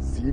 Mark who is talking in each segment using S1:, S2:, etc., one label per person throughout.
S1: 時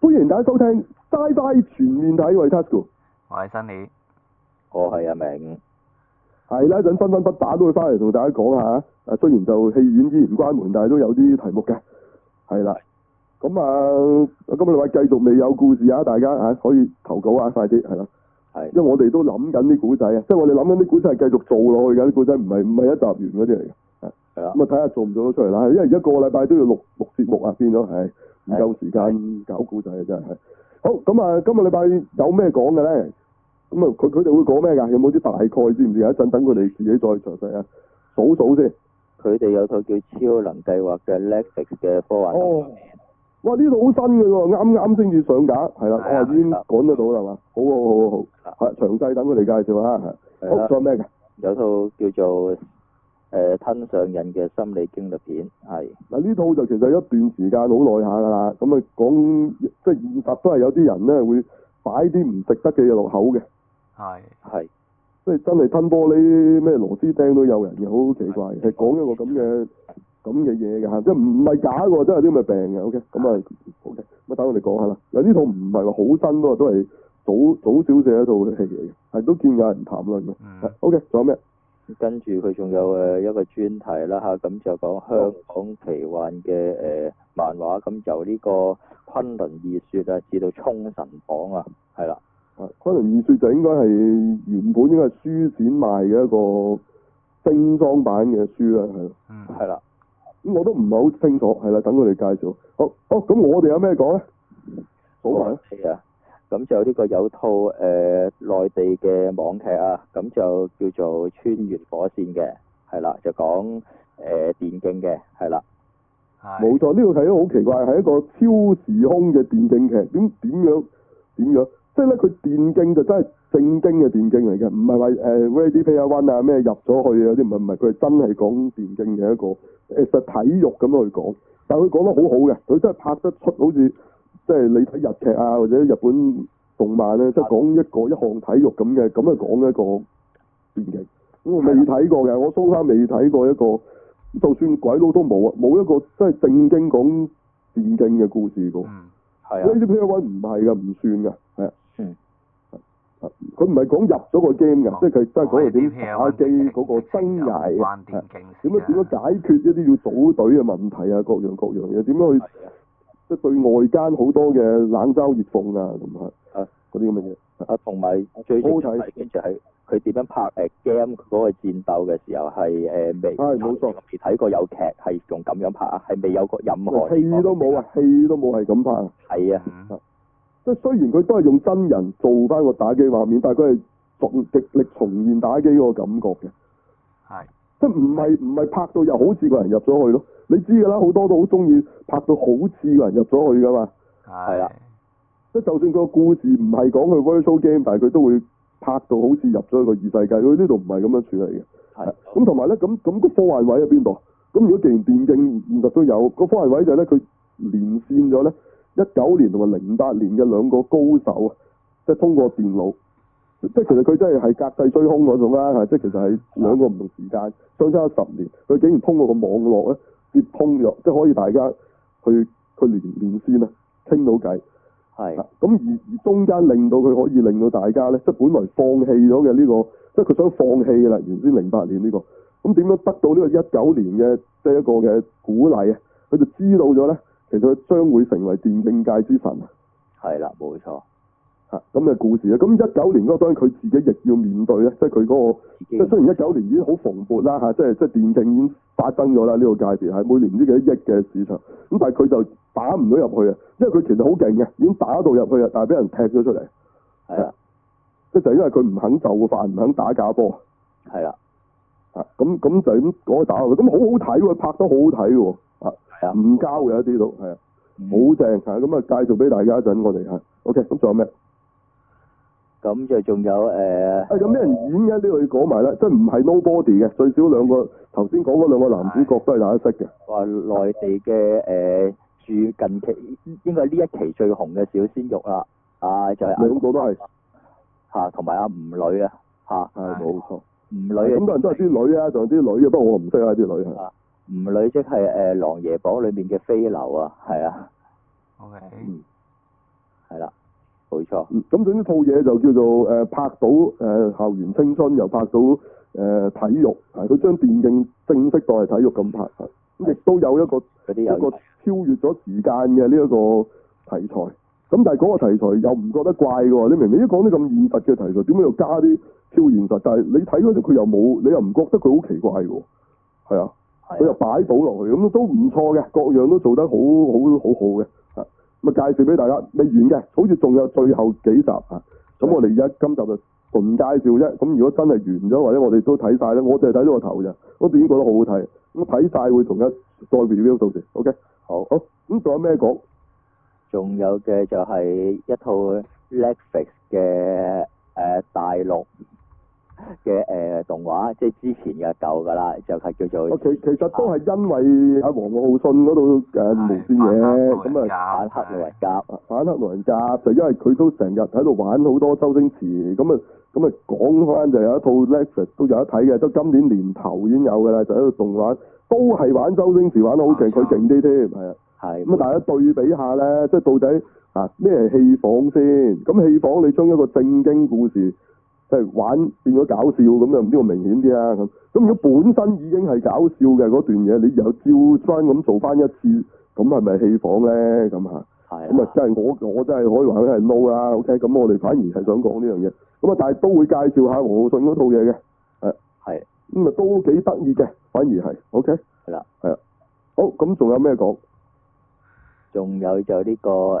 S1: 歡迎大家收聽 Sci-Fi 全面睇，我係 Tasuku。
S2: 我係 Sunny，
S3: 我哦係阿明，
S1: 係啦，一陣分分不打都會翻嚟同大家講下。啊，雖然就戲院依然關門，但係都有啲題目嘅。係啦，咁啊，今個禮拜繼續未有故事啊，大家啊可以投稿啊，快啲係啦。
S3: 係
S1: 因為我哋都諗緊啲古仔啊，即係我哋諗緊啲古仔係繼續做落去㗎，啲古仔唔係唔係一集完嗰啲嚟嘅。
S3: 係啦，
S1: 咁啊睇下做唔做得出嚟啦，因為而家個個禮拜都要錄錄節目啊，變咗係唔
S3: 係
S1: 夠時間搞古仔啊，真係。好咁啊，今個禮拜有咩講嘅咧？咁啊，佢佢哋會講咩㗎？有冇啲大概知唔知啊？一陣等佢哋自己再詳細啊，數數先。
S3: 佢哋有套叫《超能計劃》嘅 Netflix 嘅科幻動
S1: 哦，哇！呢度好新嘅喎，啱啱先至上架，係啦，
S2: 係啊
S1: 我已經趕得到啦係嘛？好好好好好，係詳細等佢哋介紹啊。
S3: 畫，
S1: 好，仲
S3: 係啦，
S1: 有咩㗎？
S3: 有套叫做誒、呃吞上癮嘅心理驚慄片，係
S1: 嗱呢套就其實一段時間好耐下㗎啦，咁啊講即係現實都係有啲人咧會擺啲唔食得嘅嘢落口嘅，
S2: 係
S3: 係
S1: 即係真係吞玻璃咩螺絲釘都有人嘅，好奇怪，係講一個咁嘅咁嘅嘢嘅嚇，即係唔係假嘅喎，真係有啲咁嘅病嘅。OK，咁啊 OK，咁啊等我哋講下啦。嗱呢套唔係話好新喎，都係早早少少一套戲嚟嘅，係都見有人談論嘅。
S2: 嗯
S1: 係 OK，仲有咩？
S3: 跟住佢仲有誒、呃一個專題啦嚇，咁、就講香港奇幻嘅誒、呃漫畫，咁由呢個昆崙二雪啊，至到沖神榜啊，係啦，
S1: 啊，可能二雪就應該係原本應該係書展賣嘅一個精裝版嘅書啦，係咯。
S2: 嗯
S3: 係啦，
S1: 咁我都唔係好清楚，係啦，等佢哋介紹。好，好，咁我哋有咩講咧？數埋啦，
S3: 係啊，咁就呢個有套誒、呃、內地嘅網劇啊，咁就叫做《穿越火線》嘅，係啦，就講誒、呃、電競嘅，係啦，
S1: 冇
S2: 係
S1: 錯，呢個係一個好奇怪，係一個超時空嘅電競劇。點點樣點樣？即係咧，佢電競就真係正經嘅電競嚟嘅，唔係話誒 Ready Player One 啊咩入咗去啊嗰啲，唔係唔係，佢係真係講電競嘅一個誒實體育咁樣去講。但係佢講得好好嘅，佢真係拍得出好似即係你睇日劇啊或者日本動漫
S2: 啊
S1: 咧，即係講一個一項體育咁嘅，咁啊講一個電競。咁我未睇過嘅，我蘇蝦未睇過一個，就算鬼佬都冇啊，冇一個真係正經講電競嘅故事嘅喎。
S2: 嗯
S3: 係啊，
S1: 呢啲 player one 唔係㗎，唔算㗎，係啊。
S3: 嗯
S1: 啊。佢唔係講入咗個 game 㗎，
S2: 哦
S1: 即係佢真係
S2: 我
S1: 講
S2: 哋
S1: 佢
S2: 啲
S1: 點
S2: 譬
S1: 打機嗰個生涯啊，
S2: 關電競事啊
S1: 點樣點樣解決一啲要組隊嘅問題啊，各樣各樣嘢，點樣去
S3: 係啊，
S1: 即係對外間好多嘅冷嘲熱諷啊，咁啊
S3: 啊，
S1: 嗰啲咁嘅嘢。
S3: 啊同埋最精彩
S1: 好睇
S3: 跟住係佢點樣拍誒、呃 game 嗰個戰鬥嘅時候係誒、呃未，
S1: 係冇錯
S3: 未睇過有劇係仲咁樣拍啊，係未有過任何
S1: 戲都冇啊，，戲都冇係咁拍啊。
S3: 係啊，
S2: 嗯
S1: 即係雖然佢都係用真人做翻個打機畫面，但係佢係重極力重現打機嗰個感覺嘅，
S2: 係
S1: 即係唔係唔係拍到又好似個人入咗去咯。你知㗎啦，好多都好中意拍到好似個人入咗去㗎嘛。
S2: 係
S3: 啦
S1: 即係就算佢個故事唔係講佢 virtual game，但係佢都會拍到好似入咗去個異世界。佢呢度唔係咁樣處理嘅。
S3: 係
S1: 咁同埋咧，咁咁個科幻位喺邊度？咁如果既然電競現實都有，個科幻位就係咧，佢連線咗咧一九年同埋零八年嘅兩個高手啊，即係通過電腦，即係其實佢真係係隔世追兇嗰種啦，係即係其實係兩個唔同時間相差十年，佢竟然通過個網絡咧接通咗，即係可以大家去去連連線啊，傾到偈。
S3: 係
S1: 啊咁而而中間令到佢可以令到大家咧，即係本來放棄咗嘅呢個，即係佢想放棄嘅啦。原先零八年呢、個，咁點樣得到呢個一九年嘅即係一個嘅鼓勵啊？佢就知道咗咧，其實佢將會成為電競界之神啊！
S3: 係啦，冇錯，
S1: 嚇咁嘅故事啊！咁一九年嗰個當然佢自己亦要面對咧，即係佢嗰個。
S3: 自
S1: 即
S3: 己
S1: 係雖然一九年已經好蓬勃啦嚇，即係即係電競已經發生咗啦呢個界別係每年呢幾多億嘅市場，咁但係佢就打唔到入去啊，因為佢其實好勁嘅，已經打到入去啊，但係俾人踢咗出嚟，
S3: 係啦，
S1: 即係就係因為佢唔肯就範，唔肯打假波
S3: 係啦，
S1: 啊，咁咁就咁講打入去，咁好好睇喎，拍得好好睇喎，啊
S3: 係啊，
S1: 唔交嘅一啲都係啊，好正嚇，咁啊介紹俾大家一陣，我哋嚇。OK，咁仲有咩？
S3: 咁就仲有誒
S1: 啊，有咩人演嘅呢度要講埋啦，即係唔係 nobody 嘅，最少兩個頭先講嗰兩個男主角都係大家識嘅。
S3: 話內呃地嘅誒住近期應該係呢一期最紅嘅小鮮肉啦，啊就係
S1: 兩個都係，
S3: 阿嚇同埋阿吳女啊嚇
S1: 係冇錯。
S3: 吳
S1: 咁
S3: 女
S1: 多
S3: 啊
S1: 人都係啲女啊，仲有啲女嘅，不過我唔識啊啲女係。
S3: 吳女即呃係誒狼爺榜裏面嘅飛流啊，係啊
S2: OK，
S3: 係啦，冇錯
S1: 嗯咁總之套嘢就叫做誒、呃拍到誒、呃校園青春，又拍到誒、呃、體育，係佢將電競正式當係體育咁拍，係咁亦都有一個
S3: 嗰啲
S1: 一個
S3: 有
S1: 超越咗時間嘅呢一個題材。咁但係嗰個題材又唔覺得怪嘅喎，你明明一講啲咁現實嘅題材，點解要加啲超現實？但係你睇嗰陣佢又冇，你又唔覺得佢好奇怪嘅喎，係啊。佢
S3: 係
S1: 又
S3: 啊
S1: 擺到落去，咁都唔錯嘅，各樣都做得好好好好嘅，啊，咁啊介紹俾大家，未完嘅，好似仲有最後幾集啊，咁我哋而家今集就純介紹啫，咁如果真係完咗，或者我哋都睇晒咧，我淨係睇咗個頭咋，我自己覺得好好睇，咁睇晒會同一再 review 到時，OK，
S3: 好。
S1: 好，咁仲有咩講？
S3: 仲有嘅就係一套 Netflix 嘅誒、呃大陸嘅誒、呃、動畫，即係之前嘅舊㗎啦，就係、叫做
S1: 我哦其其實都係因為阿黃浩信嗰度誒嗯無線嘢，咁啊。
S3: 反黑老人家，
S1: 反黑狼人甲就因為佢都成日喺度玩好多周星馳，咁啊咁啊講翻就有一套 Netflix 都有得睇嘅，都今年年頭已經有㗎啦，就喺度動畫，都係玩周星馳玩得好勁，佢勁啲添，係啊。
S3: 係
S1: 咁啊，大家對比下咧，即係到底啊咩係戲仿先？咁戲仿你將一個正經故事即係玩變咗搞笑咁，就呢個明顯啲啦。啊咁咁如果本身已經係搞笑嘅嗰段嘢，你又照翻咁做翻一次，咁係咪戲仿咧？咁嚇？咁
S3: 係
S1: 啊，真係我我真係可以話佢係 no 啦，OK？咁我哋反而係想講呢樣嘢，咁啊，但係都會介紹下黃浩信嗰套嘢嘅，
S3: 係
S1: 咁啊都幾得意嘅，反而係 OK？
S3: 係啦，
S1: 係啊，好，咁仲有咩講？
S3: 仲有就呢、個誒嗰、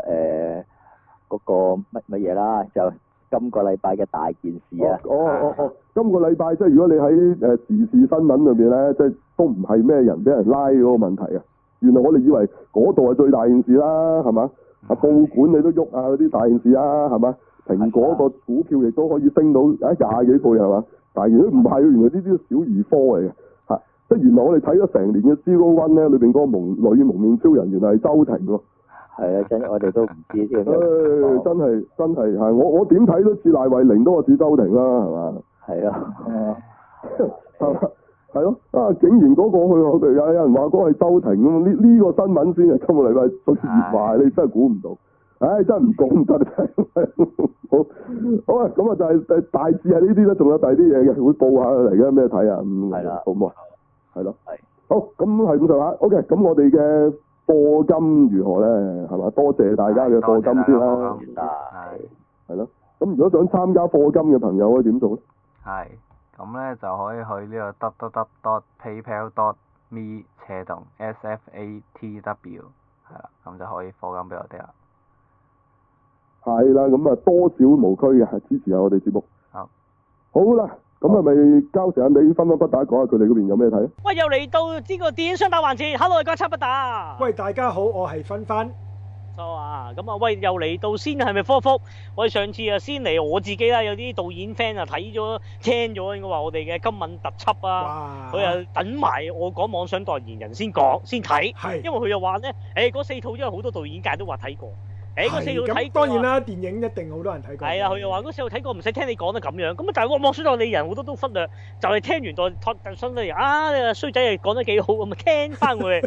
S3: 個乜乜嘢啦，就今個禮拜嘅大件事啊，
S1: 哦哦哦哦，今個禮拜即係如果你喺誒時事新聞裏邊咧，即係都唔係咩人俾人拉嗰個問題啊，原來我哋以為嗰度係最大件事啦，係嘛？啊報館你都喐下嗰啲大件事啊，係嘛？蘋果個股票亦都可以升到啊廿幾倍係嘛？但係原來唔係，原來呢啲都小兒科嚟嘅嚇，即係原來我哋睇咗成年嘅 Zero One 咧，裏邊嗰個蒙女蒙面超人原來係周庭喎。
S3: 係啊，真我哋都唔知添，
S1: 唉、真係真係嚇，我我點睇都似賴慧玲多過似周庭啦，係嘛？
S3: 係咯，
S1: 係嘛？啊係咯，啊！竟然嗰個去我哋有有人話嗰個係周庭咁，呢呢個新聞先係今個禮拜最熱話，你真係估唔到。唉、真係唔講唔得。好， 好啊，咁啊，就係大致係呢啲啦，仲有第二啲嘢嘅，會報下嚟嘅咩睇啊？嗯，
S3: 係啦
S1: 好唔好啊？係咯
S3: 係，
S1: 好，咁係咁上下。OK，咁我哋嘅課金如何咧？係嘛？多謝大家嘅課金先啦。
S3: 係
S1: 係咯，咁如果想參加課金嘅朋友可以點做咧？
S2: 係，咁咧就可以去呢個 dot dot paypal dot me 斜洞 sfatw 係啦，咁就可以課金俾我哋啦。
S1: 係啦，咁啊多少無區嘅支持下我哋節目。
S2: 好，
S1: 好啦，咁係咪交時間俾分分不打講下佢哋嗰邊有咩睇？啊
S4: 喂，又嚟到呢個電影雙打環節，Hello，係家七不打。
S5: 喂，大家好，我係芬芬。
S4: 錯啊，咁啊，喂，又嚟到先係咪科科？我哋上次啊，先嚟我自己啦，有啲導演 friend 啊睇咗聽咗，應該話我哋嘅今敏特輯啊，
S5: 哇，
S4: 佢啊等埋我講妄想代言人先講先睇，
S5: 係
S4: 因為佢又話咧，誒、嗰四套因為好多導演界都話睇過，誒、嗰四
S5: 係
S4: 套睇
S5: 咁，
S4: 過啊
S5: 當然啦，電影一定好多人睇過。
S4: 係啊，佢又話嗰時候睇過，唔使聽你講得咁樣。咁啊，但係我望水當你人好多都忽略，就係聽完代托特新咧，啊衰仔又講得幾好，咁啊聽翻佢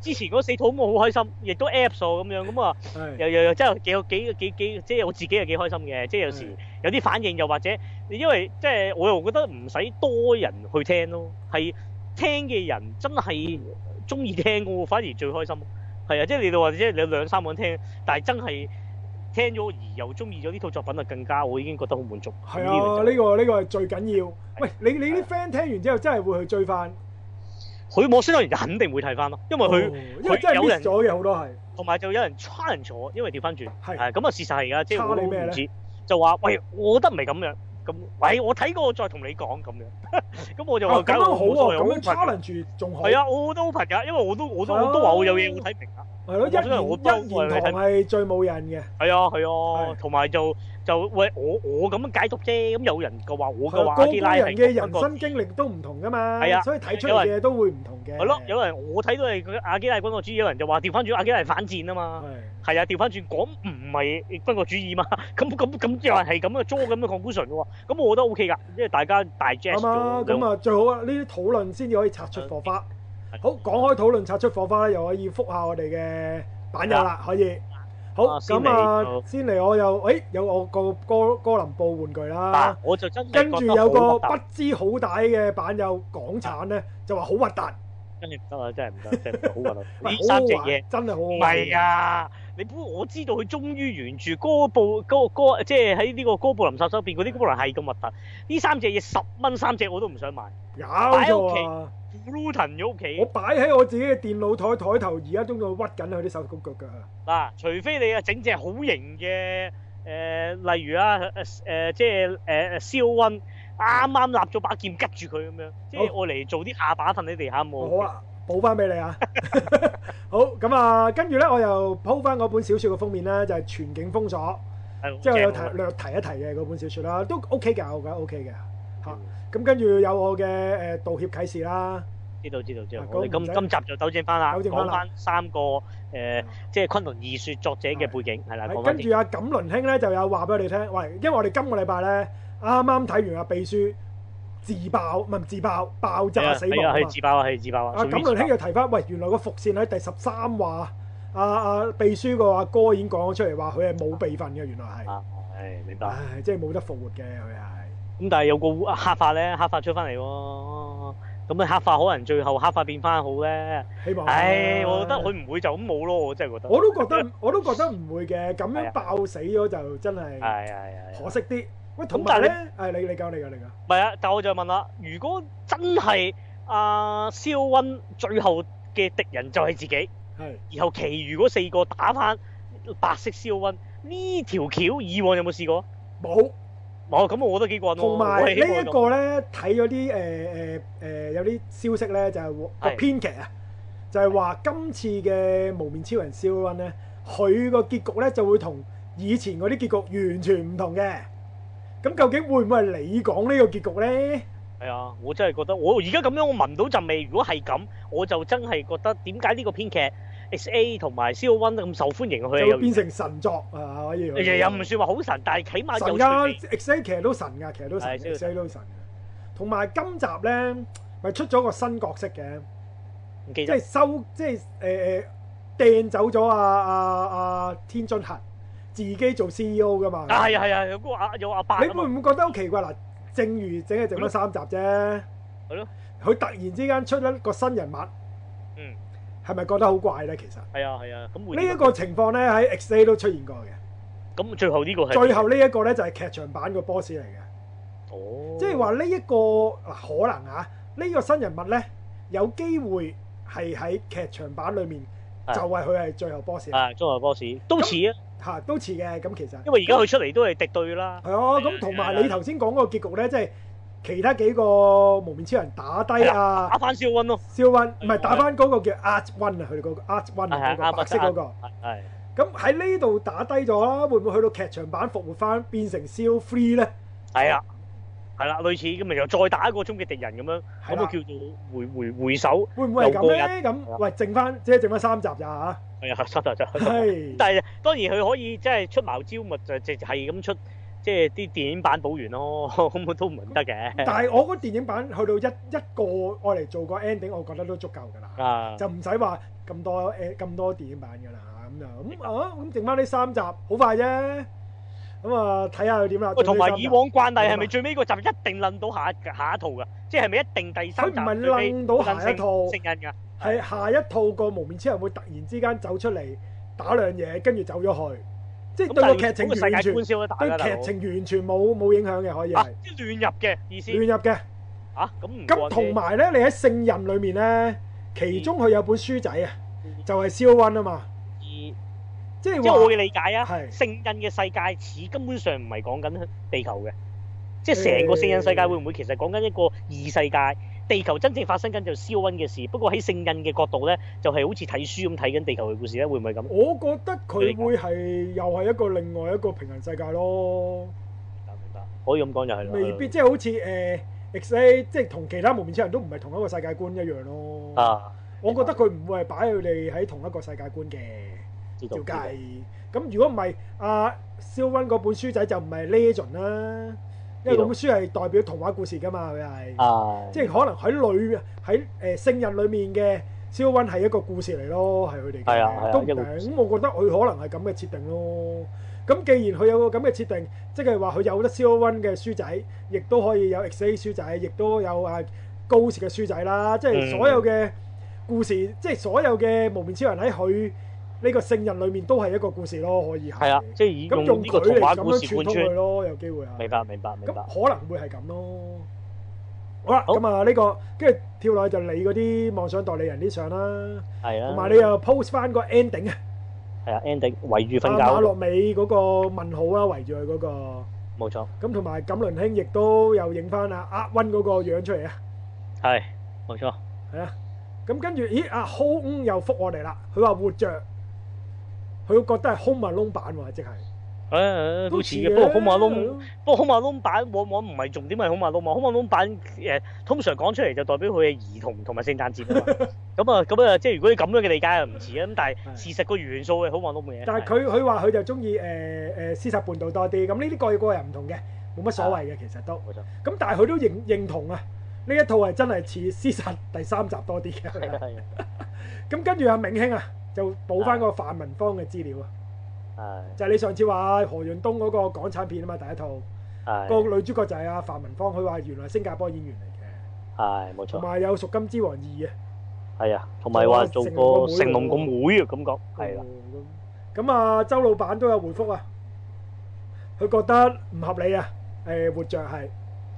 S4: 之前嗰四套咁我好開心，亦都 Apps 喎咁樣，咁啊
S5: 係
S4: 又又又真係幾有幾幾幾，即係我自己又幾開心嘅，即係有時
S5: 嗯
S4: 有啲反應，又或者因為即係我又覺得唔使多人去聽咯，係聽嘅人真係中意聽嘅喎，反而最開心。係啊，即係你哋話即係你有兩三個人聽，但係真係聽咗而又中意咗呢套作品啊，更加我已經覺得好滿足。
S5: 係
S4: 呢樣
S5: 啊，
S4: 就
S5: 呢個呢個係最緊要。喂，你你啲 friend 聽完之後真係會去追翻，
S4: 佢我相當然就肯定會睇翻咯，因為
S5: 哦
S4: 佢
S5: 因為真係
S4: 有人
S5: miss 咗嘅好多係。
S4: 同埋就有人 challenge 我，因為調翻轉
S5: 係
S4: 係咁啊，事實係㗎，即係我
S5: 抄
S4: 都
S5: 你咩
S4: 唔
S5: 呢
S4: 知就話喂，我覺得唔係咁樣，咁喂，我睇過，我再同你講咁樣。 咁我就話
S5: 哦咁
S4: 搞
S5: 樣
S4: 我冇
S5: 好
S4: 所
S5: 喎，
S4: 謂我
S5: 咁樣
S4: open 㗎
S5: challenge 仲好。
S4: 係啊，我都 open 㗎，因為我都我都
S5: 係啊
S4: 我都話我有嘢我睇明啊。
S5: 係咯，一
S4: 我真係好
S5: 言一言堂係最冇人嘅。
S4: 係啊係啊，
S5: 係
S4: 同埋就就喂我我咁樣解讀啫，咁有人嘅話我
S5: 係
S4: 嘅
S5: 啊
S4: 話
S5: 個個
S4: 啲拉
S5: 人嘅人
S4: 不過
S5: 生經歷都唔同噶嘛，
S4: 係啊
S5: 所以睇出嚟嘅嘢都會唔同嘅。
S4: 係咯，有人我睇到係佢阿基拉軍國主義，有人就話調翻轉阿基拉係反戰啊嘛。
S5: 係
S4: 係啊，調翻轉講唔係軍國主義嘛， 咁咁咁又係咁嘅 draw 咁嘅 conclusion 嘅喎，咁我覺得 OK 㗎，因為大家大 jazz
S5: 啱啊，
S4: 咗
S5: 咁啊最好啊，呢啲討論先至可以擦出火花。好，講開討論擦出火花咧，又可以覆下我哋嘅版友啦，可以。好，
S4: 啊先嚟
S5: 咁啊
S4: 好，
S5: 先嚟我又，誒有我個哥哥林布玩具
S4: 嗱
S5: 啦，，
S4: 我就真係
S5: 啊跟住
S4: 覺得好
S5: 有個
S4: 核突
S5: 不知好歹嘅版友港產咧，就話好核突，
S4: 真係唔得啊！真係唔得，真係唔得好核突。
S5: 喂
S4: 呢
S5: 好
S4: 三
S5: 好
S4: 隻
S5: 玩
S4: 嘢
S5: 真係好好
S4: 唔
S5: 玩。
S4: 係啊！你估我知道佢終於沿住哥布哥哥，即係喺呢個哥布林殺手變嗰啲哥布林係咁核突。呢三隻嘢十蚊三隻我都唔想買，
S5: 搞
S4: 擺屋
S5: 錯啊！
S4: g l u t o n 咗屋
S5: 我
S4: 企
S5: 擺喺我自己嘅電腦台台頭，而家仲仲屈緊佢啲手腳腳啊！
S4: 嗱，除非你啊整隻好型嘅誒、呃例如啊誒、呃即係誒誒 C O One 啱啱立咗把劍吉住佢咁樣，即係
S5: 好
S4: 我嚟做啲下巴瞓喺地下冇。
S5: 好啊，補翻俾你 啊！好咁啊，跟住咧我又鋪翻嗰本小説嘅封面啦，就係、全境封鎖，
S4: 係，
S5: 之後有提
S4: 正喎
S5: 略提一提嘅嗰本小説啦，都 OK 㗎，我覺得 OK 嘅
S4: 嗯
S5: 嚇。咁跟住有我嘅誒、呃道歉啟示啦，
S4: 知道知道知道
S5: 啊，
S4: 我哋
S5: 咁唔
S4: 今
S5: 使
S4: 今集就糾正翻啦，
S5: 糾正返
S4: 講
S5: 啦啊
S4: 翻三個誒，即係昆崙二説作者嘅背景係啦，講翻
S5: 跟住阿錦麟兄咧就有話俾我哋聽，喂，因為我哋今個禮拜咧啱啱睇完阿啊秘書自爆，唔係自爆爆
S4: 係
S5: 炸
S4: 啊
S5: 死
S4: 係
S5: 亡
S4: 啊，
S5: 啊
S4: 係
S5: 嘛。
S4: 自爆啊，係自爆啊，
S5: 啊，
S4: 屬於
S5: 咁倫兄
S4: 自爆
S5: 又提翻，喂，原來個伏線喺第十三話，啊啊秘書個阿哥已經講咗出嚟話，佢係冇備份嘅，原來係，
S4: 啊，係明白。
S5: 唉，即係冇得復活嘅，佢係，
S4: 咁但係有個黑化咧，黑化出翻嚟喎。咁啊，黑化可能最後黑化變翻好咧。
S5: 希望。
S4: 唉，我覺得，佢唔會就咁冇咯，我真係覺得。
S5: 哦我都覺得，我都覺得唔會嘅，咁
S4: 係
S5: 樣
S4: 啊
S5: 爆死咗就真係
S4: 係係係。
S5: 可惜啲。喂，同埋
S4: 咁
S5: 咧，係你你講你講你講，
S4: 唔係啊，但我就問啦，如果真係啊阿肖温最後嘅敵人就係自己，
S5: 係
S4: 然後其餘嗰四個打翻白色肖温，呢條橋以往有冇試過？
S5: 冇。
S4: 冇，咁我覺得幾過癮喎。
S5: 同埋
S4: 我
S5: 呢
S4: 係希望
S5: 一
S4: 咁
S5: 個咧，睇咗啲誒誒誒有啲消息咧，就係、個
S4: 係
S5: 編劇啊，就係話今次嘅無面超人 s e r 咧，佢個結局咧就會同以前嗰啲結局完全唔同嘅。咁究竟會唔會係你講呢個結局咧？
S4: 係啊，我真係覺得我而家咁樣，我聞到陣味。如果係咁，我就真係覺得點解呢個編劇 S A 同埋 C O One 咁受歡迎，佢
S5: 就
S4: 又
S5: 會變成神作啊！可以
S4: 又又唔算話好神，但係起碼有
S5: 神
S4: 趣
S5: 啊噶
S4: 味。
S5: ，X A 其實都神噶，其實都神
S4: 係
S5: ，X
S4: 真
S5: A 都神嘅。同埋今集咧，咪出咗個新角色嘅。
S4: 唔記
S5: 即
S4: 得
S5: 係收，即係誒誒掟走咗啊啊啊天津核，自己做 CEO 噶嘛。
S4: 啊係啊係啊，有個阿有阿伯
S5: 你
S4: 啊嘛，
S5: 會唔會覺得好奇怪嗱？正如整係整咗三集啫，係
S4: 咯，
S5: 佢突然之間出一個新人物，
S4: 嗯，
S5: 係咪覺得好怪咧？其實
S4: 係啊係啊，咁會
S5: 呢一
S4: 點
S5: 個情況咧喺 XA 都出現過嘅。
S4: 咁最後呢個係
S5: 最後呢一個咧就係劇場版個 boss 嚟嘅。
S4: 哦，
S5: 即係話呢一個嗱可能啊，呢、個新人物咧有機會係喺劇場版裏面
S4: 係
S5: 就係佢係最後 boss 嚟
S4: 啊，中華 boss 都似啊，
S5: 嚇都似嘅，咁其實
S4: 因為而家佢出嚟都係敵對啦，
S5: 係啊，咁同埋你頭先講嗰個結局咧，即係其他幾個無面超人打低啊
S4: 打翻肖温咯，
S5: 肖温，唔係打翻嗰個叫 Art One 啊，佢哋嗰個 Art One
S4: 係
S5: 啊
S4: 係
S5: 嗰個白色嗰個。
S4: 係係
S5: 咁喺呢度打低咗啦，會唔會去到劇場版復活翻變成 s Three 咧？
S4: 係啊係啦，類似咁咪又再打一個終極敵人咁樣，
S5: 係
S4: 咁
S5: 啦
S4: 啊叫做回回回首，
S5: 會唔會係咁
S4: 又
S5: 咧？咁喂，剩翻即係剩翻三集咋嚇？
S4: 係啊， 真係真係。
S5: 係
S4: 但係當然佢可以即係出茅招，咪就就係咁出，即係啲電影版補完咯， 咁都唔得 嘅。
S5: 但係我嗰電影版去到一一個我嚟做個 ending，我覺得都足夠㗎啦，
S4: 啊，
S5: 就唔使話咁多誒咁多電影版㗎啦，咁就咁啊咁剩翻呢三集好快啫，咁啊睇下佢點啦。
S4: 喂同埋以往慣例係
S5: 咁
S4: 咪
S5: 啊
S4: 最尾個集一定撚到下一下一套㗎？即係咪一定第三集
S5: 佢唔係
S4: 最尾
S5: 撚到下一套
S4: 撚聖人㗎？
S5: 係下一套個無面超人會突然之間走出嚟打兩嘢，跟住走咗去，即係
S4: 咁
S5: 對
S4: 但
S5: 個
S4: 係
S5: 劇情
S4: 咁個
S5: 完
S4: 世界
S5: 全
S4: 觀先得打㗎，大
S5: 對
S4: 佬
S5: 劇情完全冇冇影響嘅，可以
S4: 啊
S5: 係，
S4: 即係亂入嘅意思
S5: 亂入嘅。
S4: 啊，咁唔
S5: 咁
S4: 慣
S5: 同
S4: 啫。
S5: 埋咧，你喺聖刃裏面咧，其中佢有本書仔啊，就係肖温啊嘛，
S4: 嗯即
S5: 即係
S4: 係我嘅
S5: 話
S4: 理解啊，
S5: 係
S4: 聖人嘅世界似根本上唔係講緊地球嘅，即係成個聖印世界會唔會其實講緊一個異世界？地球真正發生緊就燒温嘅事，不過喺聖印嘅角度咧，就係、好似睇書咁睇緊地球嘅故事咧，會唔會咁？
S5: 我覺得佢會係又係一個另外一個平行世界咯，
S4: 可以咁講就係啦。
S5: 未必即係好似誒 X A，即係同其他無面超人都唔係同一個世界觀一樣咯。
S4: 啊，
S5: 我覺得佢唔會係擺佢哋喺同一個世界觀嘅。
S4: 知道。
S5: 照
S4: 知道
S5: 計。咁如果唔係，阿、蕭温嗰本書仔就唔係 Legend 啦，因為嗰本書係代表童話故事噶嘛，佢係，
S4: 啊，
S5: 即係可能喺裏喺誒聖人裏面嘅蕭温係一個故事嚟咯，係佢哋
S4: 係啊係
S5: 嘅，
S4: 啊
S5: 都唔
S4: 一個故
S5: 定。咁我覺得佢可能係咁嘅設定咯。咁既然佢有個咁嘅設定，即係話佢有得蕭温嘅書仔，亦都可以有 X A 書仔，亦都有啊高士嘅書仔啦，即係
S4: 嗯
S5: 所有嘅故事，即係所有嘅無面超人喺佢。呢個聖人裏面都係一個故事咯，可以係。
S4: 係啊，即係以
S5: 咁
S4: 用
S5: 用
S4: 呢
S5: 佢
S4: 個童
S5: 嚟
S4: 話
S5: 咁
S4: 故
S5: 樣
S4: 事
S5: 串
S4: 貫
S5: 通佢
S4: 穿。
S5: 咯，有機會係。
S4: 明白，明白，明白。
S5: 咁可能會係咁咯。好啦，
S4: 好
S5: 咁啊呢個跟住跳落去就你嗰啲妄想代理人啲相啦，
S4: 係啦。
S5: 同埋你又 post 翻個 ending 啊，
S4: 係啊，ending 圍住
S5: 阿馬
S4: 瞓覺，
S5: 洛美嗰個問號啦，圍住佢嗰個。
S4: 冇錯，
S5: 咁同埋錦麟兄亦都又影翻啊阿温嗰個樣出嚟啊，
S4: 係冇錯，
S5: 係啊。咁跟住，咦阿 Home 又覆我哋啦，佢話活着，佢覺得係 Home Alone 版喎，即係。
S4: 誒好似嘅，
S5: 嘅
S4: 不過好馬
S5: 係
S4: 窿。
S5: 咯
S4: 不過《好馬窿版》往往唔係重點係《好馬窿》嘛，《好馬窿版》誒、通常講出嚟就代表佢嘅兒童同埋聖誕節 啊嘛。咁啊咁啊，即係如果你咁樣嘅理解就唔似啊。咁但係事實個元素係《好馬窿》嘅。
S5: 但係佢佢話佢就中意誒誒屍殺半島多啲，咁呢啲個個人唔同嘅，冇乜
S4: 啊
S5: 所謂嘅其實都。
S4: 冇錯
S5: 咁但係佢都認認同啊，呢一套係真係似屍殺第三集多啲
S4: 係啊
S5: 嘅。
S4: 係啊
S5: 咁跟住阿明兄啊，就補翻個泛民方嘅資料啊，
S4: 係
S5: 就係你上次話何潤東嗰個港產片啊嘛，第一套個
S4: 係
S5: 女主角就係阿泛民方，佢話原來係新加坡演員嚟嘅，
S4: 係冇
S5: 同
S4: 錯，
S5: 埋有《贖金之王二》啊。
S4: 係啊，同埋話做個成龍個妹啊，感覺係啦，
S5: 哦咁咁啊，周老闆都有回覆啊，佢覺得唔合理啊，誒、活着係，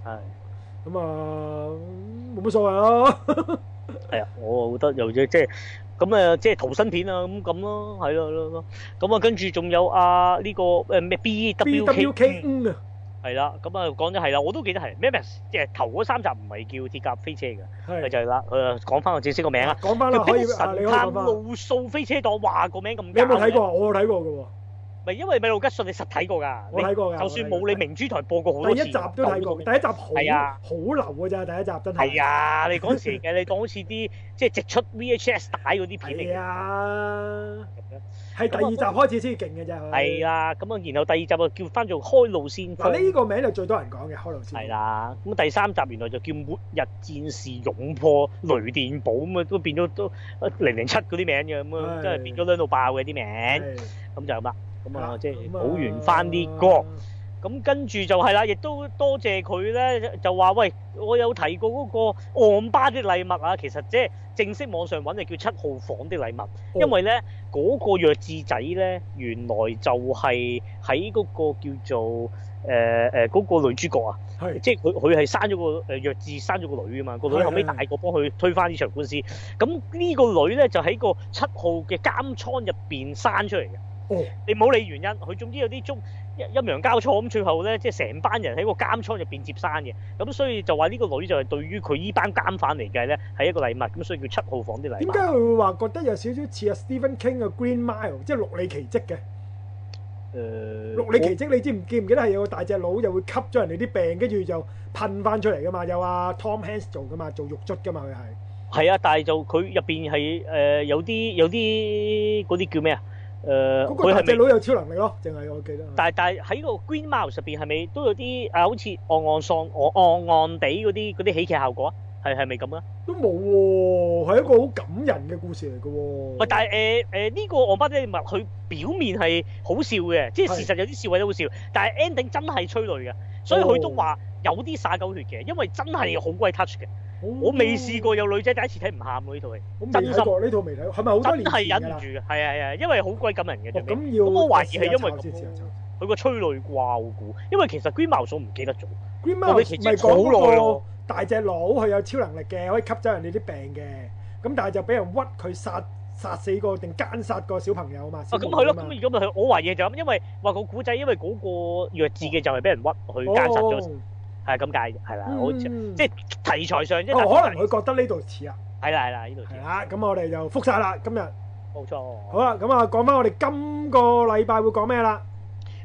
S4: 係
S5: 咁啊冇乜所謂咯，
S4: 係啊，我覺得又即即係。咁啊，即係逃生片啊，咁咁咯，係咯，係咯係咯，咁啊，跟住仲有啊呢個誒咩 B
S5: B
S4: W
S5: W K
S4: K
S5: Ừ. 嗯啊，
S4: 係啦，咁啊講咗係啦，我都記得係 m a m s 即係頭嗰三集唔係叫鐵甲飛車嘅，佢
S5: 係
S4: 就係啦，佢啊講翻個正式個名啦。
S5: 講翻啦，
S4: 佢
S5: 可
S4: 俾
S5: 以
S4: 神
S5: 啊，你可以
S4: 探
S5: 講翻。
S4: 路數飛車檔，哇個名咁
S5: 你有冇
S4: 搞
S5: 睇
S4: 嘅？
S5: 過？我有睇過嘅
S4: 咪因為米路吉信你實睇過㗎，
S5: 我睇過㗎
S4: 你就算冇
S5: 我睇過
S4: 你明珠台播過好
S5: 喎，
S4: 多
S5: 第
S4: 次，
S5: 一集都睇過，第一集好
S4: 係啊
S5: 好流嘅咋，第一集真係。
S4: 係啊，你嗰時嘅你當好似啲即係直出 VHS 帶嗰啲片嚟嘅。
S5: 係啊，
S4: 咁樣
S5: 係第二集開始先勁嘅咋佢。
S4: 係啦，咁啊，然後第二集啊叫翻做開路先鋒
S5: 嗱呢個名就最多人講嘅，開頭先。
S4: 係啦，咁第三集原來就叫末日戰士勇破雷電堡咁啊，都變咗都呃零零七嗰啲名嘅咁啊，
S5: 係
S4: 真係變咗兩到爆嘅啲名，
S5: 係，
S4: 咁就係咁啦。咁啊，即係
S5: 咁啊
S4: 補完翻啲歌，咁跟住就係啦，亦都多謝佢咧，就話喂，我有提過嗰個昂巴的禮物啊，其實即係正式網上揾就叫七號房的禮
S5: 哦
S4: 物，因為咧嗰、個弱智仔咧，原來就係喺嗰個叫做誒誒嗰個女主角啊。
S5: 係。
S4: 即係佢佢係生咗個呃誒弱智生咗個女啊嘛，個女
S5: 係
S4: 後尾
S5: 係
S4: 大個幫佢推翻呢場官司。咁呢個女咧就喺個七號嘅監倉入邊生出嚟嘅。
S5: 哦
S4: 你冇理原因，佢總之有啲中陰陰陽交錯咁，最後咧即係成班人喺個監倉入邊接生嘅。咁所以就話呢個女就係對於佢呢班監犯嚟計咧係一個禮物，咁所以叫七號房啲禮
S5: 點
S4: 物
S5: 解。佢會話覺得有少少似啊 Stephen King 嘅 Green Mile，即係綠里奇蹟嘅？
S4: 誒
S5: 綠里奇蹟你知唔記唔記得係有個大隻佬又會吸咗人哋啲病，跟住就噴翻出嚟噶嘛？有啊 Tom Hanks 做噶嘛，做獄卒噶嘛佢係。
S4: 係啊，但係就佢入邊係誒有啲有啲嗰啲叫咩啊？誒
S5: 嗰
S4: 佢
S5: 個大
S4: 係咪
S5: 隻佬有超能力咯，淨係我記得。
S4: 但係但係喺個 Green Mouse 入邊係咪都有啲啊？好似暗暗喪暗暗暗地嗰啲嗰啲喜劇效果啊？係係咪咁啊？
S5: 都冇喎，係一個好感人嘅故事嚟嘅喎。
S4: 喂，但係誒誒呢個昂巴爹物佢表面係好笑嘅，即係
S5: 係
S4: 事實有啲笑位都好笑，但係 ending 真係催淚嘅，所以佢
S5: 哦
S4: 都話有啲灑狗血嘅，因為真係好鬼 touch 嘅。
S5: 哦
S4: 我未試，過有女仔第一次睇唔喊喎呢套戲，
S5: 我未
S4: 真心
S5: 睇過呢套未睇過，係咪好多
S4: 真
S5: 年
S4: 係
S5: 前㗎
S4: 忍唔
S5: 啦
S4: 住？嘅，係啊係啊，因為好鬼感人嘅
S5: 哦
S4: 最尾。
S5: 咁要
S4: 咁我懷疑係因為
S5: 試下
S4: 咁
S5: 先試下查
S4: 佢個催淚啩，我估，因為其實 Green Mouse 我唔記得咗。
S5: Green
S4: 我
S5: Mile
S4: 哋其
S5: 唔
S4: 實
S5: 係
S4: 好
S5: 講
S4: 耐
S5: 嗰
S4: 咯
S5: 個大隻佬，佢有超能力嘅，可以吸走人哋啲病嘅。咁但係就俾人屈佢殺殺死個定奸殺個小朋友啊嘛。
S4: 啊，咁係咯，咁如果咪佢，我懷疑就咁，因為話個古仔，因為嗰個弱智嘅就係俾人屈，佢奸殺咗，
S5: 咗。
S4: 係啊咁解啫，係啦，我即
S5: 哦嗯
S4: 係題材上即
S5: 哦，可能佢覺得呢度似啊，
S4: 係啦係啦，呢度
S5: 係
S4: 知
S5: 啦，咁我哋就復晒啦，今日
S4: 冇錯。
S5: 好啦，咁啊講翻我哋今個禮拜會講咩啦？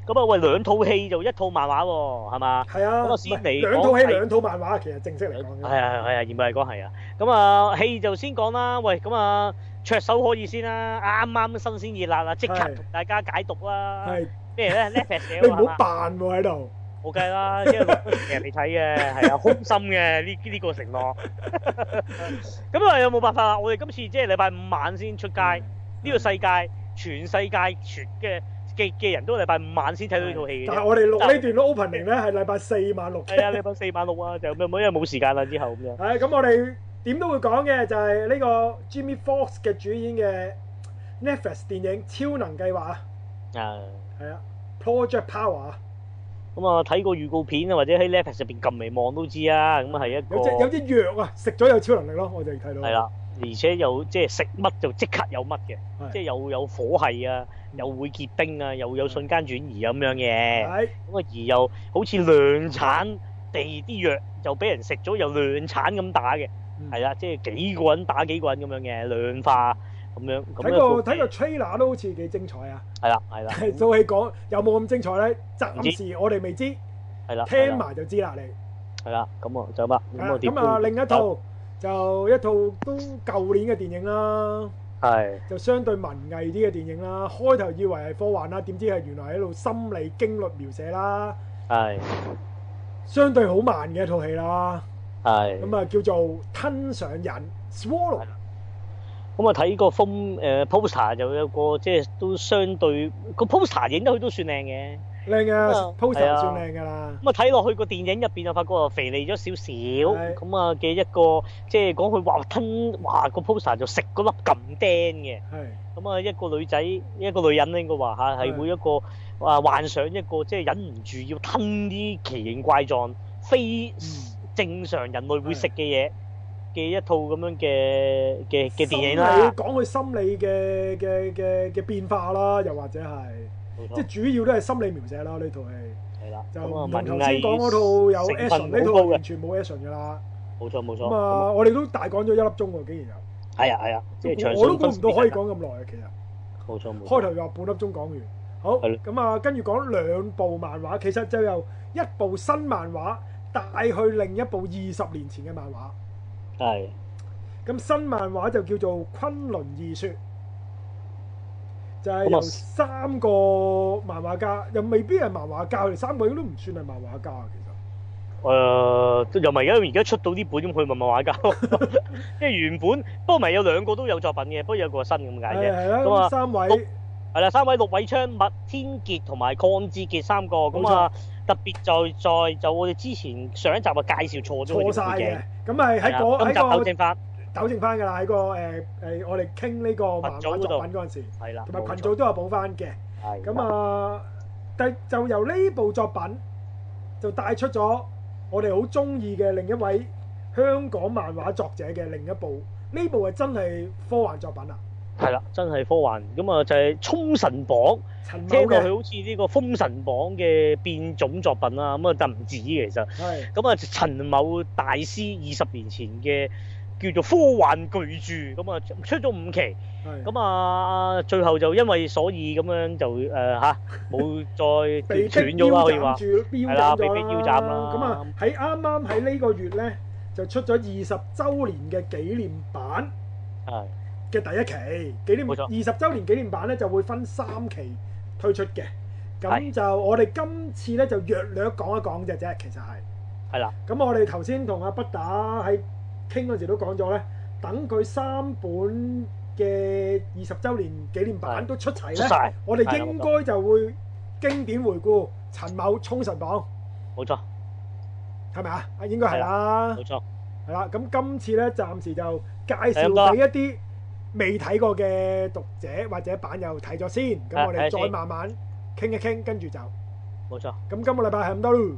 S4: 咁啊喂，兩套戲就一套漫畫喎，係嘛？
S5: 係啊，
S4: 咁啊先
S5: 唔係
S4: 嚟
S5: 兩套戲
S4: 講係
S5: 兩套漫畫，其實正式嚟講
S4: 係
S5: 嘅，
S4: 啊係啊，嚴格嚟講係啊。咁啊戲就先講啦，喂咁啊灼手可以先啦，啱啱新鮮熱辣啦，即刻
S5: 係
S4: 同大家解讀啦。
S5: 係
S4: 咩咧 n e t f l
S5: 你
S4: i
S5: 唔好扮喎喺度，
S4: 冇計啦，因為人哋睇嘅係啊，空心嘅呢呢個承諾。咁啊有冇辦法啦？我哋今次即係禮拜五晚先出街，呢個世界全世界全嘅嘅嘅人都禮拜五晚先睇到呢套戲嘅
S5: 但係
S4: 啫。
S5: 我哋錄呢段 opening 咧係禮拜四晚錄嘅
S4: 係啊，禮拜四晚六啊，就冇因為冇時間啦之後咁樣。
S5: 係咁，我哋點都會講嘅就係呢個 Jimmy Fox 嘅主演嘅 Netflix 電影《超能計劃》啊，
S4: 啊，
S5: 係啊，Project Power 啊，
S4: 咁啊睇過預告片啊，或者喺 Netflix 入邊撳嚟望都知啊，咁係一
S5: 有隻有
S4: 個
S5: 隻藥啊，食咗有超能力咯，我哋睇到
S4: 係，啦，而且又即係食乜就即刻有乜嘅，
S5: 係嗯
S4: 即係又有火係啊，又會結冰啊，又有瞬間轉移咁樣嘅，
S5: 係
S4: 咁啊而又好似量產地啲藥就俾人食咗又量產咁打嘅，
S5: 嗯
S4: 係啦，即係幾個人打幾個人咁樣嘅量化咁樣咁
S5: 睇個
S4: 樣
S5: 睇個 trailer 都好似幾精彩啊，
S4: 係啦係啦
S5: 但係套戲講有冇咁精彩咧？
S4: 唔
S5: 暫
S4: 知
S5: 時我哋未知，
S4: 係啦，
S5: 聽埋就知啦，你。
S4: 係啦，咁啊就咁啦，咁
S5: 係啦
S4: 我點
S5: 咁啊，另一套就一套都舊年嘅電影啦，
S4: 係。
S5: 就相對文藝啲嘅電影啦。開頭以為係科幻啦，點知係原來喺度心理經歷描寫啦，
S4: 係
S5: 相對好慢嘅一套戲啦。
S4: 係
S5: 咁啊，叫做吞上癮。
S4: 咁啊！睇個封誒 ờ, poster 就有個即係都相對個 poster 影得佢都算靚嘅。
S5: 靚
S4: 啊
S5: 嘅 poster
S4: 係啊
S5: 算靚㗎啦，
S4: 咁啊睇落去個電影入邊啊，發覺啊肥膩咗少
S5: 係
S4: 少。咁啊嘅一個即係講佢話吞話個 poster 就食嗰粒撳釘嘅。
S5: 係
S4: 咁啊一個女仔一個女人咧應該話嚇係
S5: 係
S4: 會一個啊幻想一個即係忍唔住要吞啲奇形怪狀非
S5: 嗯
S4: 正常人類會食嘅嘢嘅一套咁樣嘅嘅嘅電影
S5: 心理
S4: 啦。
S5: 講佢心理嘅嘅嘅嘅變化啦，又或者係
S4: 冇錯
S5: 即係主要都係心理描寫啦。呢套戲
S4: 係啦，
S5: 就
S4: 哦咁啊
S5: 唔同
S4: 文
S5: 頭
S4: 藝
S5: 先講嗰套有
S4: 成分
S5: action，呢
S4: 好
S5: 套
S4: 高
S5: 係
S4: 嘅
S5: 完，全冇 action 㗎啦。
S4: 冇錯冇錯，
S5: 咁
S4: 咁啊
S5: 啊，我哋都大講咗一粒鐘喎，竟然
S4: 係啊係啊，即
S5: 有，
S4: 係長
S5: 我都
S4: 信
S5: 估
S4: 分
S5: 唔到可以講咁耐啊！其實
S4: 冇錯冇
S5: 開
S4: 錯，
S5: 頭又話半粒鐘講完，好
S4: 係
S5: 咁啊，跟住講兩部漫畫，其實就由一部新漫畫帶去另一部二十年前嘅漫畫。
S4: 係
S5: 咁新漫畫就叫做《昆崙二說》，就係
S4: 咁啊
S5: 由三個漫畫家，又未必係漫畫家，佢哋三個應該都唔算係漫畫家其實。
S4: 誒又咪而家而家出到呢本咁，佢咪漫 畫家咯，即係原本不過咪有兩個都有作品嘅，不過有個新咁解
S5: 係
S4: 啫，
S5: 係啦，
S4: 咁
S5: 咁
S4: 啊
S5: 三
S4: 都
S5: 位
S4: 係啦，三位陸偉昌、麥天傑同埋鄺志傑三個，
S5: 冇錯
S4: 咁啊特別在在就我哋之前上一集啊介紹錯咗佢哋
S5: 錯晒
S4: 嘅背
S5: 嘅
S4: 景，，
S5: 咁咪
S4: 係
S5: 喺
S4: 啦
S5: 個
S4: 今集
S5: 喺
S4: 糾
S5: 個
S4: 正翻，
S5: 糾正翻㗎啦，喺個誒誒，我哋傾呢個漫畫作品嗰陣時，
S4: 係啦，
S5: 同
S4: 冇
S5: 埋群
S4: 錯
S5: 組都有補翻嘅。
S4: 係
S5: 咁啊，但就由呢部作品就帶出咗我哋好中意嘅另一位香港漫畫作者嘅另一部，呢部係真係科幻作品啊啦，
S4: 係啦，真係科幻，咁啊就係《沖神榜》。
S5: 陳某
S4: 聽落
S5: 嘅
S4: 佢好似呢個《封神榜》嘅變種作品啦，咁啊但唔止嘅其實，
S5: 係
S4: 咁啊陳某大師二十年前嘅叫做科幻巨著，咁啊出咗五期，
S5: 係
S4: 咁啊最後就因為所以咁樣就誒嚇 冇再
S5: 被
S4: 斷
S5: 逼
S4: 咗啦，
S5: 腰
S4: 可以話
S5: 斬住，
S4: 係啦
S5: 腰斬
S4: 被
S5: 咗
S4: 逼腰斬啦
S5: 咁啊，喺啱啱喺呢個月咧就出咗二十週年嘅紀念版。
S4: 係
S5: 嘅第一期紀念
S4: 冇錯
S5: 二十週年紀念版咧就會分三期推出嘅，咁
S4: 係
S5: 就我哋今次咧就略略講一講嘅啫，其實係。
S4: 係啦，
S5: 咁我哋頭先同阿北打喺傾嗰時都講咗咧，等佢三本嘅二十週年紀念版
S4: 係
S5: 都出齊
S4: 出
S5: 咧，
S4: 晒
S5: 我哋應該就會經典回顧陳某衝神榜，
S4: 冇錯
S5: 啊係咪啊？啊應該係啦
S4: 冇，錯，
S5: 係啦。咁今次咧暫時就介
S4: 係咁多
S5: 紹俾一啲未睇過嘅讀者或者版友睇咗先，咁
S4: 係
S5: 我
S4: 啊睇
S5: 哋
S4: 咗先
S5: 再慢慢傾一傾，跟住就咁。
S4: 冇錯。
S5: 今個禮拜係咁 多咯，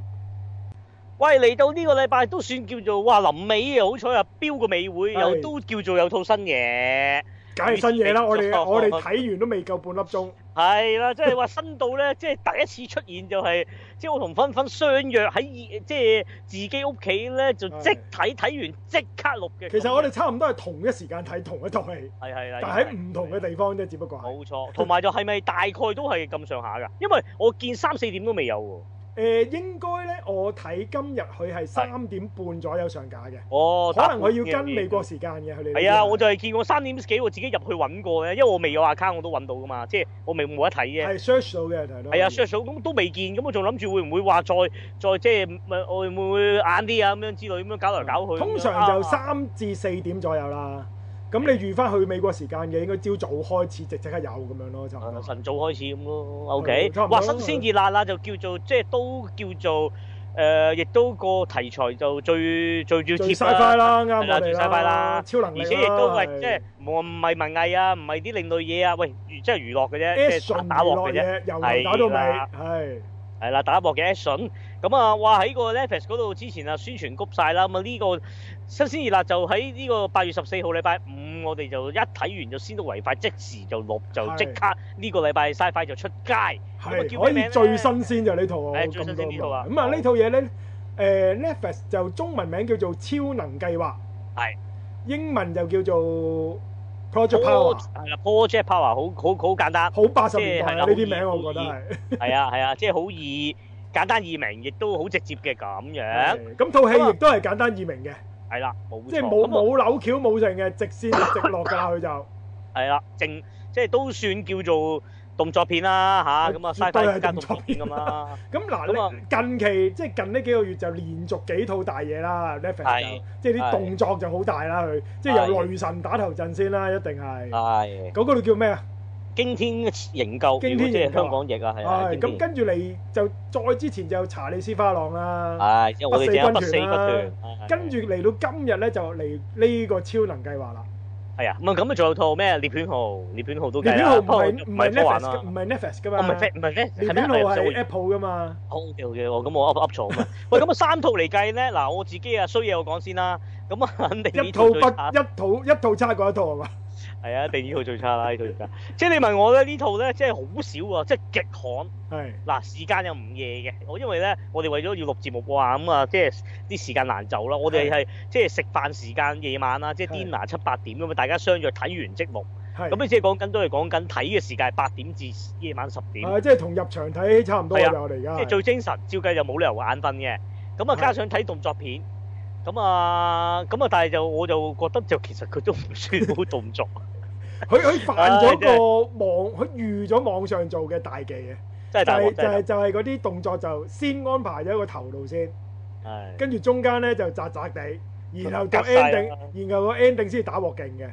S4: 喂，嚟到呢個禮拜都算叫做哇臨尾啊，好彩啊，標個尾會
S5: 係
S4: 又都叫做有套新嘢。
S5: 梗係新嘢啦！我哋
S4: 哦
S5: 我哋睇完都未夠半粒 鐘，
S4: 係啦，即係話新到咧，即係第一次出現就係、即係我同芬芬相約喺即係自己屋企咧，就即睇睇完即刻錄嘅。
S5: 其實我哋差唔多係同一時間睇同一套戲，
S4: 係係係，
S5: 但係喺唔同嘅地方啫，只不過係。
S4: 冇 錯，同埋就係咪大概都係咁上下㗎？因為我見三四點都未有喎。
S5: 誒應該咧，我睇今日佢係三點半左右上架嘅，
S4: 哦，
S5: 可能佢要
S4: 搭半
S5: 跟
S4: 嘅
S5: 美國時間嘅佢哋呢啲係。
S4: 係啊，我就係見過三點幾，我自己入去揾過咧，因為我未有 account 我都揾到㗎嘛，即係我未冇得睇啫。
S5: 係 search 到嘅，睇到。
S4: 係啊，search 到咁都未見，咁我仲諗住會唔會話再再即係咪我會唔會晏啲啊咁樣之類咁樣搞嚟搞去。
S5: 通常就
S4: 啊
S5: 三至四點左右啦。咁你預翻去美國時間嘅，應該朝早開始即即刻有咁樣咯，就
S4: 啊晨早開始咁
S5: 嗯
S4: 咯，OK
S5: 差唔。多
S4: 哇，新鮮熱辣啦，就叫做即係都叫做誒，亦都個題材就最最要
S5: 最
S4: 貼
S5: 曬快
S4: 啦。
S5: 啦，啱
S4: 係啦
S5: 我哋
S4: 最曬快啦
S5: 超能力
S4: 而
S5: 啊啦
S4: 且亦都係
S5: 係
S4: 即係冇唔係文藝啊，唔係啲另類嘢啊，喂，即係娛樂嘅啫，即
S5: action
S4: 係打打鑊
S5: 娛
S4: 嘅
S5: 樂
S4: 啫，
S5: 嘢，由頭打到
S4: 係啦
S5: 尾，係
S4: 係啦，打鑊嘅 action。咁啊，哇喺個 Netflix 嗰度之前啊宣傳谷晒啦，咁啊呢個新鮮熱辣就喺呢個八月十四號禮拜五，我哋就一睇完就先到為快，即時就錄就
S5: 係
S4: 即刻呢個禮拜 Sci-Fi 就出街。咁
S5: 係
S4: 啊叫
S5: 可
S4: 咩名
S5: 以
S4: 呢
S5: 最新鮮就呢套我
S4: 係最新鮮呢套啊
S5: 咁啊呢套嘢咧，誒 Netflix 就中文名叫做超能計劃，
S4: 係
S5: 英文就叫做 Project
S4: Pro-
S5: Power，
S4: 係啦，Project Power 好好好簡單，
S5: 好八十年
S4: 即係係
S5: 代啊
S4: 啦
S5: 呢啲名
S4: 好易
S5: 我覺得係。
S4: 係啊係啊，即係好易簡單易明，亦都好直接嘅咁樣，
S5: 係咁套戲亦都係簡單易明嘅，
S4: 係啦，冇錯
S5: 即係
S4: 咁
S5: 冇
S4: 啊
S5: 冇扭橋冇剩嘅，直線直落㗎啦，佢就。
S4: 係啦，正即係都算叫做動作片啦吓，咁啊
S5: 絕
S4: Sci-Fi
S5: 哦對係
S4: 加動
S5: 動
S4: 作
S5: 作
S4: 片
S5: 片
S4: 咁 啦，
S5: 咁
S4: 咁啊
S5: 嗱，你近期即係近呢幾個月就連續幾套大嘢啦 n e t f
S4: 係
S5: l 就即
S4: 係
S5: 係啲動作就好大啦，佢即係由雷神打頭陣先啦，一定係。
S4: Ờ. 係
S5: 嗰個叫咩啊？
S4: 驚天營救，
S5: 驚天
S4: 如
S5: 營救啊
S4: 果即係香港譯啊，係啊，
S5: 係
S4: 驚天
S5: 咁跟住嚟就再之前就查理斯花朗啦，
S4: 係即係我哋正有不
S5: 不
S4: 死
S5: 死
S4: 不
S5: 軍團
S4: 斷，係
S5: 跟住嚟到今日咧就嚟呢個超能計劃啦。
S4: 係啊，唔係咁啊，仲有套咩獵犬號，獵犬號都計
S5: 連呢
S4: 啦
S5: 套唔係
S4: 不過
S5: 唔係
S4: 科幻
S5: Netflix
S4: 啦
S5: 㗎，唔係 Netflix 㗎
S4: 我唔
S5: 嘛
S4: 係，咩唔係咩，係
S5: 連
S4: 咩
S5: 呢套
S4: 係就
S5: 係
S4: 會
S5: Apple 㗎嘛。
S4: 好嘅好嘅，我咁我噏噏錯 啊嘛。喂，咁啊三套嚟計咧，嗱我自己啊衰嘢我講先啦。咁啊 肯定
S5: 一
S4: 呢
S5: 套
S4: 套
S5: 不
S4: 最差，
S5: 一套一套差過一套係嘛？
S4: 係啊，一定呢套最差啦呢套而家。即係你問我咧呢套咧，即係好少啊，即係極罕。
S5: 係
S4: 嗱時間又唔夜嘅，我因為咧我哋為咗要錄節目啊，咁啊即係啲時間難就啦。我哋係即係食飯時間夜晚啦，即係
S5: 係
S4: dinner 七八點咁啊，大家相約睇完即錄。
S5: 係啊
S4: 咁你即係講緊都係講緊睇嘅時間係八點至夜晚十點。
S5: 啊，即係同入場睇差唔多
S4: 係
S5: 㗎
S4: 啊
S5: 啦，我哋而家
S4: 即係
S5: 係
S4: 最精神，照計就冇理由眼瞓嘅。咁啊，
S5: 係
S4: 加上睇動作片，咁啊，咁啊，但係就我就覺得就其實佢都唔算好動作，
S5: 佢佢犯咗
S4: 唉真
S5: 個網，佢預咗網上做嘅大忌嘅，
S4: 真係
S5: 就
S4: 大鑊
S5: 係就
S4: 真係
S5: 係就係嗰啲動作就先安排咗個頭度先，
S4: 大鑊。係
S5: 跟住中間咧就窄窄地，然後個
S4: 夾晒啦
S5: ending，然後個 ending 先打鑊勁嘅，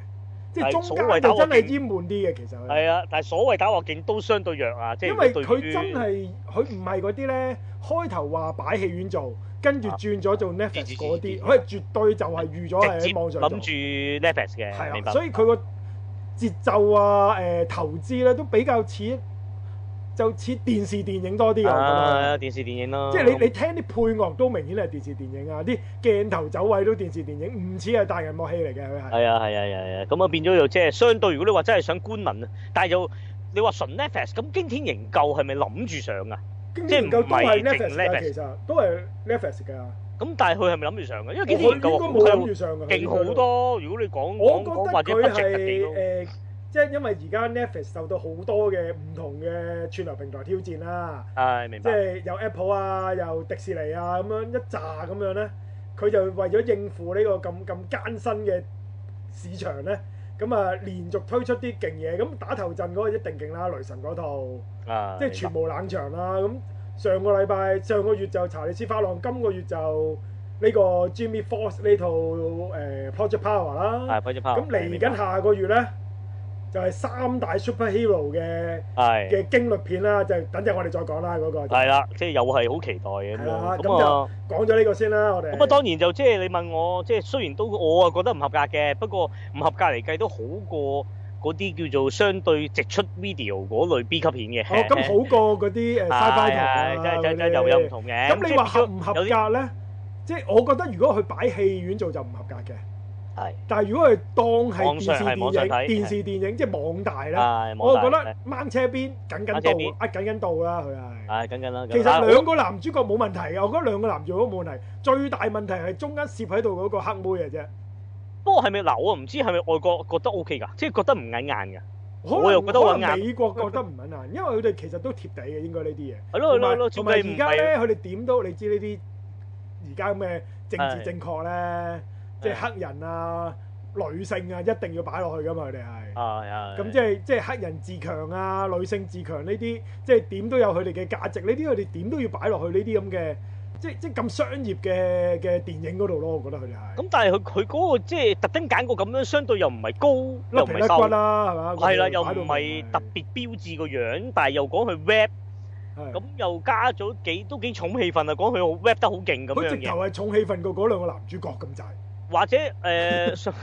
S5: 即
S4: 係
S5: 係中
S4: 所謂打
S5: 間就
S4: 鑊
S5: 真係
S4: 勁
S5: 淹悶啲嘅其實佢。
S4: 係啊，但係所謂打鑊勁都相對弱啊，即係
S5: 因為
S4: 如果對於
S5: 佢真係佢唔係嗰啲咧，開頭話擺戲院做，跟住
S4: 啊
S5: 轉咗做
S4: 知
S5: Netflix 嗰
S4: 知知
S5: 啲，佢係絕對就係預咗係
S4: 直接
S5: 喺網上
S4: 諗
S5: 做。
S4: 住 Netflix 嘅，明
S5: 係
S4: 白
S5: 啊，？所以佢個節奏啊、誒、投資咧都比較似就似電視電影多啲啊我覺得。
S4: 啊，電視電影咯，
S5: 即係你你聽啲配樂都明顯係電視電影啊，啲鏡頭走位都電視電影，唔似係大銀幕戲嚟嘅
S4: 係
S5: 佢係。
S4: 啊係啊係啊係啊，咁啊變咗又即係相對，如果你話真係想官民啊，但係又你話純 Netflix 咁驚天營救係咪諗住上啊？
S5: 經
S4: 即係唔
S5: 典研究都
S4: 係淨
S5: 係 Netflix
S4: Netflix
S5: 㗎，其實都係 Netflix 㗎。
S4: 咁但係佢係咪諗住上嘅？因為驚
S5: 我
S4: 天
S5: 應
S4: 營
S5: 該
S4: 救啊
S5: 冇
S4: 佢
S5: 諗住上㗎。
S4: 勁好多。如果你講
S5: 我
S4: 講
S5: 覺
S4: 講或者不
S5: 得佢
S4: 值得幾多？
S5: 係誒，即係因為而家 Netflix 受到好多嘅唔同嘅串流平台挑戰啦，
S4: 係明
S5: 即
S4: 白。
S5: 係有 Apple 啊，有迪士尼啊咁樣一紮咁樣咧，佢就為咗應付呢個咁咁艱辛嘅市場咧，咁啊連續推出啲勁嘢，咁打頭陣嗰個一定勁啦，雷神嗰套，
S4: 啊，
S5: 即係全無冷場啦。咁上個禮拜上個月就查理斯花朗，今個月就呢個 Jimmy Fox 呢套誒、Project Power 啦。
S4: 係輝
S5: 咁嚟緊下個月咧，就係、三大 superhero 嘅
S4: 係
S5: 嘅驚慄片啦，就等陣我哋再講啦嗰、個就。
S4: 係啦，即係又係好期待嘅咁
S5: 係啦
S4: 樣。
S5: 咁
S4: 咁啊，
S5: 講咗呢個先啦，我哋。
S4: 咁啊當然就即係你問我，即係雖然都我啊覺得唔合格嘅，不過唔合格嚟計都好過嗰啲叫做相對直出 video 嗰類 B 級片嘅。
S5: 哦，咁好過嗰啲誒 sci-fi 圖啊
S4: 係係真係真係
S5: 嗰啲
S4: 又有唔同嘅。
S5: 咁你話合唔
S4: 有啲
S5: 合格咧？即係我覺得如果佢擺戲院做就唔合格嘅，
S4: 係
S5: 但係如果佢當係電視
S4: 網上係網上
S5: 電
S4: 睇
S5: 影、電視電影即係網大啦，
S4: 係
S5: 我
S4: 冇
S5: 就覺
S4: 大
S5: 得掹車邊緊緊
S4: 掹車邊
S5: 到，呃緊緊到啦佢係。
S4: 係緊緊啦。緊
S5: 其
S4: 緊啦
S5: 實兩個男主角冇問題嘅，我覺得兩個男主角都冇問題。最大問題係中間攝喺度嗰個黑妹嘅啫。
S4: 不過係咪嗱？我唔知係咪外國覺得 O K 㗎，即係覺得唔眼硬㗎。
S5: 可能
S4: 我又覺得
S5: 可
S4: 揾
S5: 能
S4: 硬
S5: 美國覺得唔揾硬，因為佢哋其實都貼地嘅，應該呢啲嘢。
S4: 係咯係咯
S5: 同
S4: 係
S5: 埋
S4: 咯，
S5: 同
S4: 照
S5: 埋
S4: 計唔啊
S5: 而家
S4: 係
S5: 咧，佢哋點都你知呢啲而家咁嘅政治正確
S4: 啊
S5: 咧，即係黑人啊、女性啊，一定要擺落去噶嘛，佢哋係。
S4: 係係
S5: 咁即係即係黑人自強啊、女性自強呢啲，即係點都有佢哋嘅價值。呢啲佢哋點都要擺落去呢啲咁嘅，即係即係咁商業嘅嘅電影嗰度咯。我覺得佢哋係。
S4: 咁，但係佢佢嗰個即係特登揀個咁樣，相對又唔係高，又
S5: 甩
S4: 唔
S5: 皮
S4: 係
S5: 甩骨
S4: 瘦，
S5: 啦，係嘛？
S4: 係啦，又唔
S5: 擺到明
S4: 係特別標誌個樣，但係又講佢 rap，
S5: 係
S4: 咁又加咗幾都幾重氣氛啊！講佢好 rap 得好勁咁
S5: 佢
S4: 樣
S5: 直
S4: 嘅，
S5: 頭係重氣氛過嗰兩個男主角咁滯。
S4: 或者 誒相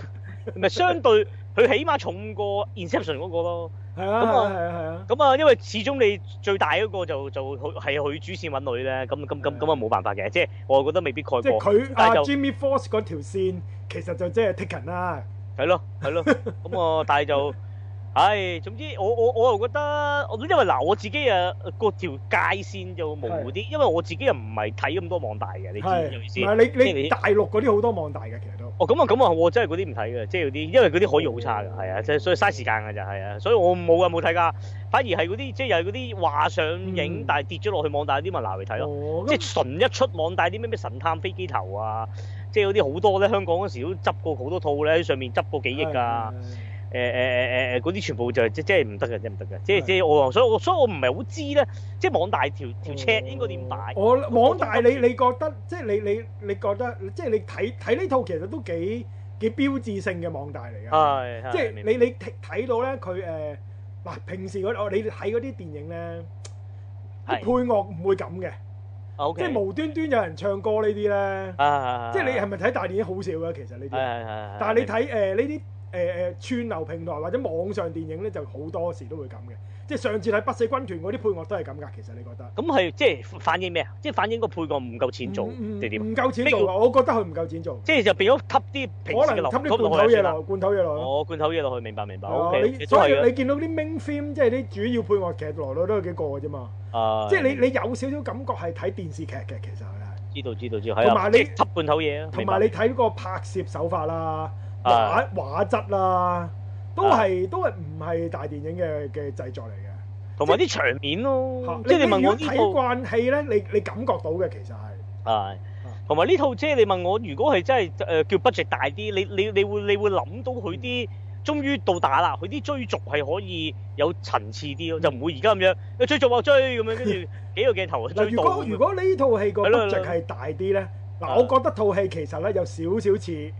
S4: 唔係相對佢起碼重過 Inception 嗰個咯。
S5: 係啊，
S4: 咁我
S5: 係啊，係啊係啊。
S4: 咁啊，因為始終你最大嗰個就就係佢主線揾女咧，咁咁咁咁啊冇辦法嘅，即係我覺得未必蓋過。
S5: 即係佢
S4: 啊但係
S5: 阿
S4: 就
S5: Jimmy Force 嗰條線，其實就即係 Taken 啦。
S4: 係咯，係 咯，咁啊，但係就，唉，總之我我我又覺得，我因為嗱我自己啊個條界線就模糊啲，因為我自己又唔係睇咁多網大嘅，你知
S5: 係，
S4: 唔知
S5: 唔
S4: 我意思？
S5: 係
S4: 即係
S5: 你
S4: 你
S5: 你大陸嗰啲好多網大嘅，其實都
S4: 哦，咁啊，咁啊，我真係嗰啲唔睇嘅，即係嗰啲，因為嗰啲可以好差㗎，係啊，即係所以嘥時間㗎就係啊，所以我冇啊冇睇㗎，反而係嗰啲即係又係嗰啲話上映
S5: 嗯
S4: 但係跌咗落去網大啲咪嗱嚟睇咯，
S5: 哦，
S4: 即
S5: 咁
S4: 係純一出網大啲咩咩神探飛機頭啊，即係嗰啲好多咧，香港嗰時都執過好多套咧，喺上面執過幾億啊㗎。誒誒誒誒呃誒嗰啲全部就係即即係唔得嘅，即係唔得嘅，即係
S5: 係
S4: 即係我所以我所以我唔係好知咧，即係網大條條
S5: 哦
S4: check 應該點擺？
S5: 我網大你你覺得即係你你你覺得即係你睇睇呢套其實都幾幾標誌性嘅網大嚟㗎。
S4: 係係
S5: 即係
S4: 明
S5: 你你睇睇到咧佢誒嗱平時嗰你睇嗰啲電影咧，
S4: 係
S5: 啲配樂唔會咁嘅，
S4: 啊
S5: 即
S4: OK
S5: 係無端端有人唱歌呢啲咧，
S4: 啊
S5: 即係你係咪睇大電影好少嘅其實呢啲
S4: 係。係係，
S5: 但係你
S4: 明
S5: 睇誒呢啲誒誒串流平台或者網上電影咧，就好多時都會咁嘅。即係上次睇《不死軍團》嗰啲配樂都係咁㗎，其實你覺得？
S4: 咁係即係反映咩啊？即係反映個配角唔夠錢做
S5: 唔
S4: 定點？
S5: 唔夠錢做啊！我覺得佢唔夠錢做，
S4: 即係就變咗吸啲平時
S5: 可
S4: 嘅
S5: 能
S4: 流
S5: 吸啲
S4: 流
S5: 罐
S4: 落
S5: 頭
S4: 去
S5: 嘢
S4: 就算啦。
S5: 落，罐頭嘢落。
S4: 哦，灌口嘢落去，明白明白。
S5: 係啊
S4: O K，
S5: 你
S4: 都
S5: 所
S4: 係
S5: 以
S4: 嘅。
S5: 你見到啲 main film 即係啲主要配樂劇來來都有幾個嘅啫嘛，
S4: 啊
S5: 即係你你有少少感覺係睇電視劇嘅其實係，
S4: 知道知道知道，係啊。
S5: 同埋你
S4: 即係吸罐口嘢啊。
S5: 同埋你睇個拍攝手法啦、
S4: 啊
S5: 畫畫質啦，都係都係唔係大電影嘅嘅製作嚟嘅。
S4: 同埋啲場面咯
S5: 嚇，
S4: 即係你
S5: 如
S4: 問我
S5: 果
S4: 呢
S5: 睇
S4: 套。
S5: 慣戲咧，你你感覺到嘅其實係
S4: 係，啊同埋呢套即係你問我，如果係真係誒、呃叫 budget 大啲，你你你會你會諗到佢
S5: 嗯
S4: 啲終於到打啦，佢啲追逐係可以有層次啲
S5: 嗯
S4: 咯，就唔會而家咁樣你追逐啊追咁樣，跟 住幾個鏡頭就
S5: 嗱，
S4: 追到
S5: 如果
S4: 咁
S5: 如
S4: 樣。
S5: 果呢套戲個
S4: 係咯
S5: budget
S4: 係
S5: 係大啲咧，
S4: 啊
S5: 嗱，我覺得套戲其實咧有少少似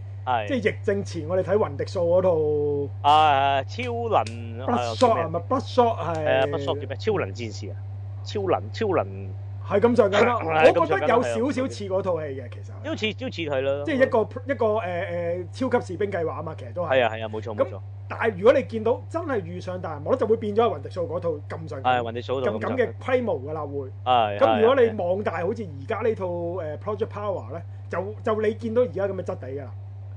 S5: 即
S4: 係
S5: 係疫症前我哋睇雲迪素嗰套《
S4: 啊超能
S5: Blood 啊
S4: 係
S5: Shot》
S4: 叫
S5: 係
S4: 啊咩
S5: 咪《Blood Shot》係
S4: 誒不索叫咩？超能戰士啊！超能超能，
S5: 係咁上緊啦，
S4: 係
S5: 我
S4: 咁
S5: 覺
S4: 上緊
S5: 得
S4: 啦
S5: 有
S4: 係啊
S5: 少少似嗰套戲嘅其實
S4: 都
S5: 係，
S4: 似都似係啊咯。
S5: 即係一個一個誒誒超級士兵計劃啊嘛，其實都
S4: 係
S5: 係。
S4: 啊係啊，冇錯
S5: 咁
S4: 冇錯，
S5: 但係如果你見到真係遇上大人物咧，就會變咗係雲迪素嗰套咁上
S4: 係啊
S5: 緊
S4: 雲地數到
S5: 咁咁嘅規模㗎啦會。
S4: 係。
S5: 咁
S4: 係
S5: 如果你
S4: 係啊
S5: 網大好似而家呢套誒 Project Power 咧，就就你見到而家咁嘅質地㗎啦。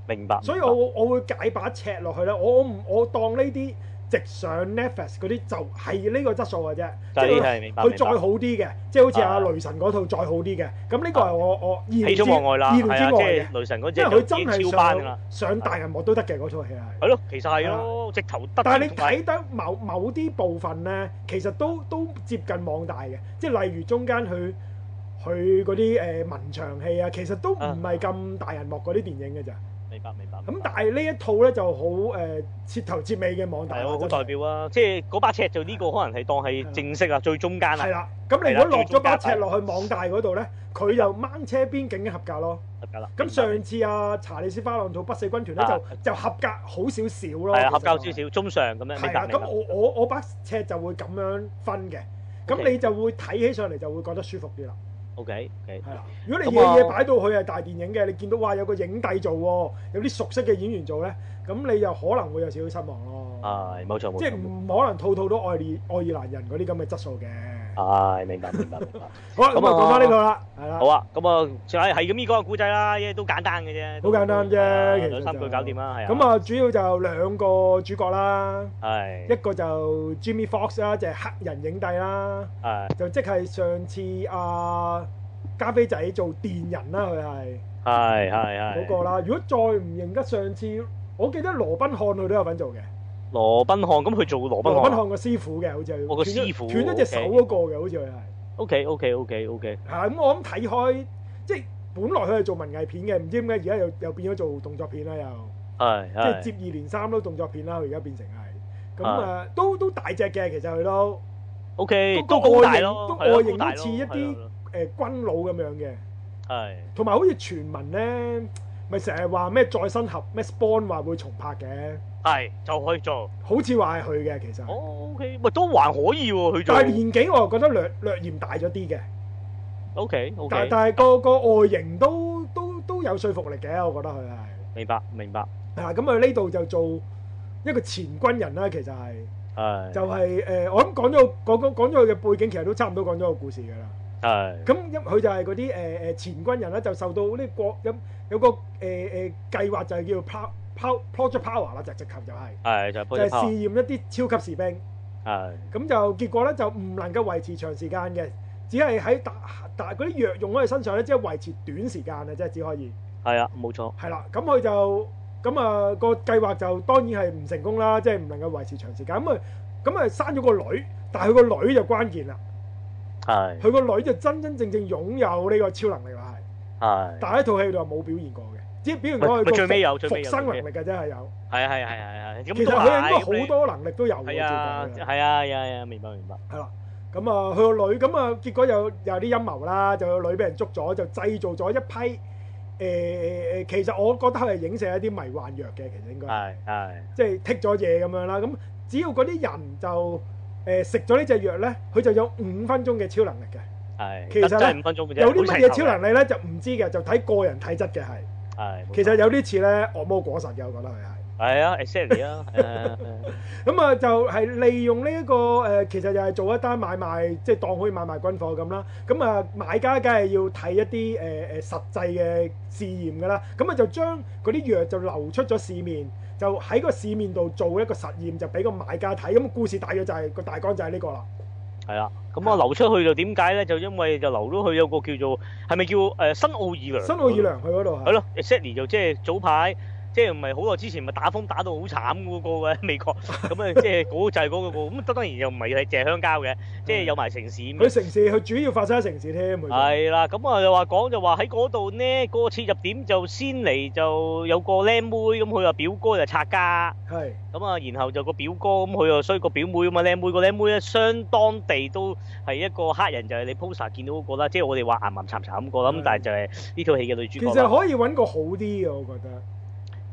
S4: 明白，
S5: 所以
S4: 明白
S5: 我我會解把尺落去咧，我我唔我當呢啲直上 Netflix 嗰啲就係呢個質素嘅啫，即
S4: 就係
S5: 係
S4: 係明白
S5: 佢
S4: 明
S5: 再
S4: 白。
S5: 好啲嘅，即係好似阿
S4: 啊
S5: 雷神嗰套再好啲嘅。咁呢個係我我意料
S4: 喜
S5: 之
S4: 出望外啦，
S5: 意料
S4: 係啊，
S5: 之
S4: 即
S5: 外嘅
S4: 係，雷神嗰只
S5: 因為
S4: 就
S5: 佢
S4: 已
S5: 真
S4: 經
S5: 係
S4: 超班㗎啦
S5: 上。上大銀幕都得嘅嗰套戲係。
S4: 係咯，其實係咯，直頭得。
S5: 但係你睇得某某啲部分咧，其實都都接近網大嘅，即係例如中間佢佢嗰啲誒文場戲啊，其實都唔係咁大人幕嗰啲電影嘅咋。
S4: 明白明白。
S5: 咁但係呢一套咧就好誒徹頭徹尾嘅網大
S4: 係
S5: 啦
S4: 我好
S5: 真係
S4: 代表啊，即係嗰把尺就呢個可能係當係正式啊，最中間
S5: 係
S4: 啊，
S5: 啦。咁你
S4: 係
S5: 如
S4: 啦
S5: 果落咗把
S4: 最
S5: 尺
S4: 中間
S5: 落去網大嗰度咧，佢就掹車邊境嘅合格咯。
S4: 合格啦。
S5: 咁上次啊查理斯花浪套不死軍團咧
S4: 嗯啊
S5: 就就合格好少少咯。
S4: 係啊，合
S5: 其實
S4: 格
S5: 就
S4: 少少，中上咁樣，明
S5: 係
S4: 白
S5: 啦，
S4: 明
S5: 咁
S4: 白。
S5: 我我我把尺就會咁樣分嘅，咁
S4: OK
S5: 你就會睇起上嚟就會覺得舒服啲啦，
S4: OK OK，
S5: 係啦。如果你
S4: 咁啊
S5: 嘢嘢擺到佢係大電影嘅，你見到哇有個影帝做喎，有啲熟悉嘅演員做咧，咁你又可能會有少少失望咯。
S4: 係冇錯冇
S5: 即係
S4: 錯，
S5: 唔可能套套都愛爾愛爾蘭人嗰啲咁嘅質素嘅。
S4: 係明白明白 明白。
S5: 好啦，咁
S4: 咁
S5: 啊
S4: 啊
S5: 講翻呢個啦，係啦
S4: 好，啊，咁啊，係係咁依講個古仔啦，因為都簡單嘅啫，
S5: 好簡單啫
S4: 係啊
S5: 其實
S4: 兩三句
S5: 就
S4: 搞掂啦，係啊。
S5: 咁啊主要就兩個主角啦，一
S4: 係
S5: 個就 Jimmy Fox 啦，就係黑人影帝啦，
S4: 係
S5: 就即係上次阿加菲仔做電人啦，佢係。
S4: 係係係
S5: 嗰個啦。如果再唔認得上次，我記得羅賓漢佢都有份做嘅，
S4: 羅賓漢，咁佢做羅賓
S5: 羅賓
S4: 漢。
S5: 漢個師傅嘅，好似係
S4: 我個
S5: 斷咗
S4: 師傅
S5: 斷咗隻手嗰個嘅，好似佢係
S4: O K O K O K O K
S5: 係啦咁我諗睇開，即係本來佢係做文藝片嘅，唔知點解而家又又變咗做動作片啦，又
S4: 係
S5: 即係接
S4: 係
S5: 二連三都動作片啦，佢而家變成係咁
S4: 係
S5: 啊，都都大隻嘅，其實佢都
S4: O K
S5: 都
S4: 都
S5: 個
S4: 高大
S5: 型
S4: 咯，
S5: 都
S4: 係咯
S5: 外形
S4: 高大
S5: 都
S4: 咯
S5: 似一啲
S4: 係咯
S5: 誒軍佬咁樣嘅，
S4: 係啊
S5: 同埋好似傳聞咧，咪成日話咩再生俠咩 Spawn 話會重拍嘅，
S4: 係就可以做。
S5: 好似話係佢嘅其實。
S4: O K，喂都還可以喎，佢
S5: 嗯但係
S4: 做。
S5: 年紀我又覺得略略嫌大咗啲嘅，
S4: O K O
S5: 但
S4: K，
S5: 但係個個外形都都都有說服力嘅，我覺得佢係
S4: 明白明白，
S5: 啊咁佢呢度就做一個前軍人啦，其實係
S4: 係
S5: 就係、呃我諗講咗講講講咗佢嘅背景，其實都差唔多講咗個故事㗎啦。
S4: 係
S5: 咁因佢就係嗰啲誒誒前軍人啦，就受到呢國有有個誒誒、呃計劃就係叫做 Pow- Pow- Project Power 啦，直直頭就係、
S4: 係就係
S5: 就
S4: Project
S5: 係試
S4: Power，
S5: 驗一啲超級士兵。
S4: 係
S5: 咁就結果咧就唔能夠維持長時間嘅，只係喺打打嗰啲藥用喺佢身上咧，即係維持短時間啊，即係只可以
S4: 係啊冇錯，
S5: 係啦。咁佢就咁啊個計劃就當然係唔成功啦，即係唔能夠維持長時間。咁啊咁啊生咗個女，但係佢個女就關鍵啦，
S4: 係
S5: 佢個女就真真正正擁有呢個超能力啦，係，
S4: 係
S5: 但係喺套戲度係冇表現過嘅，只係表現過佢
S4: 咪
S5: 個
S4: 咪最尾有
S5: 復
S4: 最尾
S5: 復
S4: 有
S5: 生能
S4: 最
S5: 力嘅真係有。
S4: 係啊係係係係，
S5: 其
S4: 咁
S5: 實
S4: 都
S5: 佢
S4: 係咁
S5: 應該好
S4: 你
S5: 多能力都有嘅，
S4: 係啊係
S5: 照計
S4: 啊係啊係啊，明白明白，
S5: 係啦，咁啊，佢個女咁啊，結果有有啲陰謀啦，就個女俾人捉咗，就製造咗一批誒誒誒，其實我覺得佢係影射一啲迷幻藥嘅，其實應該
S4: 係係
S5: 即係剔咗嘢咁樣啦。咁只要嗰啲人就誒食咗呢只藥咧，佢就有五分鐘嘅超能力嘅。
S4: 係，
S5: 其實
S4: 得真
S5: 咧
S4: 係五分鐘嘅啫，
S5: 有啲
S4: 好
S5: 乜
S4: 齊
S5: 嘢
S4: 頭啊
S5: 超能力咧就唔知嘅，就睇個人體質嘅
S4: 嘅
S5: 係。
S4: 係冇
S5: 其
S4: 錯
S5: 實有啲似咧惡魔果實嘅，我覺得佢係。
S4: 係啊 e x c t l y 啊，係啊係啊係啊
S5: 咁啊，就係利用呢、一個誒、呃其實又係做一單買賣，即係當可以買賣軍火咁啦。咁啊，買家梗係要睇一啲誒誒實際嘅試驗㗎啦。咁啊，就將嗰啲藥就流出咗市面，就喺個市面度做一個實驗，就俾個買家睇。咁故事大約就係、個大綱就係呢個啦。
S4: 係啦，咁啊流出去就點解咧？就因為就流咗去有個叫做係咪叫誒新奧爾良？
S5: 新奧爾良佢嗰度啊係
S4: 係咯 e x c t l y 就即係早排。即係唔係好耐之前咪打風打到好慘嗰個嘅 美國，咁啊即係嗰就係嗰個咁，當然又唔係係淨係鄉郊嘅，即係有埋城市咁樣
S5: 佢城市佢主要發生喺城市 添。佢
S4: 係啦，咁啊又話講就話喺嗰度呢，嗰、個切入點就先嚟就有個靚妹，咁佢話表哥就拆家，
S5: 係
S4: 咁啊然後就個表哥咁佢又衰個表妹咁啊靚妹個靚妹咧，相當地都係一個黑人，就係、你 poster 見到嗰、個啦，即係我哋話啊岩岩慘慘嗰個啦，咁但係就係呢套戲嘅女
S5: 嗯其
S4: 主角啦。
S5: 實可以揾個好啲嘅，我覺得。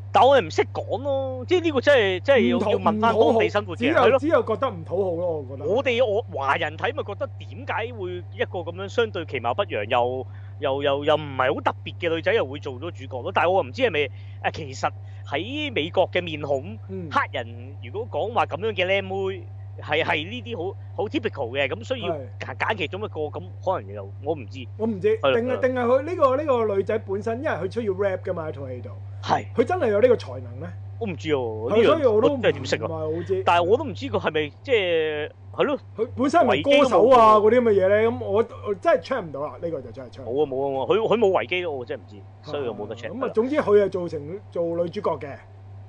S4: 但我哋唔識講咯，即係呢個真係真係
S5: 唔討
S4: 要要問翻
S5: 唔討
S4: 當
S5: 好啊
S4: 地生活
S5: 只
S4: 嘅人啊係
S5: 有
S4: 咯。
S5: 只有覺得唔討好咯，我覺得。
S4: 我哋我華人睇咪覺得點解會一個咁樣相對其貌不揚又又又又唔係好特別嘅女仔又會做咗主角咯？但係我唔知係咪誒，其實喺美國嘅面孔
S5: 嗯
S4: 黑人，如果講話咁樣嘅靚妹係係呢啲好好 typical 嘅，咁需要
S5: 係
S4: 揀揀其中一個，咁可能又我唔知
S5: 我唔知，定
S4: 係啦係
S5: 係
S4: 啦
S5: 定係佢呢個呢、個女仔本身，因為佢需要 rap 噶嘛喺套戲度，
S4: 係
S5: 佢真係有呢個才能咧，
S4: 我唔知喎，呢
S5: 係所以
S4: 樣
S5: 我都
S4: 我
S5: 唔
S4: 真係點識
S5: 唔
S4: 啊？
S5: 係好知。
S4: 但係我都唔知佢係咪即係係咯，
S5: 佢本身係咪歌手啊嗰啲咁嘅嘢咧，咁我我真係 check 唔到啦，呢、個就真係 check 唔
S4: 冇啊冇啊，冇啊佢佢冇維基咯，我真係唔知，
S5: 到。
S4: 所以我冇得 check
S5: 咁啊，
S4: 啦。
S5: 總之佢係做成做女主角嘅，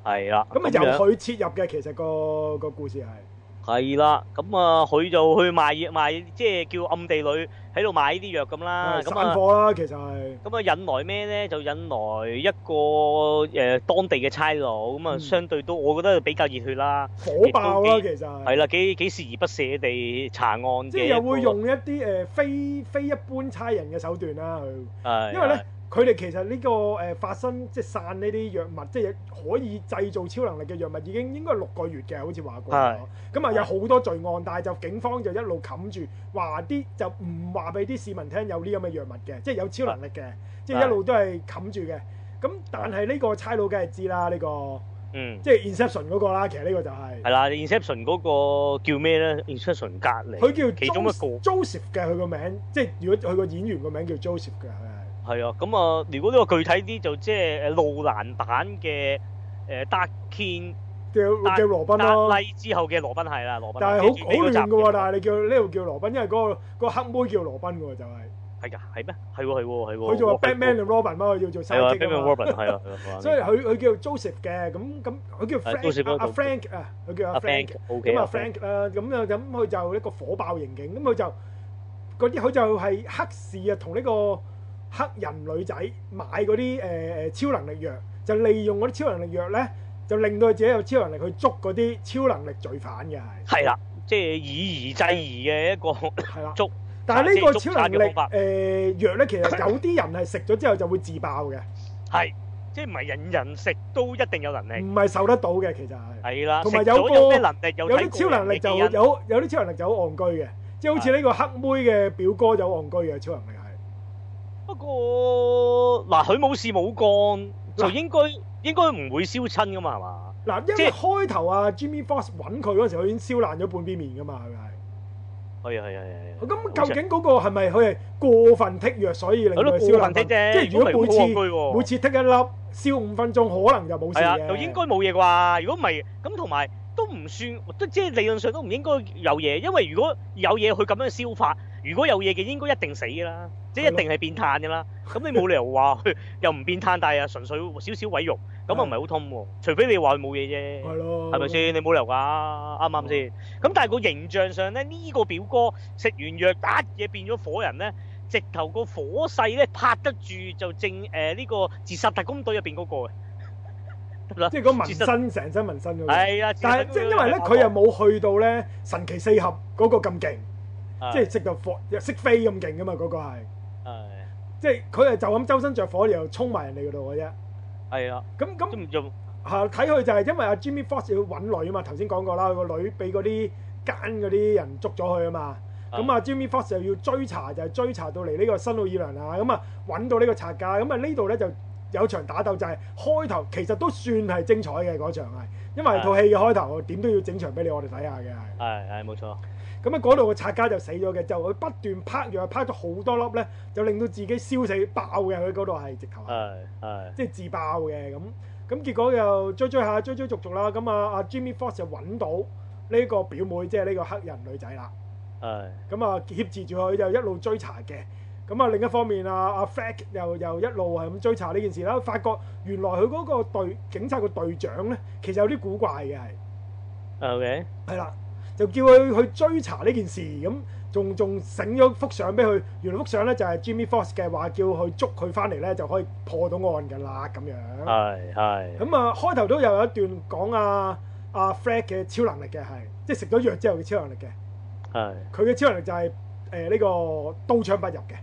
S4: 係啦，
S5: 咁啊
S4: 樣
S5: 由佢切入嘅，其實個個故事係
S4: 係啦，咁啊，佢就去賣嘢賣，即係叫暗地裏喺度買呢啲藥咁啦。
S5: 係
S4: 咁
S5: 散
S4: 啊，
S5: 貨啦，其實係
S4: 咁啊引來咩咧？就引來一個誒、呃、當地嘅差佬，咁啊、
S5: 嗯
S4: 相對都我覺得比較熱血啦。
S5: 火爆啦，
S4: 亦
S5: 其
S4: 都
S5: 實
S4: 係啦，幾幾時而不捨地查案嘅一個，
S5: 即係又會用一啲誒、呃非非一般差人嘅手段啦，佢。
S4: 係，啊
S5: 因為咧，佢哋其實呢、個誒、呃、發生即係散呢啲藥物，即係可以製造超能力嘅藥物，已經應該係六個月嘅，好似話過
S4: 係。
S5: 咁啊，有好多罪案，但係就警方就一路冚住，話啲就唔話俾啲市民聽有呢咁嘅藥物嘅，即係有超能力嘅，即係一路都係冚住嘅。咁但係呢個差佬梗係知啦，呢、個
S4: 嗯，
S5: 即係 Inception 嗰個啦。其實呢個就係
S4: 係啦，Inception 嗰個叫咩咧？Inception 隔離，
S5: 佢叫
S4: 其中一
S5: Jo-
S4: 個
S5: Joseph 嘅，佢個名即係如果佢個演員個名叫 Joseph 嘅，佢
S4: 係啊。咁啊，如果呢個具體啲就即係誒路蘭版嘅誒 Dark King
S5: 係叫叫羅賓
S4: Dark
S5: 咯。
S4: Knight 之後嘅羅賓係啦，羅賓。
S5: 但係好好亂嘅喎，但
S4: 係
S5: 係你叫呢度叫羅賓，因為嗰、個嗰個黑妹叫羅賓嘅喎，就係、
S4: 係㗎，係咩？係喎，係喎，係喎。
S5: 佢做
S4: 我
S5: Batman 同 Robin 嘛，佢要做
S4: 係啊
S5: sidekick
S4: ，Batman
S5: 啊嘛
S4: Robin 係啊，係啊
S5: 所以佢佢叫 Joseph 嘅，咁咁佢叫
S4: 係 Joseph 嗰
S5: Frank
S4: 個
S5: 阿 Frank 啊，佢叫
S4: 阿
S5: 阿 Ờ, Frank
S4: Ờ, Frank。OK
S5: 咁
S4: 啊
S5: 啊 Frank 啦，咁啊咁佢就一個火爆刑警，咁佢就嗰啲佢就係黑市啊，同呢個黑人女仔買嗰啲誒誒超能力藥，就利用嗰啲超能力藥咧，就令到佢自己有超能力去捉嗰啲超能力罪犯嘅係
S4: 係啦，即係以夷制夷嘅一 個
S5: 係啦。
S4: 捉
S5: 但係呢個
S4: 即係捉
S5: 超
S4: 賊
S5: 能
S4: 嘅
S5: 力
S4: 方
S5: 誒、
S4: 法
S5: 藥咧，其實有啲人係食咗之後就會自爆嘅，
S4: 係，即係唔係人人食都一定有能力。
S5: 唔係受得到嘅其實係。
S4: 係啦，
S5: 同埋
S4: 食咗
S5: 有個
S4: 有咩能力有
S5: 有啲超能力就有
S4: 有
S5: 有啲超能力就好戇居嘅，即係好似呢個黑妹嘅表哥就好戇居嘅超能力係。
S4: 不過嗱，佢冇事冇幹，就應該應該唔會燒親噶嘛，係嘛？
S5: 嗱，因
S4: 即
S5: 為
S4: 係
S5: 開頭啊 Jimmy Fox 揾佢嗰時，佢已經燒爛咗半邊面噶嘛，係咪？
S4: 係啊係啊係啊。
S5: 咁究竟嗰個係咪佢係過分剔藥，所以令
S4: 係
S5: 到
S4: 咯，
S5: 佢
S4: 過
S5: 燒爛
S4: 分
S5: 半
S4: 剔啫，
S5: 即係如果每次
S4: 咁咪好戇居喎
S5: 每次剔一粒，燒五分鐘，可能就冇事
S4: 係啊，
S5: 嘅。
S4: 就應該冇嘢啩。如果唔係，咁同埋都唔算，都即係理論上都唔應該有嘢，因為如果有嘢佢咁樣消化，如果有嘢嘅應該一定死㗎啦，即係
S5: 係
S4: 一
S5: 咯
S4: 定係變炭㗎啦。咁 你冇理由話佢又唔變炭，但係又啊純粹少少毀容，咁啊唔係好通喎。除非你話佢冇嘢啫。
S5: 係咯，哦
S4: 係咪先？你冇理由㗎，啱唔啱先？咁但係個形象上咧，呢、個表哥食完藥，一嘢變咗火人咧，直頭個火勢咧拍得住就正誒呢、個自殺特工隊入邊嗰個啊嘅，得啦
S5: 即，係嗰紋身成身紋身嗰個。
S4: 係啊，自殺
S5: 但係即係因為咧，佢又冇去到咧神奇四俠嗰個咁勁，
S4: 啊
S5: 即係直頭火又識飛咁勁噶嘛，嗰個係。
S4: 係
S5: 即係佢係就咁周身着火，然後衝埋人哋嗰度嘅啫。
S4: 係啊，
S5: 咁咁
S4: 都唔做
S5: 嚇啊睇佢就係因為阿 Jimmy Fox 要揾女啊嘛，頭先講過啦，佢個女俾嗰啲奸嗰啲人捉咗佢啊嘛，咁啊 Jimmy Fox 又要追查，就係、追查到嚟呢個新奧爾良啊，咁啊揾到呢個賊家，咁啊呢度咧就有場打鬥就係、開頭其實都算係精彩嘅嗰場係，因為套戲嘅開頭點都要整場俾你我哋睇下嘅係。
S4: 係係冇錯，
S5: 咁啊，嗰度個拆家就死咗嘅，就佢不斷拍藥，拍咗好多粒咧，就令到自己燒死爆嘅。佢嗰度係直頭係
S4: 係係
S5: 即係自爆嘅咁。咁結果又追追下，追追續續啦。咁啊，阿 Jimmy Fox 就揾到呢個表妹，即係呢個黑人女仔啦。
S4: 係
S5: 咁啊，挾持住佢就一路追查嘅。咁啊，另一方面啊，阿 Frank 又又一路係咁追查呢件事啦。發覺原來佢嗰個隊警察個隊長咧，其實有啲古怪嘅係。
S4: ，OK，
S5: 係啦，就叫佢去追查呢件事，咁仲仲醒咗幅相俾佢，原來幅相咧就係 Jimmy Fox 嘅話，叫佢捉佢翻嚟咧就可以破到案㗎啦，咁樣。
S4: 係係
S5: 咁啊，開頭都有一段講啊啊 Fred 嘅超能力嘅係，即係食咗藥之後嘅超能力嘅，
S4: 係。
S5: 佢嘅超能力就係誒呢個刀槍不入嘅，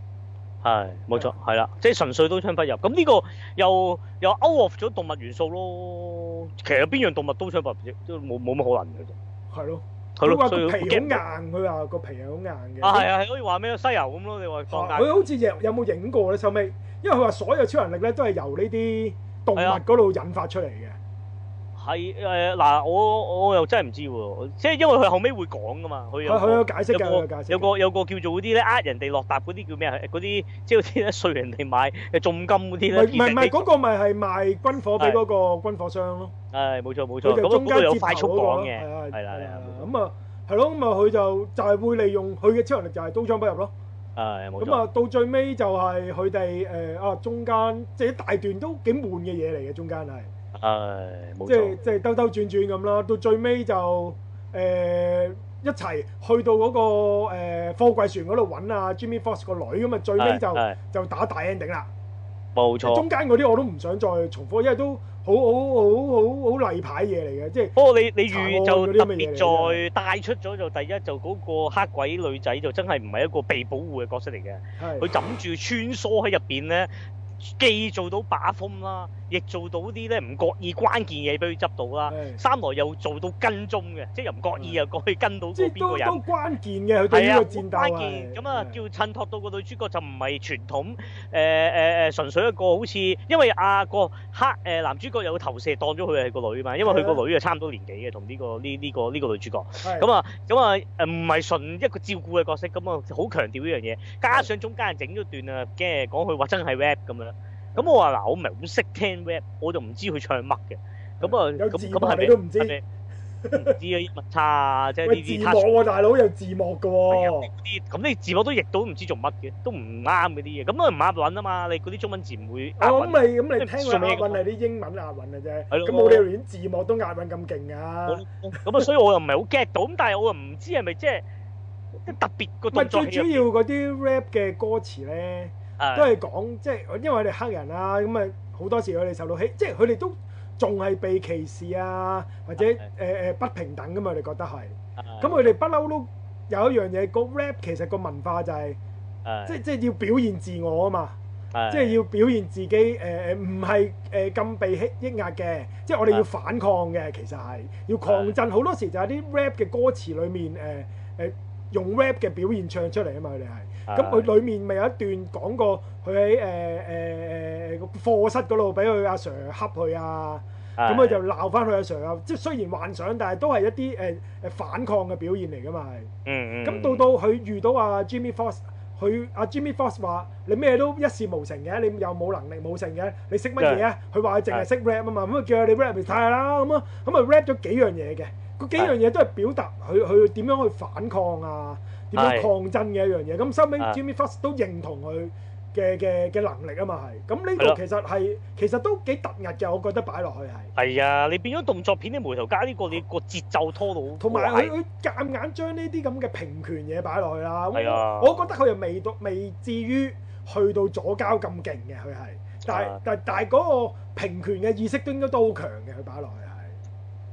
S4: 係冇錯，係啦，即係純粹刀槍不入。咁呢個又又 out of 咗動物元素咯。其實邊樣動物刀槍不入啫，都冇冇乜可能嘅啫。
S5: 係咯。
S4: 係
S5: 佢話
S4: 咯，所以
S5: 個皮
S4: 好
S5: 好
S4: 驚
S5: 硬，佢話個皮係好硬嘅。
S4: 啊係啊係，好似話咩西遊咁咯，你話放假
S5: 哦佢好似有有冇影過咧？收尾，因為佢話所有超能力咧都係由呢啲動物
S4: 係啊
S5: 嗰度引發出嚟嘅。
S4: 係誒嗱，我我又真係唔知喎，即係因為佢後尾會講噶嘛，佢有
S5: 佢佢有
S4: 個
S5: 解釋嘅，佢
S4: 有
S5: 有解
S4: 個
S5: 釋嘅。
S4: 有個有個叫做嗰啲咧呃人哋落搭嗰啲叫咩啊？嗰啲即係好似咧碎人哋買誒重金嗰啲
S5: 唔
S4: 咧，
S5: 係唔係唔係
S4: 其實
S5: 嗰個咪係賣軍火俾嗰個軍火商咯，
S4: 你係冇錯冇錯，
S5: 佢就
S4: 咁啊
S5: 中
S4: 嗰
S5: 間
S4: 個有
S5: 接頭
S4: 快速
S5: 嗰個
S4: 講
S5: 咯
S4: 嘅，
S5: 啊
S4: 係啦係啦
S5: 啊
S4: 冇錯
S5: 咁啊係咯，咁啊佢就就係會利用佢嘅超能力就係刀槍不入咯。
S4: 係冇
S5: 咁
S4: 錯，
S5: 啊到最尾就係佢哋誒啊中間即係一大段都幾悶嘅嘢嚟嘅，中間係
S4: 係冇
S5: 即係
S4: 錯，
S5: 即係兜兜轉轉咁啦，到最尾就誒。一齊去到嗰、個誒、貨櫃船嗰度揾啊 Jimmy Fox 個女咁啊，最尾
S4: 係
S5: 就
S4: 係
S5: 就打大 ending 啦。
S4: 冇錯。
S5: 中間嗰啲我都唔想再重複，因為都好好好好好例牌嘢嚟嘅，即係
S4: 不過你你
S5: 查案
S4: 預
S5: 嗰
S4: 就
S5: 啲咁
S4: 特
S5: 嘅嘢嚟
S4: 別在帶出咗就第一就嗰個黑鬼女仔就真係唔係一個被保護嘅角色嚟嘅，
S5: 係
S4: 佢枕住穿梭喺入邊咧，既做到把風啦，亦做到啲咧唔覺意關鍵嘢俾佢執到啦。
S5: 係
S4: 三來又做到跟蹤嘅，即係又唔覺意又過去跟到
S5: 嗯即
S4: 嗰邊
S5: 係
S4: 個
S5: 都
S4: 人
S5: 都。關鍵嘅，佢對
S4: 係
S5: 呢
S4: 啊，
S5: 個
S4: 好
S5: 戰鬥
S4: 關鍵
S5: 係
S4: 咁啊，
S5: 係
S4: 叫襯托到個女主角就唔係傳統誒誒誒，純粹一個好似，因為啊個黑誒男主角有投射當咗佢係個女嘛，因為佢
S5: 係
S4: 個女啊差唔多年紀嘅，同呢個呢呢個呢個女主角。
S5: 係
S4: 咁啊，咁啊，誒唔係純一個照顧嘅角色，咁啊好強調呢樣嘢，加上中間整咗段啊，驚講佢話真係 rap 咁樣，咁我話嗱，我唔係好識聽 rap，我就唔知佢唱乜嘅，咁啊，
S5: 有
S4: 咁
S5: 字
S4: 咁
S5: 幕
S4: 係咪
S5: 你都唔知
S4: 係咪唔知啊，英文差啊即係呢
S5: 喂字
S4: 啲
S5: 幕
S4: touch
S5: 喎，大佬有字幕嘅
S4: 係
S5: 喎
S4: 啊，啲咁你字幕都譯到唔知做乜嘅，都唔啱嗰啲嘢，咁啊唔啱揾啊嘛，你嗰啲中文字唔會呃押
S5: 哦我咁
S4: 韻
S5: 咪咁你聽
S4: 信
S5: 佢
S4: 咩
S5: 押
S4: 咁
S5: 韻係啲英文押韻嘅啫，
S4: 係咯
S5: 咁冇理由連字幕都押韻咁勁㗎。
S4: 咁啊，所以我又唔係好 get 到，咁但係我又唔知係咪即係即係特別個
S5: 唔係
S4: 動作
S5: 最主
S4: 戲
S5: 要嗰啲 rap 嘅歌詞咧，
S4: 啊
S5: 都係講即係因為佢哋黑人啊，咁啊好多時佢哋受到欺，即係佢哋都仲係被歧視啊，或者誒
S4: 係
S5: 誒不平等㗎嘛，佢哋覺得係。
S4: 啊
S5: 咁佢哋不嬲都有一樣嘢，個 rap 其實個文化就係
S4: 啊
S5: 即即係要表現自我啊嘛。
S4: 係
S5: 即係要表現自己誒誒唔係誒咁被抑抑壓嘅，即係我哋要反抗嘅，其實係要抗爭。好多時就係啲 rap 嘅歌詞裡面誒誒、呃用 rap 嘅表現唱出嚟啊嘛，佢哋係。咁佢裡面咪有一段講過佢喺呃誒誒誒課室嗰度俾佢阿 Sir 恰佢啊，咁佢就鬧翻佢阿 Sir 啊，即係雖然幻想，但係都係一啲誒誒反抗嘅表現嚟噶嘛係。
S4: 嗯嗯
S5: 咁到到佢遇到阿 Jimmy Fox，佢阿 Jimmy Fox 話：你咩都一事無成嘅，你又冇能力冇成嘅，你識乜嘢啊？佢話佢淨係識 rap 啊嘛，咁啊叫佢你 rap 咪睇下啦，咁啊咁啊 rap 咗幾樣嘢嘅，嗰幾樣嘢都係表達佢佢點樣去反抗啊，點樣
S4: 係
S5: 抗爭嘅一樣嘢。咁收尾
S4: 係
S5: Jimmy Fox 都認同佢。嘅嘅嘅能力啊嘛係，咁呢
S4: 係
S5: 度
S4: 咯
S5: 其實係其實都幾突兀嘅，我覺得擺落去係。
S4: 係啊，你變咗動作片啲梅頭加呢個，你個節奏拖到好
S5: 同埋
S4: 怪
S5: 佢佢夾硬將呢啲咁嘅平權嘢擺落去啦。
S4: 係啊
S5: 我我覺得佢又未到未至於去到左交咁勁嘅，佢係，但係
S4: 啊
S5: 但但係嗰個平權嘅意識都應該都好強嘅，佢擺落去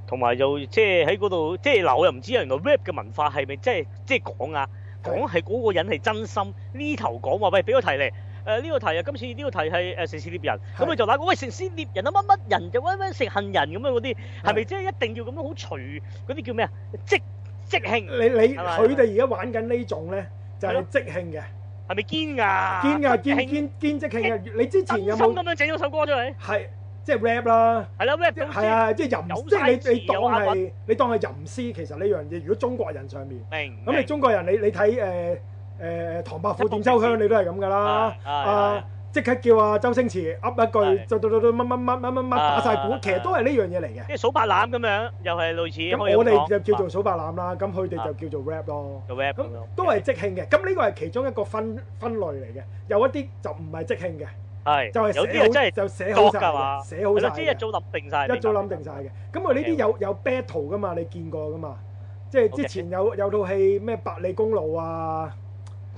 S4: 同埋又即係喺嗰度，即係嗱，我又唔知原來 rap 嘅文化係咪即係即係講啊，講係嗰個人係真心呢頭講話，喂俾個題嚟。誒呢、個題啊，今次呢個題係誒城市獵人，咁佢就揦個喂城市獵人啊乜乜人就喂喂食杏人咁樣嗰啲，係咪即係一定要咁樣好隨嗰啲叫咩啊？即即興
S5: 係。你
S4: 係
S5: 你
S4: 咪
S5: 佢哋而家玩緊呢種咧，就係
S4: 係咯
S5: 即興嘅，
S4: 係咪堅㗎？
S5: 堅啊
S4: 即
S5: 堅
S4: 興
S5: 堅堅即興嘅。你之前有
S4: 真心咁
S5: 冇
S4: 樣整咗首歌出嚟？
S5: 係即係 rap 啦？
S4: 係啦，rap
S5: 即
S4: 到
S5: 係啊，即係吟，
S4: 有
S5: 即
S4: 晒
S5: 係你你
S4: 詞
S5: 當
S4: 有押啊
S5: 係你當係吟詩，其實呢樣嘢，如果中國人上面。
S4: 明
S5: 咁你中國人，你你睇誒誒唐伯虎點秋香，你都係咁噶啦。
S4: 係係
S5: 啊，即刻叫啊周星馳噏一句，
S4: 係
S5: 就到到到乜乜乜乜乜乜打晒鼓
S4: 啊，
S5: 其實都係呢樣嘢嚟嘅。
S4: 即係數白欖咁樣，又係類似可以
S5: 咁
S4: 咁
S5: 我哋
S4: 講
S5: 就叫做數白欖啦，咁佢哋就叫做 rap 咯。
S4: 做 rap
S5: 咁
S4: 咁樣，
S5: 都係即興嘅，咁呢個係其中一個分分類嚟嘅。有一啲就唔係即興嘅，
S4: 係
S5: 就係
S4: 有啲
S5: 寫好
S4: 人真係
S5: 就寫好
S4: 作
S5: 晒
S4: 㗎嘛，
S5: 嘅，寫好
S4: 係
S5: 晒
S4: 咯即係一
S5: 嘅，
S4: 早諗定晒，
S5: 一早諗定晒嘅。咁佢呢啲有有 battle 噶嘛，你見過噶嘛？即係之
S4: OK
S5: 前有有套戲咩百里公路啊，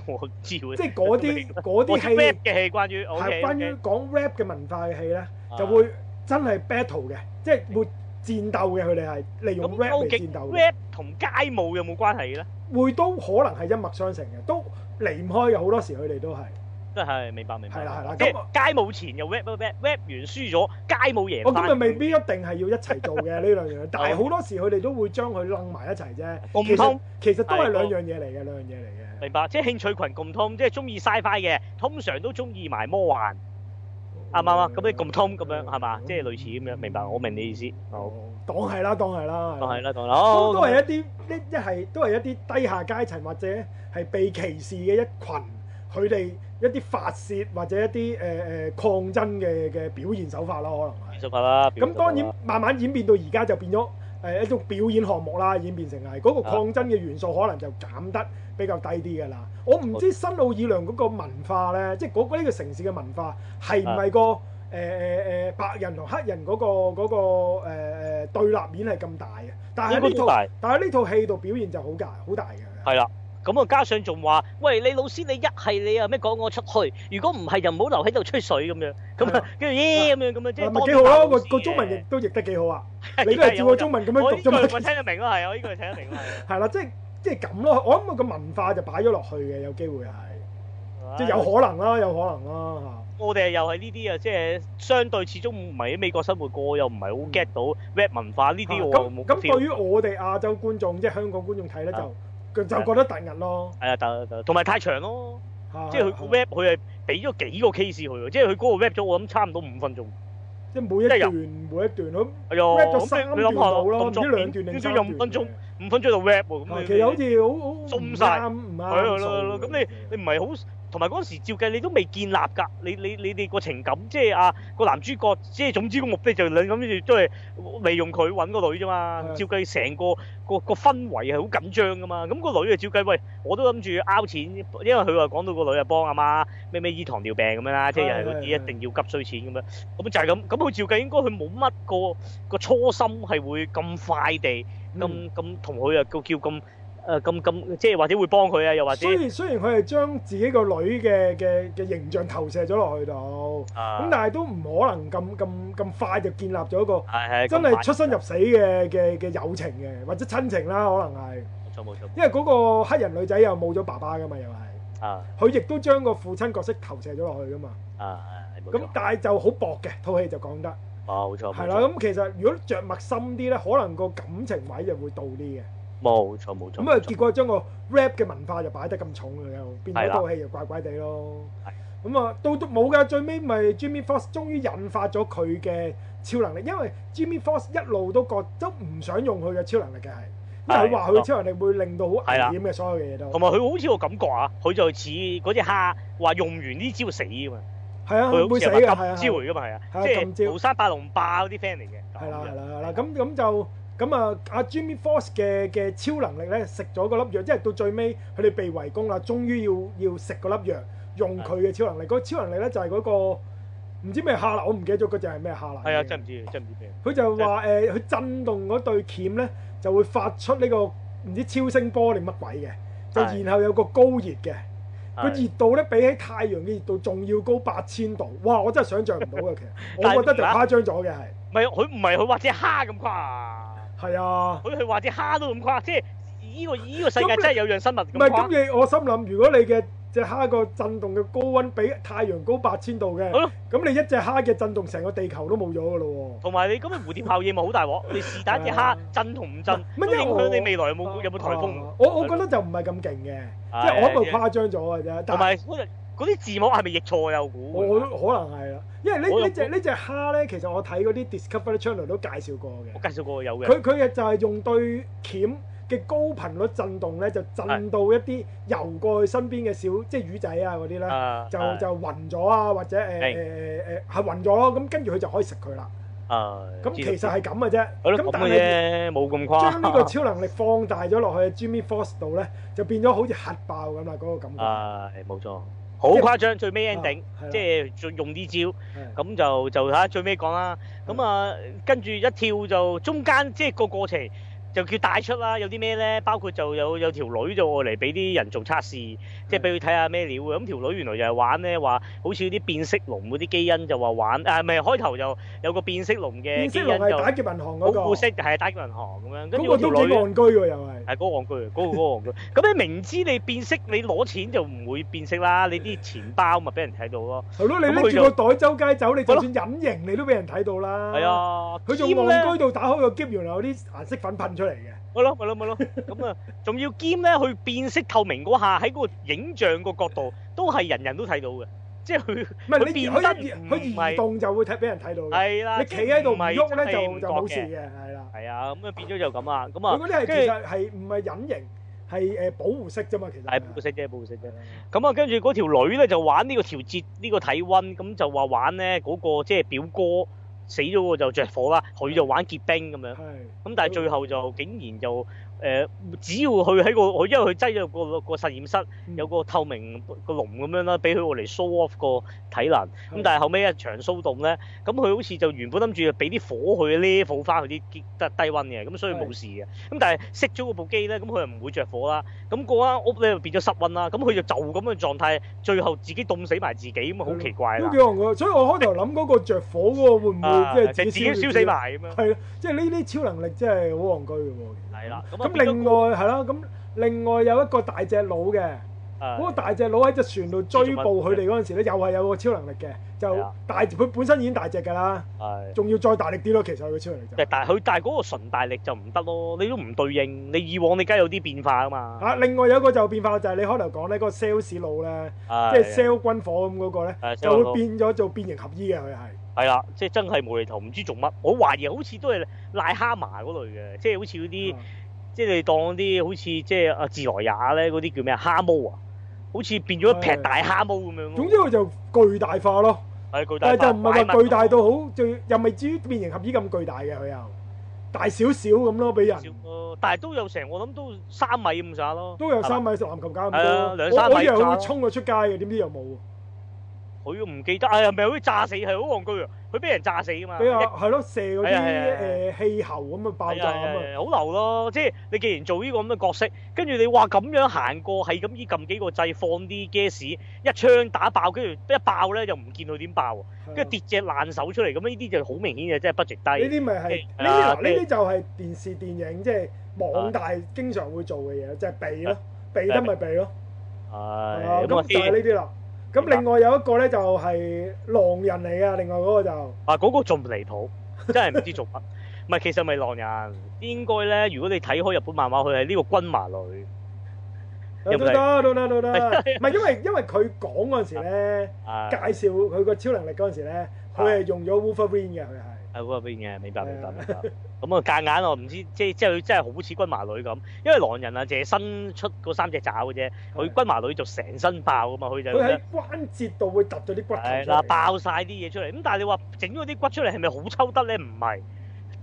S4: 我知喎，
S5: 即係嗰啲嗰
S4: 我
S5: 啲
S4: 知
S5: 戲
S4: rap 嘅戲，關於
S5: 係
S4: OK，Ờ.
S5: 關於講 rap 嘅文化嘅戲咧，就會真係 battle 嘅，即係會戰鬥嘅。佢哋係利用 rap
S4: 咁究
S5: 嚟戰
S4: 竟
S5: 鬥嘅，
S4: rap 同街舞有冇關係咧？
S5: 會都可能係一脈相承嘅，都離唔開嘅。好多時佢哋都係，
S4: 真係明白明白，
S5: 係啦係啦
S4: 即
S5: 咁
S4: 係街舞前又 rap rap rap 完輸咗，街舞贏
S5: 我
S4: 翻
S5: 咁咪未必一定係要一齊做 嘅呢兩樣嘢，但係好多時佢哋都會將佢楞埋一齊啫。
S4: 共
S5: 其實
S4: 通
S5: 其實都係
S4: 係
S5: 兩
S4: 共
S5: 樣嘢嚟嘅，兩樣嘢嚟嘅。
S4: 明白，即係興趣群共通，即係中意 sci-fi 嘅，通常都中意埋魔幻，啱唔啱啊？咁你共通咁樣係嘛？即係類似咁樣，明白？我明你意思，好
S5: 哦，，當係啦，當係啦，
S4: 當係啦，當係
S5: 都
S4: 啦，
S5: 都係一啲一一係都係一啲低下階層或者係被歧視嘅一群，佢哋一啲發泄或者一啲誒誒抗爭嘅嘅表現手法啦，可
S4: 藝
S5: 能係。
S4: 術法啦。
S5: 咁當然慢慢演變到而家就變咗誒一種表演項目啦，演變成係嗰、個
S4: 啊
S5: 抗爭嘅元素可能就減得比較低啲㗎啦。我唔知新奧爾良嗰個文化咧，即係嗰個呢個城市嘅文化係
S4: 啊
S5: 唔係個誒誒誒白人同黑人嗰、個嗰、個誒、呃、對立面係咁大嘅？但係
S4: 應該
S5: 喺呢
S4: 都
S5: 套
S4: 大
S5: 但係呢套戲度表現就好大好大嘅。
S4: 係啦。咁啊，加上仲話，喂，你老師你一係你啊咩講我出去，如果唔係就唔好留喺度吹水咁樣，咁
S5: 係啊
S4: 啊跟住耶咁樣咁啊，即係
S5: 咪
S4: 多
S5: 幾
S4: 啲
S5: 好
S4: 教
S5: 咯？個
S4: 老師
S5: 個中文
S4: 嘅
S5: 譯都譯得幾 好啊！
S4: 係
S5: 你都係照個中文咁
S4: 我
S5: 樣
S4: 呢句
S5: 讀啫嘛
S4: 我
S5: 其實
S4: 聽。得明啊，係我呢句聽得明啊，
S5: 係啦，即係即係咁咯。我諗個文化就擺咗落去嘅，有機會係。
S4: 係
S5: 即係有可能啦，有可能啦
S4: 我哋又係呢啲啊，即係相對始終唔係喺美國生活過，又唔係好 get 到 rap 文化呢啲，我又
S5: 嗯啊咁
S4: 冇
S5: 咁
S4: feel
S5: 對。於我哋亞洲觀眾，即係香港觀眾睇咧，
S4: 啊
S5: 就就覺得突兀咯。
S4: 係啊，得得，同埋太長咯，
S5: 啊
S4: 即係佢個 rap 佢係俾咗幾個 case 佢喎，即係佢嗰個 rap 咗我諗差唔多五分鐘。
S5: 即係每一
S4: 即係由
S5: 段每一段咁
S4: 哎呦，
S5: rap 咗
S4: 咁
S5: 三
S4: 你你
S5: 段
S4: 諗下
S5: 到
S4: 咯，
S5: 咯，
S4: 動
S5: 唔知
S4: 作
S5: 兩段定
S4: 片
S5: 三
S4: 端咗
S5: 段。
S4: 五分鐘，五分鐘就 rap 喎，
S5: 啊
S4: 咁你
S5: 其實好似好好唔
S4: 中晒
S5: 啱唔
S4: 係咯
S5: 啱數
S4: 係咯，咁
S5: 嘅
S4: 你你唔係好，同埋嗰陣時照計你都未建立㗎，你你你哋個情感即係啊個男主角，即係總之個目的就係你諗住都係利用佢揾個女啫嘛
S5: 係啊。
S4: 照計成個個個氛圍係好緊張㗎嘛，咁個女啊照計喂我都諗住拗錢，因為佢話講到個女啊幫阿媽咩咩醫糖尿病咁樣啦，即係又係嗰
S5: 係係係
S4: 啲一定要急需錢咁樣，咁就係咁，咁佢照計應該佢冇乜個個初心係會咁快地。
S5: 嗯
S4: 咁咁同佢啊叫叫咁誒咁咁，即係或者會幫佢啊，又或者
S5: 雖然雖然佢係將自己個女嘅嘅嘅形象投射咗落去度，咁
S4: 啊
S5: 但係都唔可能咁咁咁快就建立咗一個
S4: 係係
S5: 真
S4: 咁快
S5: 係出生入死嘅嘅嘅友情嘅，或者親情啦，可能係，
S4: 冇錯冇錯
S5: 因為嗰個黑人女仔又冇咗爸爸噶嘛，又係，
S4: 啊
S5: 佢亦都將個父親角色投射咗落去噶嘛，
S4: 啊係冇
S5: 咁
S4: 錯
S5: 但係就好薄嘅套戲就講得，
S4: 冇錯
S5: 係
S4: 冇
S5: 啦，
S4: 錯
S5: 咁其實如果着墨深啲咧，可能個感情位就會到啲嘅，
S4: 冇錯冇錯
S5: 咁啊
S4: 冇
S5: 結
S4: 錯
S5: 果將個 rap 嘅文化就擺得咁重嘅，又變咗
S4: 係啦
S5: 套戲又怪怪地咯
S4: 係，
S5: 咁啊到到冇㗎，最尾咪 Jimmy Fox 終於引發咗佢嘅超能力，因為 Jimmy Fox 一路都覺都唔想用佢嘅超能力嘅係。因為佢話佢嘅超能力會令到好危險嘅所有嘅嘢都
S4: 同埋佢好似個感覺啊，佢就似嗰只蝦話用完呢招死㗎嘛，
S5: 係啊，
S4: 佢
S5: 佢
S4: 好
S5: 會
S4: 似
S5: 死
S4: 係話禁
S5: 嘅，係啊，
S4: 招嚟㗎嘛係啊
S5: 係啊，禁
S4: 即
S5: 招
S4: 係無山八龍霸嗰啲 friend 嚟嘅，
S5: 係啦，
S4: 咁樣啊
S5: 係啦，係啦，咁咁就咁啊，阿 Jimmy Fox 嘅嘅超能力咧，食咗嗰粒藥，即係到最尾佢哋被圍攻啦，終於要要食嗰粒藥，用佢嘅超能力。嗰個超能力咧就係嗰個唔知咩下流，我唔記得咗嗰隻係咩下流。
S4: 係啊，真係唔知真係唔知咩，
S5: 佢就話誒，佢震動嗰對鉗咧就會發出呢個唔知超聲波定乜鬼嘅，就
S4: 係
S5: 然後有個高熱嘅。個
S4: 係
S5: 熱度咧比起太陽嘅熱度仲要高八千度，哇！我真係想像唔到嘅， 其實
S4: 但係
S5: 我覺得就
S4: 唔
S5: 誇張咗嘅係，
S4: 唔係佢唔係佢話只蝦咁誇啊，
S5: 係啊。
S4: 佢佢話只蝦都咁誇，即係呢個呢個世
S5: 咁
S4: 界
S5: 你
S4: 真係有樣生物咁
S5: 唔係
S4: 誇。
S5: 咁你，我心諗如果你嘅隻蝦個震動嘅高温比太陽高八千度嘅
S4: 好咯，
S5: 咁你一隻蝦嘅震動成個地球都冇咗㗎咯
S4: 同埋你咁嘅蝴蝶效應咪好大鑊？你是但隻蝦震同唔震，
S5: 啊唔係
S4: 都
S5: 因為
S4: 影響你
S5: 我
S4: 未來有
S5: 喎。
S4: 冇有冇颱風。
S5: 啊我我覺得就唔係咁勁嘅，即係我諗佢誇張咗嘅啫。但
S4: 同
S5: 係
S4: 埋嗰嗰啲字幕係咪譯錯啊？我估
S5: 我可能係啦，因為
S4: 我
S5: 呢
S4: 又
S5: 呢隻
S4: 估
S5: 呢隻蝦咧，其實我睇嗰啲 Discovery Channel 都介紹過嘅
S4: 我。介紹過有嘅，
S5: 佢佢嘅就係用對鉗嘅高頻率震動咧，就震到一啲游過去身邊嘅小即係魚仔啊嗰啲咧，
S4: 啊
S5: 就
S4: 啊
S5: 就暈咗啊，或者誒誒
S4: 係
S5: 誒係暈咗咯，咁跟住佢就可以食佢啦。
S4: 啊
S5: 咁
S4: 知
S5: 其
S4: 道
S5: 實係咁嘅啫。
S4: 係
S5: 咁
S4: 咯咁
S5: 但
S4: 嘅
S5: 係
S4: 啫，冇咁
S5: 將呢個
S4: 誇。
S5: 超能力放大咗落去 Jimmy Fox 度咧，就變咗好似核爆咁啦嗰個感覺。
S4: 啊，冇錯，好誇張，最尾 ending
S5: 啊係啦
S4: 即係用呢招。
S5: 係
S4: 咁就就睇下最尾講啦。咁啊，跟住一跳就中間即係個過程就叫帶出啦。有啲咩咧？包括就有有條女就愛嚟俾啲人做測試，即係俾佢睇下咩料嘅。咁條女原來就係玩咧，話好似啲變色龍嗰啲基因就話玩啊，唔係開頭就有個變色龍嘅
S5: 變
S4: 基
S5: 色
S4: 因
S5: 龍係
S4: 就
S5: 打劫銀行嗰
S4: 好
S5: 個
S4: 固，色，係打劫銀行咁樣。跟
S5: 嗰
S4: 住
S5: 個
S4: 條
S5: 都幾
S4: 女
S5: 戇居喎，又係。
S4: 係嗰個戇居，嗰個嗰個戇居。咁你明知你變色，你攞錢就唔會變色啦。你啲錢包咪俾人睇到咯。
S5: 係咯，你
S4: 咁佢
S5: 拎住
S4: 就
S5: 個袋周街走，你就算隱形你都俾人睇到啦。
S4: 係啊，
S5: 佢仲
S4: 兼呢
S5: 戇居到打開個篋，原來有啲顏色粉噴出嚟嘅。
S4: 咪咯咪咯咪咯，咁啊， 仲要兼咧，佢變色透明嗰下喺嗰個影像個角度都係人人都睇到嘅，即係佢
S5: 唔係
S4: 佢
S5: 你移
S4: 變
S5: 佢
S4: 得
S5: 一移
S4: 唔
S5: 佢移
S4: 係
S5: 動就會睇俾人睇到嘅。
S4: 係啦，
S5: 你企喺度唔
S4: 啊即係係
S5: 喐咧
S4: 真係唔
S5: 就就冇事
S4: 覺
S5: 嘅，係啦。
S4: 嘅。係啊，咁啊變咗就咁啊，咁
S5: 佢
S4: 啊
S5: 嗰啲係其
S4: 跟住
S5: 實係唔係隱形，係誒呃保護色啫嘛，其實
S4: 係報色啫，報色啫。咁啊，跟住嗰條女咧就玩呢個調節呢個體温，咁就話玩咧嗰個即係表哥死咗個就着火啦，佢就玩結冰咁樣。
S5: 係
S4: 咁但係最後就竟然就誒、呃只要佢喺個佢，因為佢擠咗入個個實驗室
S5: 嗯
S4: 有個透明個籠咁樣啦，俾佢我嚟 show off 個體能。咁
S5: 係
S4: 但係後尾一場騷動咧，咁佢好似就原本諗住俾啲火去 level 翻佢啲低低温嘅，咁所以冇事嘅。咁但係熄咗嗰部機咧，咁佢又唔會着火啦。咁嗰間屋咧就變咗室温啦。咁佢就就咁嘅狀態，最後自己凍死埋自己，咁啊好奇怪
S5: 都
S4: 啦
S5: 幾。戇居。所以我開頭諗嗰個着火嗰個會唔
S4: 啊
S5: 會
S4: 就
S5: 即係
S4: 自己
S5: 燒
S4: 燒死？埋咁樣。
S5: 係啦，即係呢啲超能力真係好戇居嘅喎。其實
S4: 係啦咁啊
S5: 咁
S4: 變咗
S5: 另外係啦，咁另外有一個大隻佬嘅，
S4: 啊
S5: 嗰個大隻佬喺只船度追捕佢哋嗰陣時咧，又係有個超能力嘅，
S4: 係
S5: 就
S4: 啊
S5: 大佢本身已經大隻㗎啦，
S4: 係。
S5: 仲要再大力啲咯。其實佢個超能力就
S4: 但係佢但係嗰個純大力就唔得咯，你都唔對應。你以往你梗係有啲變化啊嘛。
S5: 啊，另外有一個就變化就係你開頭講咧，嗰個 sales 佬咧，
S4: 即
S5: 即係 sell 軍火咁嗰個咧，
S4: 啊係啊 sell 軍
S5: 就
S4: 火
S5: 會變咗做變形合衣嘅佢係
S4: 係啦，即係真係無厘頭，唔知做乜。我懷疑好似都係賴哈麻嗰類嘅，即係好似嗰
S5: 嗯
S4: 啲。即係你當啲好似即係啊自來也咧嗰啲叫咩啊蝦毛啊，好似變咗一
S5: 係
S4: 劈大蝦毛咁樣咯。
S5: 總之佢就巨大化咯，
S4: 係巨大化，
S5: 但係就唔係
S4: 怪
S5: 話
S4: 物
S5: 巨大到好，最又未至於變形合衣咁巨大嘅佢又大少少咁咯，俾人
S4: 少咯，但係都有成我諗都三米咁上下咯。
S5: 都有
S4: 係
S5: 三
S4: 嘛
S5: 米籃球架咁
S4: 係啊
S5: 多。
S4: 兩
S5: 我
S4: 三
S5: 我以為
S4: 米架
S5: 佢
S4: 咯
S5: 會衝佢出街嘅，點知又冇喎。
S4: 佢都唔記得，哎呀，咪好似炸死係好戇居啊！佢俾人炸死㗎嘛，
S5: 俾啊
S4: 一
S5: 係咯射嗰
S4: 係啊係啊
S5: 啲誒氣喉咁啊爆炸咁啊，
S4: 係好流咯。即係你既然做呢個咁嘅角色，跟住你話咁樣行過，係咁依撳幾個掣，放啲 gas，一槍打爆，跟住一爆咧就唔見佢點爆喎，
S5: 係啊
S4: 跟住跌隻爛手出嚟，咁呢啲就好明顯嘅，即係 budget 低。
S5: 呢啲咪係
S4: 係
S5: 呢啲
S4: 啊
S5: 嗱
S4: 即
S5: 呢
S4: 係
S5: 啲就係電視電影即係網大經常會做嘅嘢，就係避咯，避得咪避咯，係啊
S4: 啊係
S5: 咁就係呢啲啦。咁
S4: 明白
S5: 另外有一個咧就係狼人嚟嘅，另外嗰個就
S4: 啊，嗰、個仲離譜，真係唔知做乜。唔係，其實咪狼人應該咧。如果你睇開日本漫畫，佢係呢個軍麻女
S5: 都
S4: 又唔係
S5: 得都得都 得，唔係因為因為佢講嗰陣時咧，
S4: 啊，
S5: 介紹佢個超能力嗰陣時咧，佢係用咗 Wolverine 嘅，佢係。
S4: 係嗰邊哎嘅，明白
S5: 係啊
S4: 明白明白。咁啊，夾硬我唔知，即係即係佢真係好似軍麻女咁，因為狼人啊，淨係伸出嗰三隻爪嘅啫。佢
S5: 係
S4: 軍麻女就成身爆噶嘛，佢就
S5: 佢喺關節度會突咗啲骨頭出
S4: 係
S5: 嚟
S4: 啦，爆晒啲嘢出嚟。咁但係你話整咗啲骨出嚟係咪好抽得咧？唔係，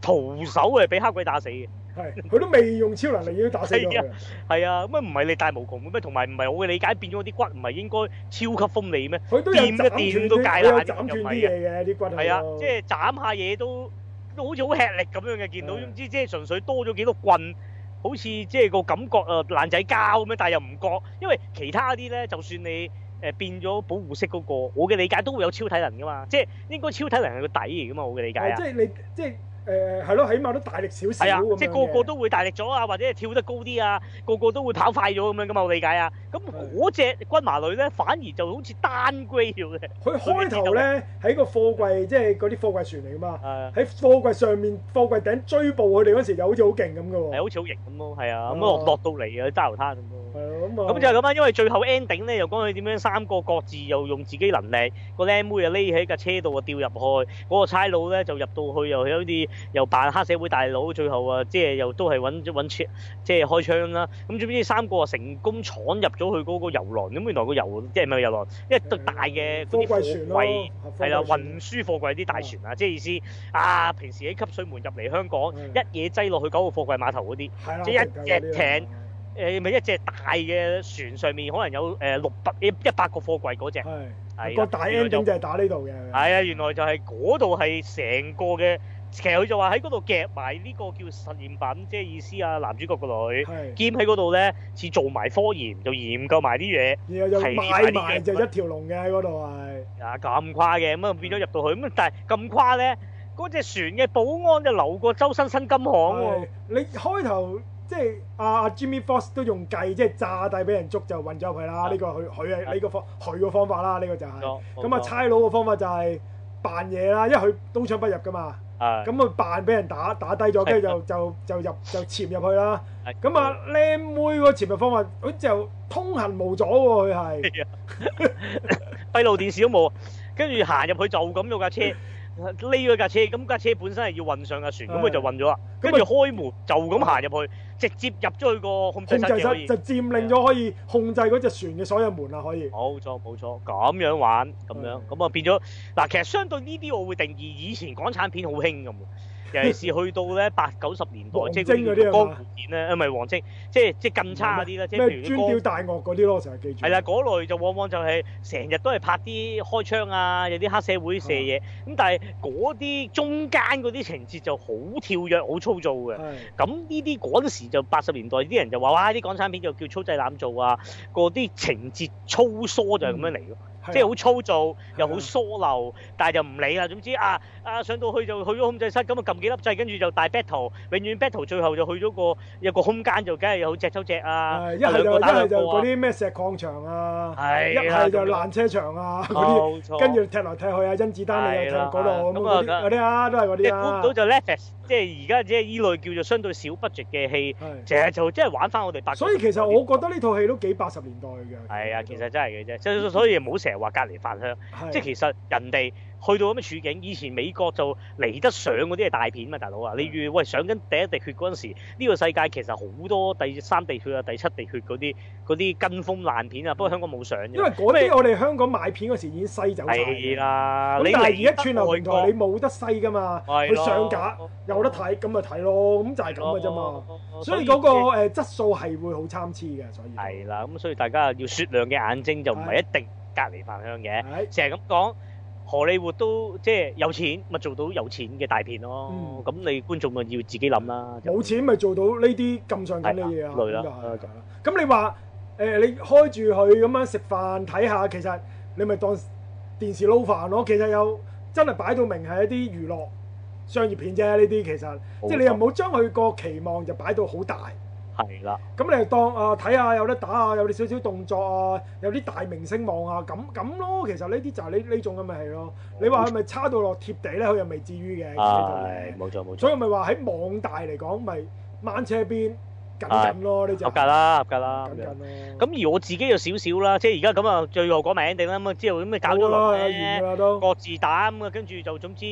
S4: 徒手係俾黑鬼打死嘅。
S5: 係佢都未用超能力已經打死咗佢啦。
S4: 係啊，咁啊唔係你大無窮嘅咩？同埋唔係我嘅理解變咗啲骨唔係應該超級鋒利咩？
S5: 佢都有斬斷
S4: 掂
S5: 啲，
S4: 都
S5: 佢
S4: 戒
S5: 有
S4: 啦
S5: 斬斷啲嘢嘅啲骨頭。
S4: 係啊，即係斬下嘢都都好似好吃力咁樣嘅，見到
S5: 係
S4: 總之即係純粹多咗幾碌棍，好似即係個感覺啊爛仔膠咁樣，但係又唔覺，呃因為其他啲咧，就算你誒變咗保護色嗰、個，我嘅理解都會有超體能噶嘛，即係應該超體能係個底嚟噶嘛，我嘅理解
S5: 係
S4: 啊
S5: 哦即。係你即係誒係咯，起碼都大力少少
S4: 係啊
S5: 咁，
S4: 即係
S5: 樣
S4: 個個
S5: 嘅
S4: 都會大力咗啊，或者係跳得高啲啊，個個都會跑快咗咁樣噶嘛，我理解啊。咁
S5: 係
S4: 嗰只軍麻女咧，反而就好似 downgrade 咗嘅。
S5: 佢開頭咧喺個貨櫃，即係嗰啲貨櫃船嚟噶嘛，
S4: 係啊
S5: 喺貨櫃上面貨櫃頂追捕佢哋嗰時就好似好勁咁嘅喎。
S4: 係
S5: 係啊
S4: 好似好型咁咯，係啊，咁
S5: 哦
S4: 落落到嚟啊，揸流灘咁咯。
S5: 咁啊，
S4: 咁就係咁啦，因為最後 ending 咧又講佢點樣三個各自又用自己能力，個靚妹啊匿喺架車度啊掉入去，嗰、個差佬咧就入到去又好似又扮黑社會大佬，最後啊即係又都係揾揾槍，即係開槍啦。咁總之三個啊成功闖入咗去嗰個遊輪，咁原來個遊即係唔係遊輪，因為對大嘅嗰啲
S5: 嗯貨櫃
S4: 貨
S5: 船咯啊
S4: 櫃。，係啦，運輸貨櫃啲大船啊，即係意思啊，平時喺吸水門入嚟香港，
S5: 嗯
S4: 一嘢擠落去九個貨櫃碼頭嗰啲，
S5: 運
S4: 即係一隻艇。誒咪一隻大嘅船上面可能有誒六百一一百個貨櫃嗰只，
S5: 係
S4: 係
S5: 個大
S4: 原來
S5: ending
S4: 就
S5: 就係打呢度嘅。
S4: 係啊，原來就係嗰度係成個嘅，其實佢就話喺嗰度夾埋呢個叫實驗品，即係意思啊，男主角個女
S5: 係，
S4: 兼喺嗰度咧似做埋科研，就研究埋啲嘢
S5: 然後又
S4: 係
S5: 賣
S4: 呢
S5: 埋
S4: 啲
S5: 就
S4: 嘢
S5: 一條龍嘅喺嗰度係。
S4: 啊咁誇嘅，咁啊變咗入到去，咁但係咁誇咧，嗰只船嘅保安就流過周身新金行喎
S5: 係，你開頭即係阿阿 Jimmy Fox 都用計，即係炸帝俾人捉就運咗入去啦。
S4: 係
S5: 呢個佢佢
S4: 啊
S5: 係呢個方佢個方法啦，呢個就係。
S4: 冇錯
S5: 咁啊，差佬個方法就係扮嘢啦，因為佢刀槍不入噶嘛。
S4: 係
S5: 咁佢扮俾人打打低咗，跟住就就就入就潛入去啦。咁啊，靚妹個潛入方法，佢就通行無阻喎，佢係。
S4: 啊閉路電視都冇，跟住行入去就咁用架車， 匿咗架車，咁架車本身係要運上架船，咁佢就運咗啦。跟住開門就咁行入去，直接入咗去個控制
S5: 控
S4: 室
S5: 制
S4: 嘅可
S5: 室
S4: 以
S5: 就。佔領咗可以控制嗰只船嘅所有門啦，可以。
S4: 冇錯冇錯，咁樣玩咁樣，
S5: 係
S4: 咁啊變咗嗱，其實相對呢啲我會定義以前港產片好興咁 喎，尤其是去到咧八九十年代，
S5: 王
S4: 即係
S5: 晶嗰啲係嘛
S4: 江湖片咧，啊唔係王晶，即係即係更差嗰啲啦，即係
S5: 咩
S4: 譬
S5: 專
S4: 如啲
S5: 吊
S4: 江
S5: 大鱷嗰啲咯，我成日記住。
S4: 係啦，嗰類就往往就係成日都係拍啲開槍啊，有啲黑社會射嘢。咁但係嗰啲中間嗰啲情節就好跳躍、好粗糙嘅。
S5: 係。
S4: 咁呢啲嗰陣時就八十年代啲人就話哇，啲港產片就叫粗製濫造啊，嗰啲情節粗疏就係咁樣嚟咯，
S5: 嗯係啊
S4: 即係好粗糙又
S5: 係啊
S4: 好疏漏，但係就唔理啦。總之啊，啊上到去就去咗控制室，咁啊撳幾粒掣，跟住就大 battle，永遠 battle 最後就去咗個有個空間就梗係有隻抽隻啊，
S5: 哎係一
S4: 有
S5: 係
S4: 兩
S5: 就
S4: 個
S5: 一
S4: 打兩
S5: 係
S4: 個
S5: 就嗰
S4: 啊，
S5: 啲咩石礦場啊，一
S4: 係啦
S5: 係就
S4: 咁樣
S5: 爛車場啊嗰
S4: 冇
S5: 啲，
S4: 錯，
S5: 跟住踢來踢去啊，甄子丹你又踢落嗰度咁啊嗰
S4: 係啦
S5: 啲嗰啲啊，都係嗰
S4: 即係
S5: 啲
S4: 估唔
S5: 啊
S4: 到，就 Netflix，即係而家即係依類叫做相對小 budget 嘅戲，
S5: 係
S4: 成日就即係玩翻我哋八。
S5: 所以其實我覺得呢套戲都幾八十年代嘅。
S4: 係啊，其實真係嘅啫，所以所以唔好成日話隔離飯香，
S5: 係
S4: 即係其實人哋去到咁嘅處境，以前美國就嚟得上嗰啲係大片嘛，大佬啊，你預喂上緊第一滴血嗰陣時，呢、個世界其實好多第三地血啊、第七地血嗰啲嗰啲跟風爛片啊，不過香港冇上啫。
S5: 嗯因為嗰啲我哋香港買片嗰時已經篩走晒。
S4: 係啦，
S5: 咁
S4: 你
S5: 但
S4: 嚟
S5: 係而
S4: 得
S5: 家串流
S4: 外
S5: 平台
S4: 國
S5: 你冇得篩噶嘛，
S4: 係
S5: 佢
S4: 咯
S5: 上架有得睇咁咪睇咯，咁就係咁嘅啫嘛。
S4: 嘛
S5: 所以嗰個誒質素係會好參差嘅，所以
S4: 係啦，咁所以大家要雪亮嘅眼睛就唔係一定隔離飯香嘅。
S5: 係
S4: 成日咁講，荷里活都即係有錢，咪做到有錢嘅大片咯
S5: 嗯。
S4: 咁、你觀眾咪要自己諗啦。就
S5: 冇錢咪做到呢啲咁上緊嘅嘢
S4: 係
S5: 啊，
S4: 啦類啦
S5: 咁就係咁你話誒你開住佢咁樣食飯睇下，其實你咪當電視撈飯咯。其實又真係擺到明係一啲娛樂商業片啫。呢啲其實
S4: 冇
S5: 即係你又冇將佢個期望就擺到好大。
S4: 係啦，
S5: 咁你又當啊睇下有得打啊，有啲少少動作啊，有啲大明星望啊，咁咁咯。其實呢啲就係呢呢種咁嘅戲咯。你話係咪差到落貼地咧？佢又未至於嘅。
S4: 係冇錯冇
S5: 所
S4: 錯，
S5: 以咪話喺網大嚟講，咪掹車邊緊緊咯，呢就
S4: 合格啦合格啦
S5: 緊
S4: 咁樣。
S5: 緊咯。
S4: 咁而我自己有少少啦，即係而家咁啊，最後講埋 ending 啦，咁啊之後咁啊搞咗
S5: 好啦
S4: 輪咧
S5: 完。㗎啦都。
S4: 各自打咁啊，跟住就總之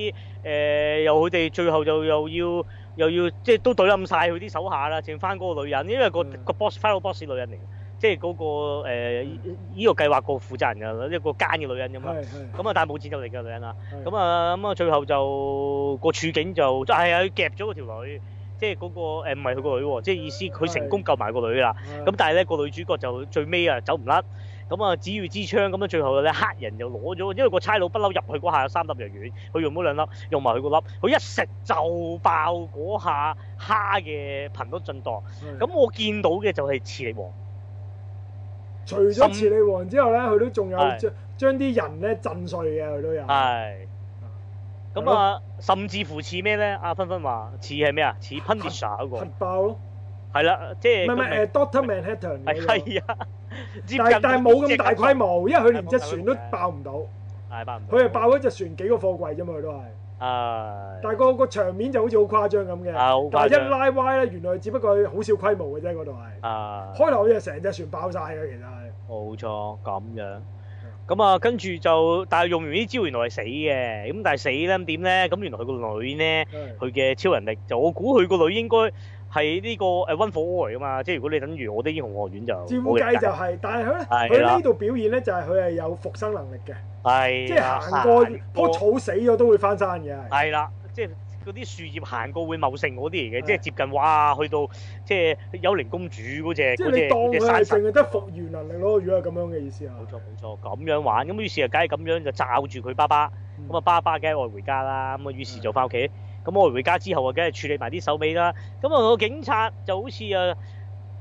S4: 誒、又佢哋最後就又要又要即係都懟冧晒佢啲手下啦，剩翻嗰個女人，因為、個
S5: 嗯
S4: 個 boss final boss 女人嚟嘅，即係嗰、個誒
S5: 嗯
S4: 依、個計劃個負責人㗎，一個奸嘅女人咁啊。
S5: 係係。
S4: 咁啊，但係冇戰鬥力嘅女人啊，
S5: 係
S4: 咁啊咁啊，最後就個處境就即係啊，佢夾咗嗰條女，即係嗰、個誒唔係佢個女喎，即係意思佢成功救埋個女啦。咁但係咧個女主角就最尾啊走唔甩，咁啊指與支槍咁樣最後咧黑人就攞咗，因為個差佬不嬲入去嗰下有三粒藥丸，佢用咗兩粒，用埋佢個粒，佢一食就爆嗰下蝦嘅頻率震盪。
S5: 係
S4: 咁我見到嘅就係磁力王，
S5: 除咗慈利王之後咧，佢都仲有
S4: 係
S5: 將將啲人咧震碎嘅，佢都有。
S4: 係。咁啊，甚至乎似咩咧？阿芬芬話似係咩啊？似 Punisher 嗰
S5: 核
S4: 個，
S5: 爆咯，
S4: 係啦，即係
S5: 唔係唔係誒，Doctor Manhattan 嗰
S4: 係
S5: 個
S4: 係啊，接
S5: 但係
S4: 近
S5: 但係冇咁大規
S4: 模，
S5: 模，因為佢連隻船都爆唔到，
S4: 係爆唔到
S5: 佢係爆咗隻船幾個貨櫃啫嘛，佢都係。
S4: 啊，
S5: 但係個個場面就好似好誇張咁嘅，
S4: 啊好誇張
S5: 但係一拉歪咧，原來只不過好少規模嘅啫，嗰度係。
S4: 啊。
S5: 開頭好似成隻船爆晒嘅，其實係。
S4: 冇錯，咁樣。
S5: 嗯
S4: 咁啊，跟住就，但係用完呢招原來係死嘅，咁但係死咧咁點咧？咁原來佢個女咧，
S5: 係
S4: 佢嘅超人力就，我估佢個女應該係呢個呃誒温火鍋嚟噶嘛，即係如果你等於我啲英雄學院就
S5: 照
S4: 冇人
S5: 計就
S4: 打
S5: 係，但係佢咧，
S4: 係啦
S5: 佢呢度表現咧就係佢係有復生能力嘅，
S4: 係
S5: 即係
S4: 啦
S5: 行過
S4: 過
S5: 棵草死咗都會翻山嘅。係
S4: 係啦，即係嗰啲樹葉行過會茂盛嗰啲嚟嘅，
S5: 係
S4: 即係接近哇，去到即係幽靈公主嗰只
S5: 即
S4: 嗰
S5: 係
S4: 只
S5: 你當
S4: 嗰
S5: 佢
S4: 只
S5: 係
S4: 山神
S5: 淨係得復原能力咯，如果係咁樣嘅意思啊。
S4: 冇錯冇錯，咁樣玩，咁於是啊，梗係咁樣就罩住佢爸爸，
S5: 嗯
S4: 咁啊爸爸梗係愛回家啦，咁啊於是就翻屋企，咁愛回家之後啊，梗係處理埋啲手尾啦，咁啊個警察就好似啊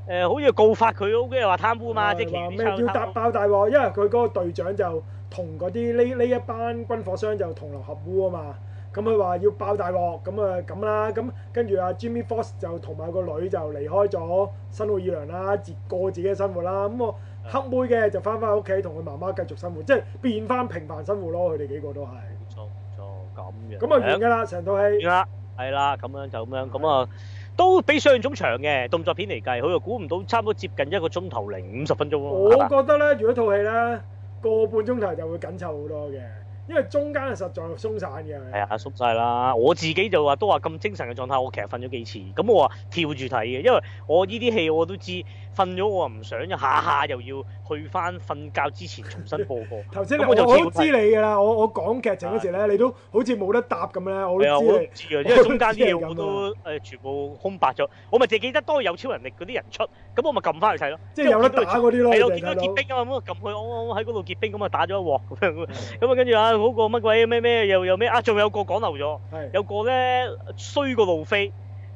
S4: 誒，好似告發佢，好似話貪污嘛，即係其
S5: 話
S4: 餘
S5: 哦咩
S4: 啲
S5: 要搭
S4: 差
S5: 爆大鑊？因為佢嗰個隊長就同嗰啲呢呢一班軍火商就同流合污啊嘛。咁佢話要爆大鑊，咁啊咁啦，咁跟住阿 Jimmy Fox 就同埋個女就離開咗新奧爾良啦，自過自己嘅生活啦。咁我黑妹嘅就翻返屋企同佢媽媽繼續生
S4: 嗯
S5: 活，即係變翻平凡生活咯。佢哋幾個都係。
S4: 冇錯冇錯，咁樣
S5: 咁啊完㗎啦，成套戲。
S4: 啦，係啦，咁樣就咁樣，咁啊都比上種長嘅動作片嚟計，佢又估唔到差唔多接近一個鐘頭零五十分鐘咯，
S5: 我
S4: 係嘛
S5: 覺得咧，如果套戲咧個半鐘頭就會緊湊好多嘅，因為中間係實在鬆散嘅。
S4: 係啊，縮晒啦！我自己就話都話咁精神嘅狀態，我其實瞓咗幾次。咁我話跳住睇嘅，因為我呢啲戲我都知瞓咗，我唔想一下下又要去翻瞓覺之前重新播過。
S5: 頭先你
S4: 咁
S5: 我
S4: 我就
S5: 我都
S4: 照睇
S5: 知你㗎啦，我我講劇情嗰時咧，你都好似冇得答咁咧，我
S4: 係啊，
S5: 都
S4: 我
S5: 知
S4: 都唔啊
S5: 你。
S4: 知啊，因為中間啲嘢我都誒全部空白咗。我咪淨係記得當有超能力嗰啲人出，咁我咪撳翻去睇咯。
S5: 即係有得打嗰啲咯，
S4: 係
S5: 你
S4: 咯，
S5: 哋
S4: 見到
S5: 睇
S4: 結
S5: 到。
S4: 冰啊嘛，咁啊撳佢，我我喺嗰度結冰咁啊打咗一鑊咁樣。咁啊跟住啊嗰個乜鬼咩咩又又咩啊，仲有個講漏咗。
S5: 係
S4: 有個咧衰過路飛，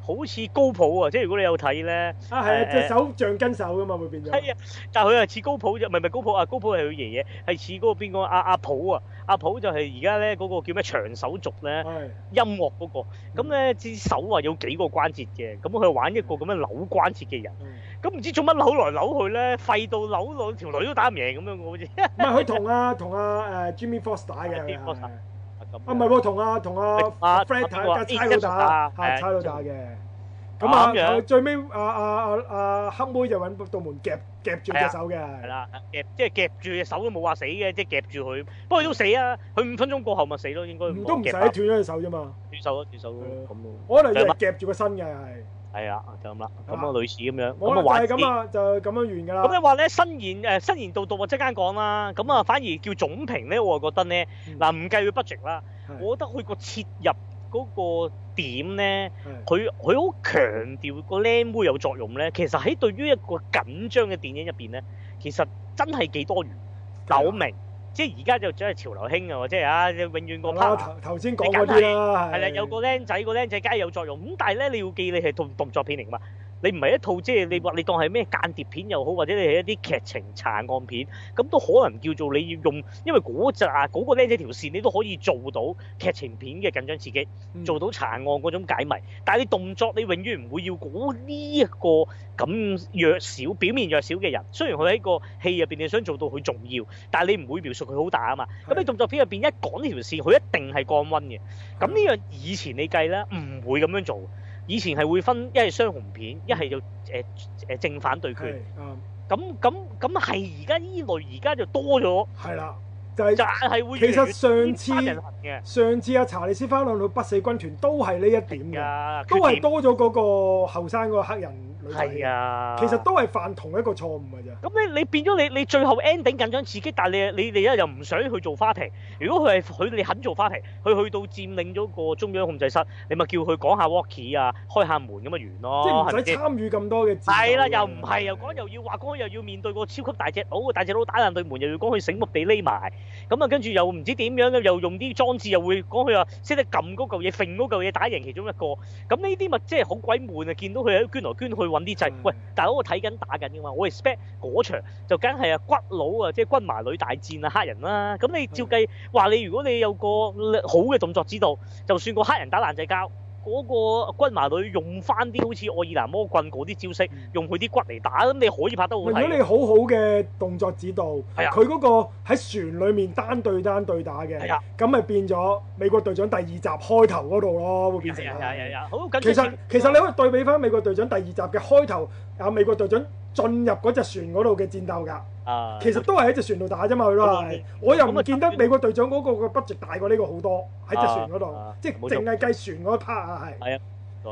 S4: 好似高普啊，即係如果你有睇咧，
S5: 啊係啊，隻手橡筋手噶嘛，會變咗。
S4: 係啊，但係佢係似高普啫，唔係唔係高普啊，高普係佢爺爺，係似嗰個邊個阿阿普啊，阿普就係而家咧嗰個叫咩長手族咧。
S5: 係
S4: 音樂嗰、個，咁咧隻手啊有幾個關節嘅，咁佢玩一個咁樣扭關節嘅人，
S5: 嗯
S4: 咁唔知做乜扭來扭去咧，廢到扭到條女都打唔贏咁樣嘅好似。
S5: 唔係佢同啊同啊誒 Jimmy Fox 打嘅，
S4: Jimmy
S5: 係
S4: Fox
S5: 係係
S4: 咁
S5: 啊唔係喎，同啊同啊
S4: 啊
S5: Fred
S4: 邊個啊
S5: 打差佬打，
S4: Ace
S5: 係
S4: 打
S5: 差佬打
S4: 係
S5: 嘅。咁啊
S4: 咁樣，
S5: 最尾啊啊啊啊黑妹就揾道門夾夾住隻手嘅，
S4: 係啦，夾即係夾住隻手都冇話死嘅，即係夾住佢。不過都死啊，佢五分鐘過後咪死咯，應該
S5: 嗯唔都唔使
S4: 夾
S5: 斷咗隻手啫嘛。
S4: 斷手咯，斷手咯
S5: 係啊
S4: 咁咯。
S5: 我可能就係夾住個身嘅係，
S4: 係啊，就咁啦，咁
S5: 係
S4: 啊
S5: 嘛
S4: 類似咁樣，
S5: 我
S4: 咁
S5: 可
S4: 啊
S5: 能就
S4: 玩
S5: 係咁啊，就咁樣完㗎啦。
S4: 咁你話咧新言誒新言道道啊，即間講啦，咁啊反而叫總評咧，我啊覺得咧
S5: 嗯
S4: 嗱唔計佢 budget 啦
S5: 係，
S4: 我覺得佢個切入嗰個點咧，
S5: 係
S4: 佢佢好強調個靚妹有作用咧，其實喺對於一個緊張嘅電影入邊咧，其實真係啊幾多元。嗱我明，即係而家就真係潮流興啊，或者係啊永遠個
S5: 係啦
S4: partner
S5: 頭頭先講嗰啲啦，
S4: 係啦，有個僆仔，個僆仔梗係有作用。咁但係咧，你要記你係動動作片嚟㗎嘛，你唔係一套即係你話你當係咩間諜片又好，或者你係一啲劇情查案片，咁都可能叫做你要用，因為嗰隻啊嗰個僆仔條線你都可以做到劇情片嘅緊張刺激，
S5: 嗯
S4: 做到查案嗰種解謎。但係你動作你永遠唔會要嗰呢一個咁弱小、表面弱小嘅人。雖然佢喺個戲入邊你想做到佢重要，但係你唔會描述佢好大啊嘛。咁你動作片入邊一講呢條線，佢一定係降温嘅。咁呢樣以前你計啦，唔會咁樣做。以前係會分一係雙雄片，一係就誒誒正反對
S5: 嗯係
S4: 決。
S5: 啊
S4: 咁咁咁係而家呢類而家就多咗，
S5: 係啦，就係
S4: 就係會
S5: 其實上次
S4: 次人行嘅
S5: 上次阿查理斯花兩到不死軍團都係呢一點
S4: 哎㗎，
S5: 嘅，嗯都係
S4: 多
S5: 多咗嗰個後生嗰個黑人女仔。
S4: 係啊。
S5: 其實都係犯同一個錯誤嘅啫。
S4: 咁你你變咗你你最後 ending 緊張刺激，但係你你你而家又唔想去做花瓶。如果佢係佢你肯做花瓶，佢去到佔領咗個中央控制室，你咪叫佢講下 walkie 啊，開下門咁咪完咯，
S5: 即係唔
S4: 哦係咪
S5: 使
S4: 先
S5: 參與咁多嘅戰鬥啊
S4: 係啦，又唔係又講又要話講，又要面對個超級大隻佬，大隻佬打爛對門，又要講佢醒目地匿埋，咁啊跟住又唔知點樣咧，又用啲裝置又會講佢話識得撳嗰嚿嘢，揈嗰嚿嘢打贏其中一個，咁呢啲咪即係好鬼悶啊！見到佢喺度捐來捐去揾啲掣
S5: 嗯，
S4: 喂大佬我睇緊打緊㗎嘛，我 expect 嗰場就梗係啊骨佬啊，即係軍麻女大戰啊黑人啦，咁你
S5: 嗯
S4: 照計話你如果你有個好嘅動作指導，就算個黑人打爛仔交。嗰個軍麻女用翻啲好似愛爾蘭魔棍嗰啲招式，
S5: 嗯
S4: 用佢啲骨嚟打，咁你可以拍得好
S5: 如果你
S4: 睇。
S5: 好好嘅動作指導，
S4: 啊係啊
S5: 佢嗰個喺船裡面單對單對打嘅
S4: 係啊，
S5: 咁咪變咗美國隊長第二集開頭嗰度咯，會變成
S4: 係啊係啊係啊，好緊張
S5: 其
S4: 刺
S5: 實
S4: 激
S5: 其實你可以對比翻美國隊長第二集嘅開頭，啊美國隊長進入嗰隻船嗰度嘅戰鬥㗎，
S4: 啊，
S5: 其實都係喺隻船度打啫嘛，佢都係
S4: 嗯。
S5: 我又
S4: 咁啊
S5: 唔見得美國隊長嗰個嘅 budget 大過呢個好多喺隻船嗰
S4: 啊
S5: 度
S4: 啊，
S5: 即係
S4: 冇錯
S5: 淨係計船嗰 part 啊係。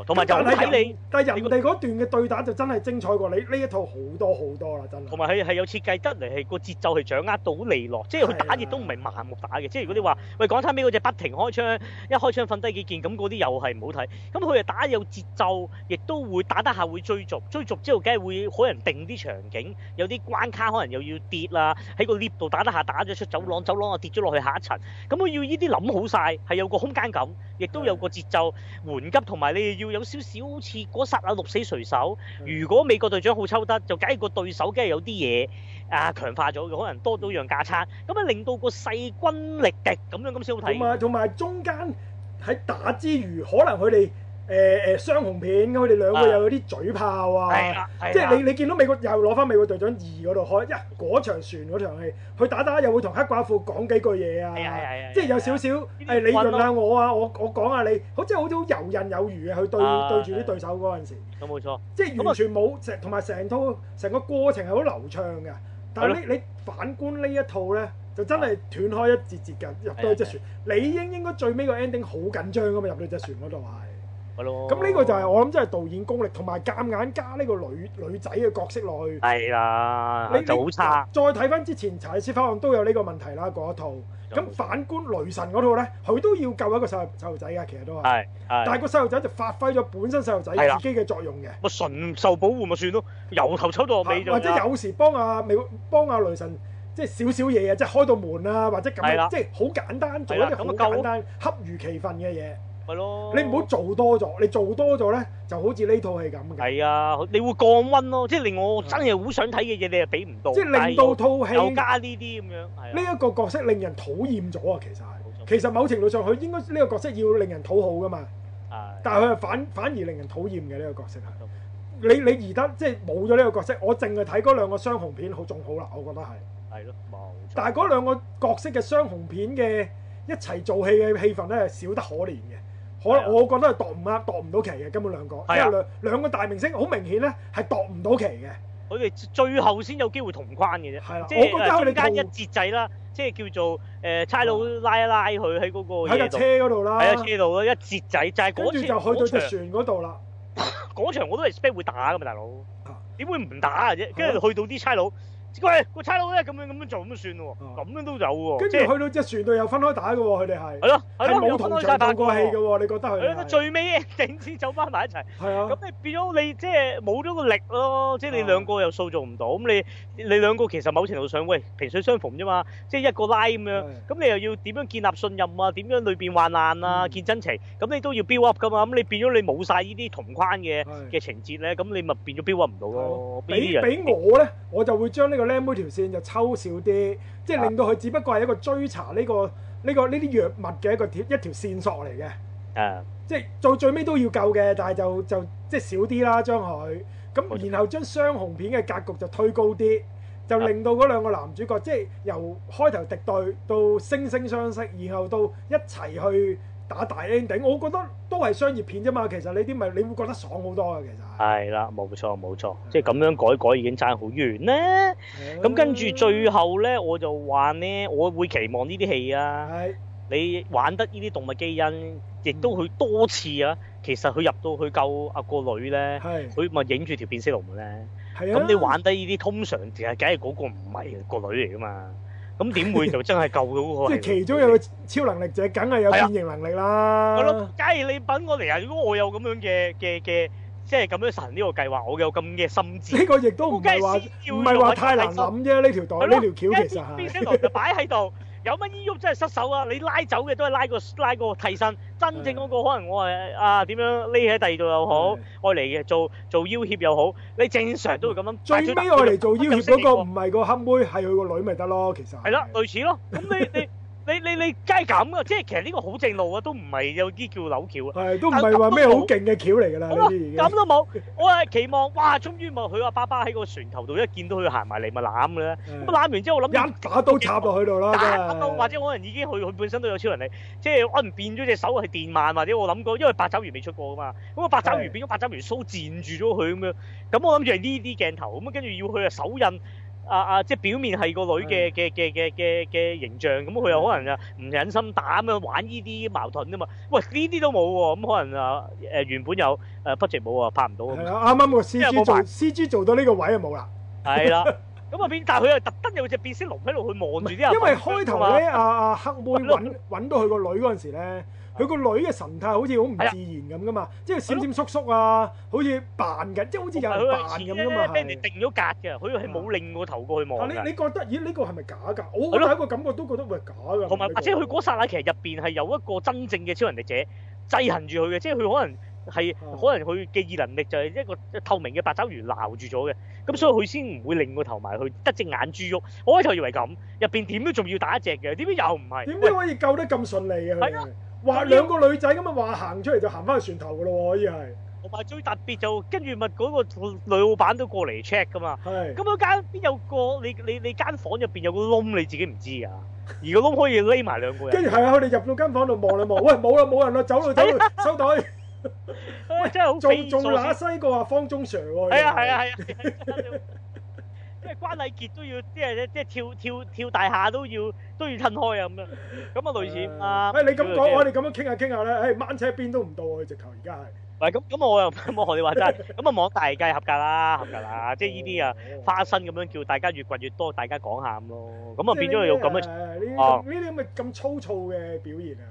S4: 同埋就
S5: 但係
S4: 睇
S5: 人
S4: 你，
S5: 但係人哋嗰段嘅對打就真係精彩過你呢一套好多好多啦，真
S4: 同
S5: 係。
S4: 埋佢係有設計得嚟，係個節奏係掌握到好利落，即係佢打亦都唔係盲目打嘅。即係如果你話喂港產片嗰只不停開槍，一開槍瞓低幾件，咁嗰啲又係唔好睇。咁佢係打有節奏，亦都會打得下會追逐，追逐之後梗係會可能定啲場景，有啲關卡可能又要跌啦，喺個 lift 度打得下打咗出走廊，走廊又跌咗落去下一層。咁佢要呢啲諗好晒，係有個空間感，亦都有個節奏緩急，同埋你要有少少好似嗰剎那鹿死誰手。如果美國隊長好抽得，就梗係個對手梗係有啲嘢啊強化咗嘅，可能多咗樣架撐，咁啊令到個勢均力敵咁樣咁先好
S5: 同
S4: 睇。
S5: 埋同埋中間喺打之餘，可能佢哋誒誒雙紅片，佢哋兩個
S4: 啊
S5: 又有啲嘴炮
S4: 係
S5: 啊。
S4: 啦，係
S5: 即係
S4: 啦，
S5: 你你見到美國又攞翻美國隊長二嗰度開，一嗰場船嗰場戲，佢打打又會同黑寡婦講幾句嘢
S4: 係啊係啊
S5: 啊，
S4: 係啊，
S5: 即係有少
S4: 係啊
S5: 少誒
S4: 呢啲
S5: 你潤下
S4: 棍
S5: 我啊，我我講下你，好似好似好游刃有餘嘅，佢對
S4: 啊
S5: 對住啲對手嗰陣時。
S4: 咁啊冇錯，
S5: 即係完全冇成同埋成套成個過程係好流暢嘅。但係你你反觀呢一套咧，就真
S4: 啊
S5: 係斷開一節節㗎，入到去隻船，理應應該最尾個 ending 好緊張㗎嘛，入到隻船嗰度係。
S4: 係咯。
S5: 咁呢個就係我諗真係導演功力，同埋夾硬加呢個女女仔嘅角色落去。
S4: 係啦，就好差。。
S5: 再睇翻之前查理斯花案都有呢個問題啦，嗰一套。咁反觀雷神嗰套咧，佢都要救一個細路細路仔㗎，其實都係。
S4: 係係。
S5: 但係個細路仔就發揮咗本身細路仔
S4: 係啦
S5: 自己嘅作用嘅。
S4: 咪純受保護咪算咯，由頭抽到落尾就
S5: 或者有時幫阿美幫阿雷神，即係少少嘢啊，即係開到門啊，或者咁
S4: 係啦
S5: 樣，即係好簡單，做一
S4: 係
S5: 啲
S4: 啦啊
S5: 好
S4: 咁就夠咯哦
S5: 簡單、恰如其分嘅嘢。
S4: 咪咯。
S5: 你唔好做多咗，你做多咗咧就好似呢套戲咁嘅，
S4: 係啊，你會降温咯，即係令我真係好想睇嘅嘢，你又俾唔到，
S5: 即係令到
S4: 但
S5: 套
S4: 係又
S5: 戲
S4: 又加呢啲咁樣，係
S5: 呢
S4: 啊，
S5: 一個角色令人討厭咗啊！其實係
S4: 冇錯，
S5: 其實某程度上佢應該呢個角色要令人討好噶嘛，
S4: 係
S5: 但係佢係反反而令人討厭嘅呢個角色係
S4: 冇錯。
S5: 你你而家即係冇咗呢個角色，我淨係睇嗰兩個雙雄片好仲好啦，我覺得係。
S4: 係咯，冇錯。
S5: 但係嗰兩個角色嘅雙雄片嘅一齊做戲嘅戲份咧，係少得可憐嘅。可
S4: 係啊
S5: 我覺得係度唔啱，度唔到期嘅根本兩個，
S4: 係啊
S5: 因為兩兩個大明星好明顯咧係度唔到期嘅。
S4: 佢哋最後先有機會同框嘅啫。
S5: 係啦
S4: 即
S5: 我覺得佢
S4: 係呃
S5: 哋
S4: 中間
S5: 同
S4: 一節制啦，即係叫做誒差佬拉一拉佢喺嗰個
S5: 喺架
S4: 嘢
S5: 車
S4: 度，
S5: 嗰度啦，
S4: 喺架車度啦，一節仔就係
S5: 跟
S4: 嗰
S5: 住就去
S4: 場
S5: 到
S4: 嗰
S5: 隻
S4: 場
S5: 船嗰度啦。
S4: 嗰場我都 expect 會打噶嘛，大佬
S5: 啊
S4: 點會唔打嘅啫？跟住去到啲差佬，喂個差佬咧咁樣咁樣做咁就算咯
S5: 啊
S4: 喎，咁樣都有喎，
S5: 跟
S4: 即
S5: 住
S4: 係
S5: 去到隻船度又分開打嘅喎，佢哋係
S4: 係咯係
S5: 係
S4: 咯，
S5: 冇
S4: 有分
S5: 同
S4: 開
S5: 場
S4: 晒
S5: 做
S4: 拍
S5: 過戲嘅
S4: 㗎喎。
S5: 喎，你覺得佢
S4: 係
S5: 哋
S4: 咯，
S5: 係
S4: 最尾 ending 先走翻埋一齊。
S5: 係啊
S4: 咁？你變咗你即係冇咗個力咯，即係你
S5: 啊
S4: 兩個又塑造唔到，咁你你兩個其實某程度上喂萍水相逢啫嘛，即係一個拉咁樣
S5: 係，
S4: 咁你又要點樣建立信任啊？點樣裏邊患難啊？
S5: 嗯
S4: 見真情，咁你都要 build up 噶嘛，咁你變咗你冇晒呢啲同框嘅
S5: 係哦
S4: 嘅情節咧，咁你咪變咗 build up 唔到咯。呢啲
S5: 俾
S4: 人
S5: 俾我咧，我就會將呢個靚妹條線就抽少啲，即係令到佢只不過係一個追查呢、個呢、個呢啲藥物嘅一個條一條線索嚟嘅，
S4: 啊
S5: 即係到最尾都要救嘅，但係就就即係少啲啦，將佢
S4: 冇
S5: 咁，
S4: 錯
S5: 然後將雙紅片嘅格局就推高啲，就
S4: 啊
S5: 令到嗰兩個男主角即係由開頭敵對到惺惺相惜，然後到一齊去打大 ending，我覺得都係商業片啫嘛，其實呢啲咪你會覺得爽好多嘅，其實係。
S4: 係啦，冇錯冇錯，即係咁樣改改已經差好遠咧。咁跟
S5: 嗯
S4: 住最後咧，我就話咧，我會期望呢啲戲啊。
S5: 係
S4: 你玩得呢啲動物基因，亦都佢多次啊。其實佢入到去救阿個女咧，
S5: 係。
S4: 佢咪影住條變色龍嘅咧。
S5: 係啊，
S4: 咁你玩得呢啲，通常其實梗係嗰個唔係個女嚟噶嘛。咁點會就真係救到啊佢？
S5: 即係其中有個超能力者，梗係有變形能力啦。
S4: 啊係咯，梗係你品我嚟啊！如果我有咁樣嘅嘅嘅，即係咁樣神呢個計劃，我有咁嘅心智，
S5: 呢個亦 都唔係話
S4: 我梗係先要
S5: 唔係話太難諗啫，呢條
S4: 係咯
S5: 袋呢條橋其實
S4: 變
S5: 係
S4: 色龍就擺喺 度，有乜依喐真係失手啊！你拉走嘅都係拉個拉個替身，真正嗰個可能我係啊點樣匿喺第二度又好
S5: 係，
S4: 愛嚟嘅做做要挟又好，你正常都會咁諗。
S5: 嗯
S4: 但
S5: 最
S4: 係
S5: 尾我嚟做要挟嗰個
S4: 個
S5: 唔係個黑妹，係佢個女咪得咯，其實
S4: 係啦，類似咯。咁你 你你你你梗係咁啊！即係其實呢個好正路啊，都唔係有啲叫扭橋啊。
S5: 係都唔係話咩好勁嘅橋嚟㗎啦，
S4: 好啊
S5: 呢
S4: 啦，
S5: 啲已經
S4: 咁都冇，我係期望哇！終於咪佢阿爸爸喺個船頭度一見到佢行埋嚟咪攬嘅咧，咁
S5: 係
S4: 攬完之後我諗
S5: 一把刀插落去度啦，真
S4: 打到啊或
S5: 係
S4: 者可能已經佢佢本身都有超能力，即係可能變咗隻手係電鰻或者我諗過，因為八爪魚未出過噶嘛，咁啊八爪魚
S5: 係
S4: 變咗八爪魚須攢住咗佢咁樣，咁我諗住係呢啲鏡頭，咁跟住要佢嘅手印。啊
S5: 嗯
S4: 啊！即係表面係個女嘅嘅嘅嘅嘅嘅形象，咁佢又可能啊唔忍心打咁樣玩呢啲矛盾啊嘛。喂，呢啲都冇喎，咁可能啊誒原本有誒 budget 冇啊，拍唔到咁
S5: 係啦，啱啱個
S4: 因為
S5: CG
S4: 冇
S5: 做
S4: 埋
S5: CG 做到呢個位就冇啦，
S4: 係啦。咁啊變，但係佢又特登有隻變色龍喺度去望住啲啊人。
S5: 因為開頭咧，阿阿啊黑妹
S4: 係咯
S5: 揾揾到佢個女嗰陣時咧，佢個女嘅神態好似好唔自然咁噶嘛，即係閃閃縮縮啊，好似扮緊，即係好似有人扮咁噶嘛。
S4: 俾人
S5: 係啊
S4: 哋定咗格嘅，佢係冇擰個頭過去望
S5: 但你
S4: 嘅。
S5: 你覺得，咦呢個係咪假㗎？我
S4: 係
S5: 我
S4: 咯
S5: 第一個感覺都覺得喂假㗎。
S4: 同埋
S5: 唔係
S4: 或者佢嗰
S5: 假
S4: 剎那其實入邊係有一個真正嘅超能力者制衡住佢嘅，即係佢可能係
S5: 嗯
S4: 可能佢嘅異能力就係一個透明嘅八爪魚撈住咗嘅，
S5: 嗯
S4: 咁所以佢先唔會擰個頭埋去，得隻眼珠喐。我開頭以為咁，入邊點都仲要打一隻嘅，點知又唔係。
S5: 點
S4: 喂
S5: 解可以救得咁順利嘅？佢
S4: 係
S5: 哋
S4: 啊咁
S5: 話兩個女仔咁啊，話行出嚟就行翻去船頭㗎咯喎，可以係
S4: 同埋最特別就跟住咪嗰個女老闆都過嚟 check 噶嘛。
S5: 係
S4: 咁。嗰間邊有個你你你間房入邊有個窿你自己唔知㗎，而個窿可以匿埋兩個人
S5: 跟。住係啊，佢哋入到間房度望兩望，喂冇啦冇人啦，走啦走 啦，收袋，
S4: 喂，真係好匪
S5: 仲
S4: 夷
S5: 仲
S4: 所思
S5: 乸西過阿方中 Sir 喎。
S4: 係啊係啊係啊係啊真係，即係關禮傑都要即係即係跳跳跳大廈都要都要褪開啊咁樣，咁啊類似咁啦。
S5: 嗯哎誒，你咁講，我
S4: 哋
S5: 哋咁樣傾下傾下咧，誒，哎掹車邊都唔到啊喎，直頭而家係。
S4: 喂咁咁我又冇學你話齋，咁啊網大計合格啦合格啦，即係呢啲啊花生咁樣叫大家越掘越多，大家講下咁咯。咁啊變咗有咁嘅
S5: 嘅。呢啲
S4: 哦
S5: 咁呢啲咁嘅咁粗糙嘅表現啊！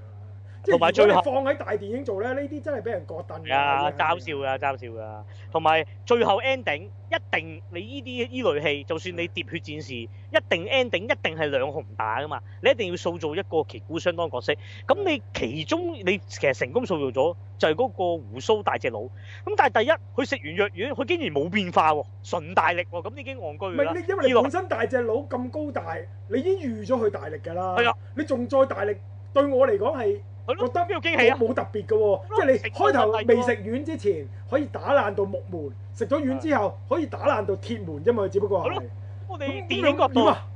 S5: 即係如
S4: 同埋
S5: 果
S4: 最
S5: 你
S4: 後
S5: 放喺大電影做咧，呢啲真係俾人割凳㗎。
S4: 係啊，
S5: 呢啲係
S4: 嘲笑㗎，嘲笑㗎。同埋最後 ending 一定你呢啲依類戲，就算你喋血戰士，一定 ending 一定係兩紅打㗎嘛。你一定要塑造一個旗鼓相當角色。咁你其中你其實成功塑造咗就係嗰個胡鬚大隻佬。咁但係第一佢食完藥丸，佢竟然冇變化喎，純大力喎，咁已經戇
S5: 唔
S4: 居㗎啦
S5: 係。你，因為
S4: 依
S5: 你
S4: 落
S5: 本身大隻佬咁高大，你已經預咗佢大力㗎啦。
S4: 係啊，
S5: 你仲再大力，對我嚟講係
S4: 係咯，
S5: 覺得
S4: 邊個驚喜
S5: 冇
S4: 啊？
S5: 冇特別嘅喎。即係你
S4: 食咗
S5: 開頭
S4: 就係㗎
S5: 未食丸之前可以打爛到木門，食咗丸之後可以打爛到鐵門啫嘛，佢只不過
S4: 係
S5: 係
S4: 咯。我哋
S5: 咁
S4: 電影角
S5: 點
S4: 度。
S5: 啊？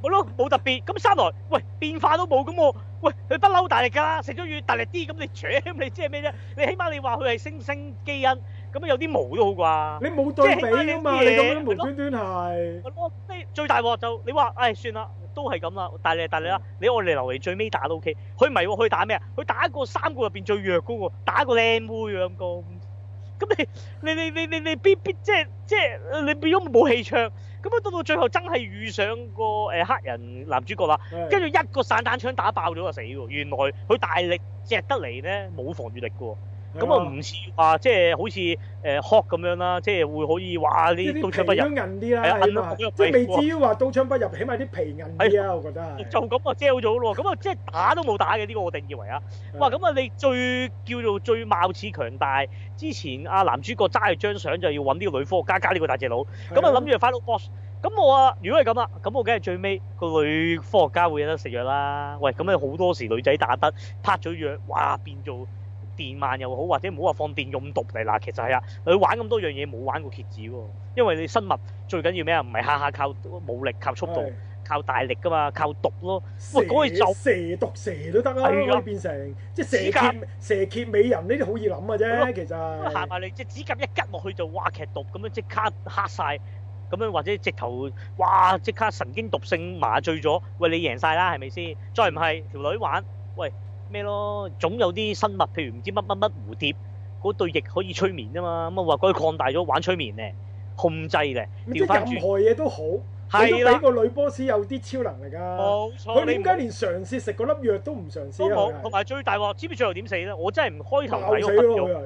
S4: 好咯，冇特別。咁三來，喂變化都冇咁喎。喂，佢不嬲大力㗎啦，食咗魚大力啲，咁你扯咁你即係咩啫？你起碼你話佢係星星基因，咁有啲毛都好啩。
S5: 你冇對比啊嘛，
S4: 即係呢
S5: 你咁樣
S4: 啲嘢
S5: 無端端係。
S4: 咪咯，咩最大鑊就你話，唉算啦，都係咁啦，大力就大力啦，你我哋留嚟最尾打都 OK。佢唔係喎，佢打咩啊？佢打個三個入邊最弱嗰個，打個靚妹咁個。咁你你你你你你邊邊即係即係你變咗冇氣場，咁啊到到最後真係遇上個誒黑人男主角啦。跟住一個散彈槍打爆咗就死喎，原來佢大力隻得嚟咧冇防禦力嘅喎，咁啊
S5: 呢
S4: 唔似話即係好似誒 Hawk 咁樣啦，即係會可以話你刀槍
S5: 啲皮
S4: 不
S5: 都
S4: 入，
S5: 韌
S4: 係
S5: 啲
S4: 啊
S5: 啦，
S4: 韌
S5: 起
S4: 到
S5: 碼
S4: 咁樣
S5: 即係未
S4: 皮喎
S5: 至於話刀槍不入，起碼啲皮韌啲啊，我覺得係。
S4: 就咁啊 sell 咗咯喎，咁啊即係打都冇打嘅呢個我定義為啊，哇咁啊你最叫做最貌似強大，之前啊男主角揸住張相就要揾呢個女科學家加呢個大隻佬。
S5: 係啊
S4: 咁啊諗住 final boss。咁我啊，如果係咁啦，咁我梗係最尾個女科學家會有得食藥啦。喂，咁你好多時女仔打得拍咗藥，哇變做電鰻又好，或者唔好話放電用毒嚟嗱，其實係啊，佢玩咁多樣嘢冇玩過蝎子喎，因為你生物最緊要咩啊？唔係下下靠武力、靠速度、
S5: 係
S4: 靠大力噶嘛，靠毒咯。
S5: 蛇
S4: 喂嗰個就
S5: 蛇毒蛇都得啦，
S4: 係啊
S5: 可以變成即係蛇
S4: 指甲
S5: 蝎蛇蝎美人呢啲好易諗嘅
S4: 係咯
S5: 啫，其
S4: 咁行
S5: 實。
S4: 埋嚟，隻指甲一拮落去就哇劇毒咁樣，即刻黑晒。咁樣或者直頭哇即刻神經毒性麻醉咗，喂你贏晒啦係咪先？再唔係條女玩，喂咩咯？總有啲生物，譬如唔知乜乜乜蝴蝶嗰對翼可以催眠啊嘛，咁啊話佢擴大咗玩催眠咧，控制咧，
S5: 咁即
S4: 調
S5: 係
S4: 翻
S5: 任
S4: 轉
S5: 何嘢都好，你
S4: 係
S5: 都俾
S4: 啦，
S5: 個女 boss 有啲超能力㗎。
S4: 冇錯。
S5: 佢
S4: 你
S5: 點
S4: 唔
S5: 解連嘗試食嗰粒藥都唔嘗
S4: 都
S5: 試啊？
S4: 冇？同埋最大鑊，知唔知最後點死咧？我真係唔開頭
S5: 爆
S4: 睇
S5: 死
S4: 我瞓咗
S5: 咯。佢係。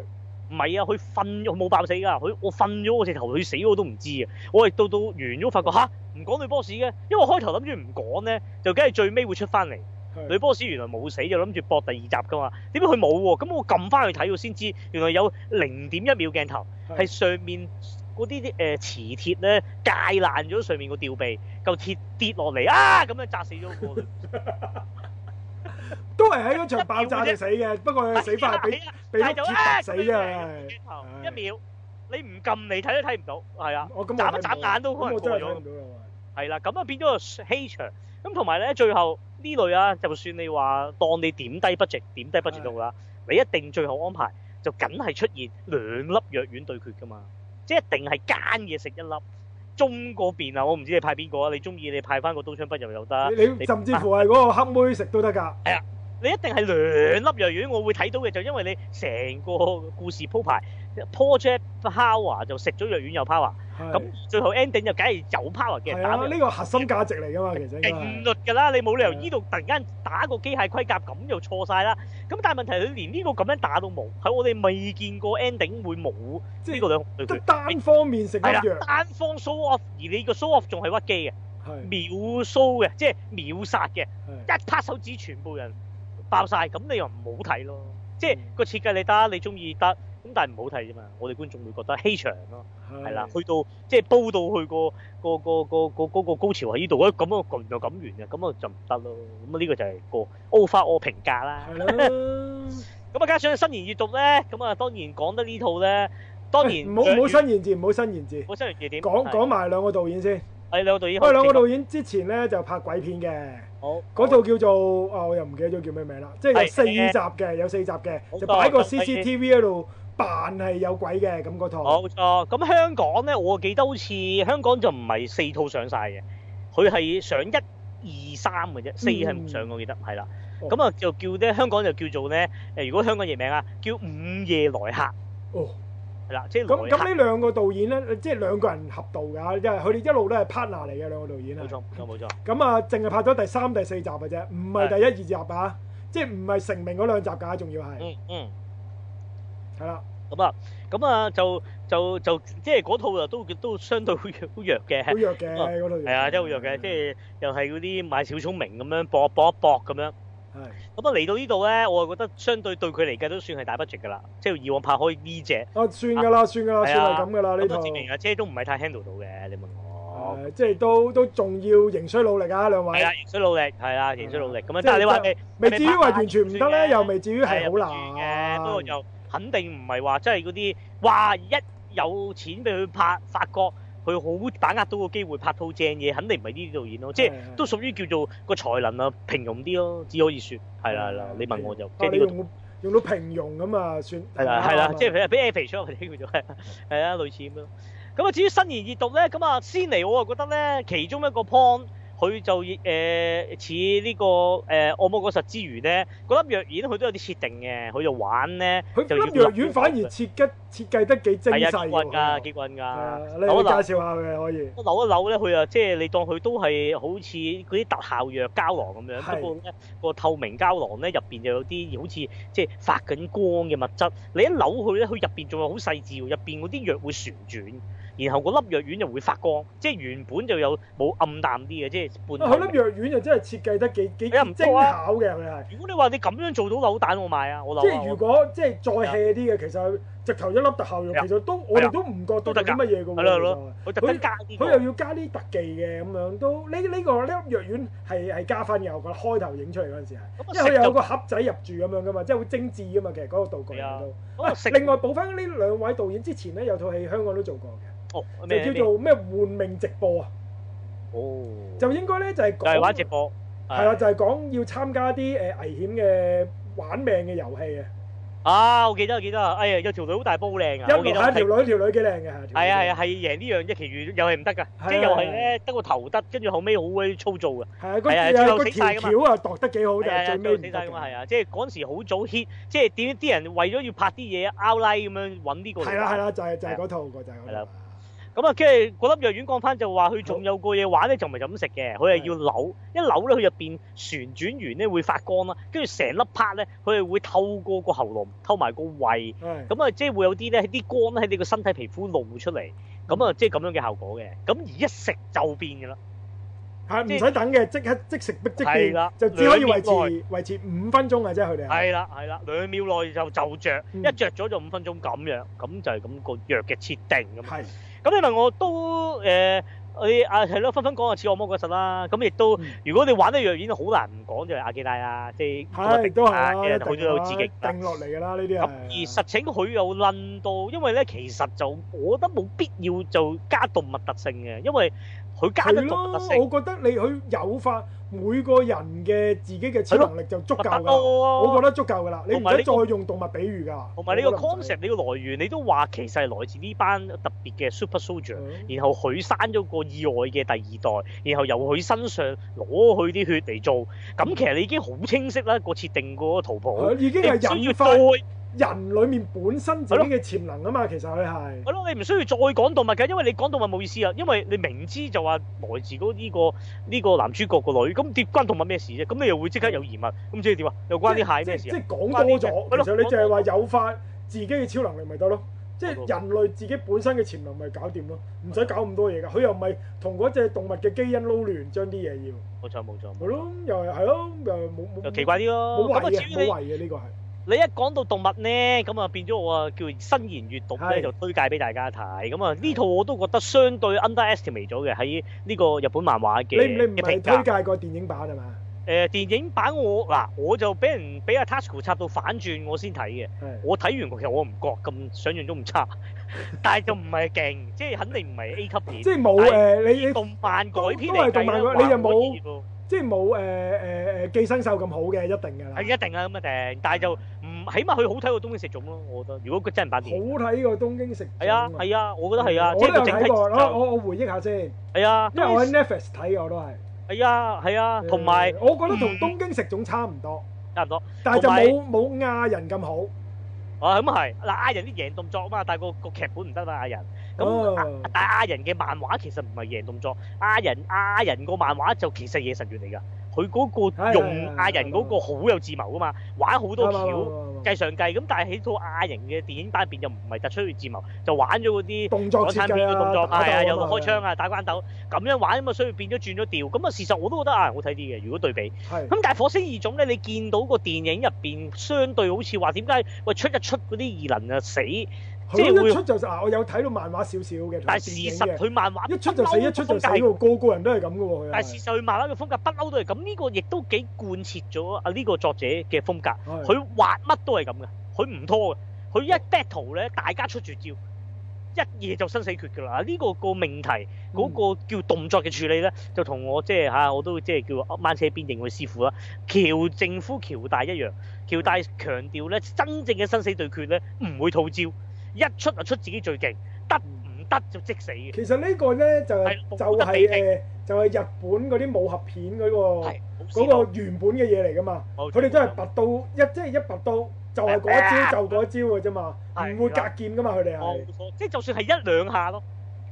S4: 唔係啊，佢瞓佢冇爆死㗎，佢我瞓咗，我直頭佢死我都唔知啊！我係到到完咗發覺吓，唔講女 boss 嘅，因為我開頭諗住唔講咧，就梗係最尾會出翻嚟。
S5: 係
S4: 女 boss 原來冇死，就諗住搏第二集㗎嘛，點解佢冇喎？咁我撳翻去睇，我先知原來有零點一秒鏡頭
S5: 係
S4: 係上面嗰啲啲誒磁鐵咧界爛咗上面個吊臂，嚿鐵跌落嚟啊咁樣砸死咗個 女。
S5: 都係喺嗰場爆 炸就死嘅，不過佢哎死法係俾
S4: 係啊
S5: 俾
S4: 但係
S5: 碌
S4: 就
S5: 鐵
S4: 啊
S5: 揼死
S4: 咁樣
S5: 啫。
S4: 鏡頭
S5: 係
S4: 一秒，你唔撳你睇都睇唔到，係啊。
S5: 我咁我
S4: 眨
S5: 睇
S4: 一
S5: 唔
S4: 眨
S5: 到
S4: 眼都可
S5: 咁
S4: 能
S5: 我真係睇
S4: 過咗
S5: 唔到啦。
S4: 係啦，咁啊變咗個欺場。咁同埋咧，最後呢類啊，就算你話當你點低 budget，點低 budget 都好啦，你一定最後安排就梗係出現兩粒藥丸對決噶嘛，即係一定係奸嘢食一粒。中嗰邊啊，我唔知你派邊個啊，你中意你派翻個刀槍不入又得。
S5: 喂你你甚至乎係嗰個黑妹食都得㗎。
S4: 啊你一定係兩粒藥丸，我會睇到嘅就因為你成個故事鋪排，Project Power 就食咗藥丸有 power，
S5: 係
S4: 咁最後 ending 就梗係有 power 嘅人
S5: 係
S4: 打
S5: 啊，
S4: 藥丸
S5: 呢個核心價值嚟㗎嘛，其實
S4: 勁
S5: 應
S4: 律㗎啦，你冇理由
S5: 係啊
S4: 呢度突然間打個機械盔甲咁就錯晒啦。咁但係問題佢連呢個咁樣打都冇，係我哋未見過 ending 會冇啊
S5: 即係
S4: 呢個兩對
S5: 該係得
S4: 決。
S5: 單方面食粒
S4: 係啦
S5: 藥，，
S4: 單方 show off，而你個 show off 仲係屈機嘅，
S5: 係
S4: 秒 show 嘅，即係秒殺嘅，
S5: 係
S4: 一拍手指全部人爆晒，咁你又唔好睇咯。即係個設計你得，你中意得，咁但係唔好睇啫嘛。我哋觀眾會覺得欺場咯。係
S5: 嗯
S4: 啦，去到即係煲到去個個個個個嗰個高潮喺呢度，哎咁啊咁就咁完嘅，咁啊就唔得咯。咁啊呢個就係個 overall 評價啦。
S5: 係啦。
S4: 咁啊加上新年閲讀咧，咁啊當然講得呢套咧， 當然
S5: 唔好唔好新言字，唔好新言字。
S4: 冇新人嘢點
S5: 講
S4: 係
S5: 講埋兩個導演先。
S4: 係兩個導演，
S5: 喂，兩個導演之前咧就拍鬼片嘅。
S4: 好
S5: 嗰套叫做啊，我又唔記得咗叫咩名啦，即係有
S4: 係
S5: 四集嘅，有四集嘅，
S4: 好
S5: 就擺個
S4: 多咁
S5: CCTV 喺度扮係有鬼嘅咁嗰套，
S4: 冇錯。咁香港咧，我記得好似香港就唔係四套上晒嘅，佢係上一二三嘅啫，四係唔上我記得係啦。
S5: 嗯哦
S4: 咁啊就叫咧香港就叫做咧誒，如果香港譯名啊，叫午夜來客。
S5: 哦，
S4: 係啦，即係
S5: 咁
S4: 來
S5: 咁
S4: 客
S5: 呢兩個導演咧，即係兩個人合導㗎，因為佢哋一路都係 partner 嚟嘅兩個導演
S4: 冇
S5: 啊。
S4: 錯冇錯冇錯，
S5: 咁啊，淨係拍咗第三、第四集嘅啫，唔
S4: 係
S5: 係第一、二集啊。即係唔係成名嗰兩集㗎，仲要係
S4: 嗯嗯。
S5: 係啦，
S4: 咁啊，咁啊就就就即係嗰套啊都都相對好弱好弱
S5: 好
S4: 嘅，
S5: 弱嘅
S4: 啊
S5: 嗰度。
S4: 係啊，真係好弱嘅，即係又係嗰啲買小聰明咁樣搏搏搏咁樣。
S5: 係
S4: 咁啊嚟到呢度咧，我覺得相對對佢嚟計都算係大 budget 㗎啦，即係以往拍開呢只
S5: 啊，算㗎啦，算㗎啦，
S4: 係
S5: 算係
S4: 啊
S5: 咁㗎啦呢
S4: 咁
S5: 套
S4: 啊，。證明啊，即係都唔係太 handle 到嘅。你問我，
S5: 誒即係都都仲要仍需努力啊，兩位
S4: 係。啦，仍需努力，係啦，仍需努力咁
S5: 係啊
S4: 樣。但係你話
S5: 即係
S4: 係
S5: 未至於話完全唔得咧，
S4: 係
S5: 又未至於係
S4: 有
S5: 好難
S4: 嘅，不過就肯定唔係話即係嗰啲哇一有錢俾佢拍，發覺佢好把握到個機會拍套正嘢，肯定唔係呢啲導演咯，即係
S5: 係係
S4: 都屬於叫做個才能啊平庸啲咯，只可以説係啦係啦。你問我就即
S5: 啊
S4: 係呢
S5: 你
S4: 個
S5: 用用到平庸咁啊，算
S4: 係啦係啦，即係
S5: 係
S4: 俾俾 a p 出或者叫 做係係啊類似咁樣。咁啊至於新年熱毒咧，咁啊先嚟我啊覺得咧其中一個 point。佢就誒、似呢、呃個誒、惡魔果實之餘咧，嗰粒藥丸佢都有啲設定嘅，佢就玩咧
S5: 佢
S4: 就要
S5: 粒藥
S4: 落
S5: 丸反而設計設計得幾精
S4: 係
S5: 細
S4: 啊，結棍㗎，結棍
S5: 喎。係啊
S4: 㗎。
S5: 你
S4: 扭
S5: 你
S4: 一扭
S5: 介紹下佢可以。
S4: 扭一扭咧，佢啊，即係你當佢都係好似嗰啲特效藥膠囊咁
S5: 係
S4: 樣，不過咧個透明膠囊咧入邊就有啲好似即係發緊光嘅物質。你一扭佢咧，佢入邊仲有好細緻喎，入邊嗰啲藥會旋轉，然後嗰粒藥丸就會發光，即係原本就有冇暗淡啲嘅，即係
S5: 啊
S4: 半
S5: 佢
S4: 透明
S5: 粒藥丸就真係設計得幾幾
S4: 係啊唔
S5: 精
S4: 錯啊
S5: 巧嘅，佢係。
S4: 如果你話你咁樣做到扭蛋，我買啊，我扭
S5: 即
S4: 啊
S5: 係如
S4: 我
S5: 果即係再 hea 啲嘅，其實直頭一粒特效
S4: 係
S5: 藥，
S4: 啊
S5: 其實都我哋都唔覺
S4: 都
S5: 得
S4: 得
S5: 有啲乜嘢嘅
S4: 係咯係
S5: 喎
S4: 咯。佢特登加
S5: 其
S4: 呢
S5: 實
S4: 個
S5: 佢又要加啲特技嘅咁樣，都呢呢個呢粒藥丸係係加分嘅，我覺得開頭影出嚟嗰陣時係。
S4: 咁啊
S5: 因為佢
S4: 食
S5: 有
S4: 就
S5: 個盒仔入住咁樣噶嘛，即係好精緻噶嘛，其實嗰個道具
S4: 係啊
S5: 都。
S4: 咁啊食
S5: 另外補翻呢兩位導演之前咧，有套戲香港都做過嘅，
S4: 哦
S5: 就
S4: 咩
S5: 叫
S4: 咩
S5: 做咩換命直播啊，
S4: 哦，就
S5: 就應該咧就係
S4: 係玩直
S5: 講
S4: 播
S5: 係啦，就係講要參加啲誒危險嘅玩命嘅遊戲嘅，
S4: 啊！我記得，我記得啊！哎呀，有條女好大波好靚啊！我
S5: 一
S4: 記得
S5: 條
S4: 我
S5: 係
S4: 睇
S5: 條女條女幾靚嘅，條女
S4: 係啊係啊，係贏呢樣啫，其餘又係唔得㗎，
S5: 啊
S4: 即係又係咧得個頭得，跟住後尾好鬼粗糙㗎，
S5: 係啊，
S4: 係啊
S5: 嗰條
S4: 最後
S5: 個
S4: 死晒
S5: 條
S4: 㗎嘛
S5: 橋啊度得幾好，
S4: 係
S5: 但
S4: 啊係啊，
S5: 係最尾
S4: 最死晒
S5: 唔得
S4: 咁
S5: 嘅
S4: 啊係啊，即係嗰陣時好早 hit，即係點啲人為咗要拍啲嘢 outline 咁樣揾呢個嚟
S5: 係啦係
S4: 玩
S5: 啦，就係就係
S4: 係啊
S5: 嗰套個就係
S4: 係
S5: 嗰
S4: 啦
S5: 套。
S4: 咁啊，跟住嗰粒藥丸講翻就話佢仲有個嘢玩咧，就唔係就咁食嘅，佢係要扭，一扭咧佢入邊旋轉完咧會發光啦，跟住成粒 part 咧佢係會透過個喉嚨透埋個胃。
S5: 係
S4: 咁啊，即係會有啲咧啲光喺你個身體皮膚露出嚟，咁
S5: 嗯
S4: 啊，即係咁樣嘅效果嘅。咁而一食就變嘅啦，
S5: 係啊唔
S4: 即係
S5: 使等嘅，即刻即食即
S4: 係
S5: 變
S4: 啦，
S5: 就只可以維
S4: 兩秒
S5: 持維持五分鐘嘅啫，佢哋係
S4: 係啦係啦，兩秒內就就着，
S5: 嗯
S4: 一着咗就五分鐘咁樣，咁就係咁個藥嘅設定咁。
S5: 係
S4: 咁你問我都誒，你啊係咯，分分講啊似惡魔嗰陣啦，咁亦都
S5: 嗯
S4: 如果你玩得藥丸好難唔講就係阿基拉啦，即
S5: 係
S4: 係
S5: 都係
S4: 啊
S5: 啦，
S4: 其實佢都
S5: 一定
S4: 有
S5: 啦
S4: 自己啦
S5: 定落嚟㗎啦，呢啲
S4: 咁
S5: 係啊
S4: 而實情佢又論到，因為咧其實就我覺得冇必要就加動物特性嘅，因為佢加得
S5: 係
S4: 動物
S5: 咯
S4: 特，性
S5: 我覺得你去有法每個人嘅自己嘅超能力就足
S4: 咪
S5: 夠
S4: 得
S5: 㗎啦，我覺
S4: 咯。
S5: 得足夠㗎啦，你唔
S4: 同埋
S5: 使
S4: 呢
S5: 再
S4: 個
S5: 用動物比喻㗎啦。
S4: 同埋你個
S5: 我覺得唔使
S4: concept，你個來源，你都話其實係來自呢班特別嘅 super soldier，
S5: 嗯
S4: 然後佢生咗個意外嘅第二代，然後由佢身上攞佢啲血嚟做，咁其實你已經好清晰啦個設定個圖譜，
S5: 係已經
S4: 你唔需
S5: 係
S4: 要
S5: 引
S4: 再
S5: 發
S4: 係
S5: 人裡面本身自己嘅潛能啊嘛，其實佢係。
S4: 咯，你唔需要再講動物㗎，因為你講動物冇意思啊，因為你明知就話來自嗰呢個呢個男主角個女，咁點關動物咩事啫？啊咁你又會即刻有疑問，咁即係點啊？又關啲蟹咩事
S5: 即
S4: 啊？
S5: 係
S4: 關啲
S5: 講多咗，其實你就係話有法自己嘅超能力咪得咯，即係
S4: 冇錯
S5: 人類自己本身嘅潛能咪搞掂咯，唔使搞咁多嘢㗎。佢又唔係同嗰只動物嘅基因撈亂，將啲嘢要
S4: 冇錯冇錯，
S5: 咪咯，又係係咯，又冇
S4: 就
S5: 冇
S4: 奇怪啲
S5: 冇
S4: 咯。咁
S5: 謂
S4: 啊，
S5: 嘅
S4: 至，於
S5: 冇
S4: 你
S5: 謂嘅呢個係。
S4: 你一講到動物咧，咁啊變咗我啊叫新言閱讀
S5: 係
S4: 咧，就推介俾大家睇。咁啊呢套我都覺得相對 underestimate 咗嘅喺呢個日本漫畫嘅
S5: 你你唔
S4: 嘅
S5: 係
S4: 評
S5: 推
S4: 價。
S5: 介個電影版係嘛？
S4: 誒、電影版我嗱我就俾人俾阿 Tasco 插到反轉，我先睇嘅。
S5: 係
S4: 我睇完其實我唔覺咁想像中唔 差，但係就唔係勁，即係肯定唔係 A 級片
S5: 即。係冇誒你你
S4: 動漫改編
S5: 都都係
S4: 嚟
S5: 動
S4: 計
S5: 漫
S4: 咧，
S5: 改你又
S4: 還可以
S5: 冇
S4: 喎
S5: 即係冇誒誒誒寄生獸咁好嘅一定㗎啦
S4: 係。一定啊咁一定，但係就唔起碼佢好睇過《東京食種》咯，我覺得。如果佢真人版
S5: 好
S4: 電影，
S5: 睇過東京食。
S4: 係啊係啊，我覺得係啊，即
S5: 我
S4: 係
S5: 都有
S4: 個整
S5: 睇
S4: 體
S5: 過，
S4: 節奏
S5: 我我我回憶下先，
S4: 係啊，
S5: 因為我喺嗯 Netflix 睇嘅我都係。
S4: 係啊，係啊，同埋
S5: 呃
S4: 嗯
S5: 誒我覺得同東京食種差唔多，
S4: 差唔多。
S5: 但係就冇冇亞人咁好。
S4: 啊，咁係嗱，亞人啲贏動作啊嘛，但係個個劇本唔得啦，亞人。咁
S5: 啊
S4: 亞但係亞人嘅漫畫其實唔係贏動作，亞人亞人個漫畫就其實嘢實越嚟㗎。佢嗰個
S5: 係
S4: 用
S5: 係係
S4: 亞人嗰個好有智謀噶嘛，玩好多橋。
S5: 啱，啱，啱，啱，啱。
S4: 計上計咁，但係喺套亞型嘅電影版入邊就唔係突出去自謀，就玩咗嗰啲港產片
S5: 動作設計啊，
S4: 嘅動作，
S5: 打鬥啊
S4: 係啊，有個
S5: 嘛，
S4: 開槍啊、打關鬥咁樣玩啊嘛，所以變咗轉咗調。咁啊，事實我都覺得啊，好睇啲嘅，如果對比。
S5: 係。
S4: 咁但係火星異種咧，你見到個電影入邊相對好似話點解喂出一出嗰啲異能啊死，即係
S5: 佢
S4: 會
S5: 一出就嗱，我有睇到漫畫少少嘅，
S4: 但係
S5: 同
S4: 事
S5: 埋電影
S4: 實
S5: 嘅
S4: 佢漫畫
S5: 一出就
S4: 不
S5: 死，
S4: 嬲
S5: 一出就死
S4: 風格係
S5: 喎，個個人都係咁嘅喎。佢係
S4: 但係事實佢漫畫嘅風格不嬲都係咁，呢、個亦都幾貫徹咗啊呢個作者嘅風格。
S5: 係
S4: 佢畫乜都係咁嘅，佢唔拖嘅。佢
S5: 嗯
S4: 一 battle 咧，大家出絕招，一夜就生死決㗎啦。呢、個個命題
S5: 嗯
S4: 嗰、個叫動作嘅處理咧，就同我即係啊嚇我都即係叫掹車邊認佢師傅啦。喬政夫喬大一樣，喬
S5: 嗯
S4: 大強調咧，真正嘅生死對決咧唔會套招，一出就出自己最勁，得唔得就即死嘅。
S5: 其實呢個咧就係
S4: 係
S5: 就
S4: 冇得比
S5: 係
S4: 拼
S5: 誒，就係日本嗰啲武俠片嗰個
S4: 係冇事
S5: 嗰個原本嘅嘢嚟㗎嘛。
S4: 冇
S5: 佢哋都係拔刀一即係一拔刀就係嗰一招就嗰一招嘅啫嘛，唔
S4: 啊係
S5: 會隔劍㗎嘛。佢哋
S4: 冇
S5: 係
S4: 錯，即係就算係一兩下咯，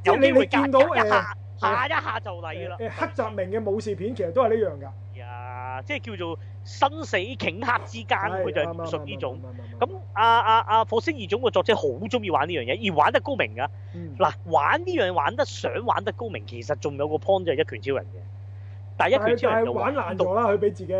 S5: 即係
S4: 有
S5: 你
S4: 機會
S5: 你見到
S4: 隔一下，
S5: 誒
S4: 下一下就嚟㗎啦。
S5: 誒黑澤明嘅武士片其實都係呢樣㗎。
S4: 哎呀，即係叫做生死頃刻之間，
S5: 係
S4: 佢就係
S5: 啱
S4: 描
S5: 啱
S4: 述呢
S5: 啱
S4: 種。
S5: 啱啱啱
S4: 咁啊啊啊！火星異種個作者好中意玩呢樣嘢，而玩得高明㗎。
S5: 嗯
S4: 嗱，玩呢樣玩得想玩得高明，其實仲有個 point 就係一拳超人嘅。但係
S5: 但
S4: 一拳超人
S5: 係但係
S4: 就
S5: 玩爛
S4: 到
S5: 咗啦，佢俾自己，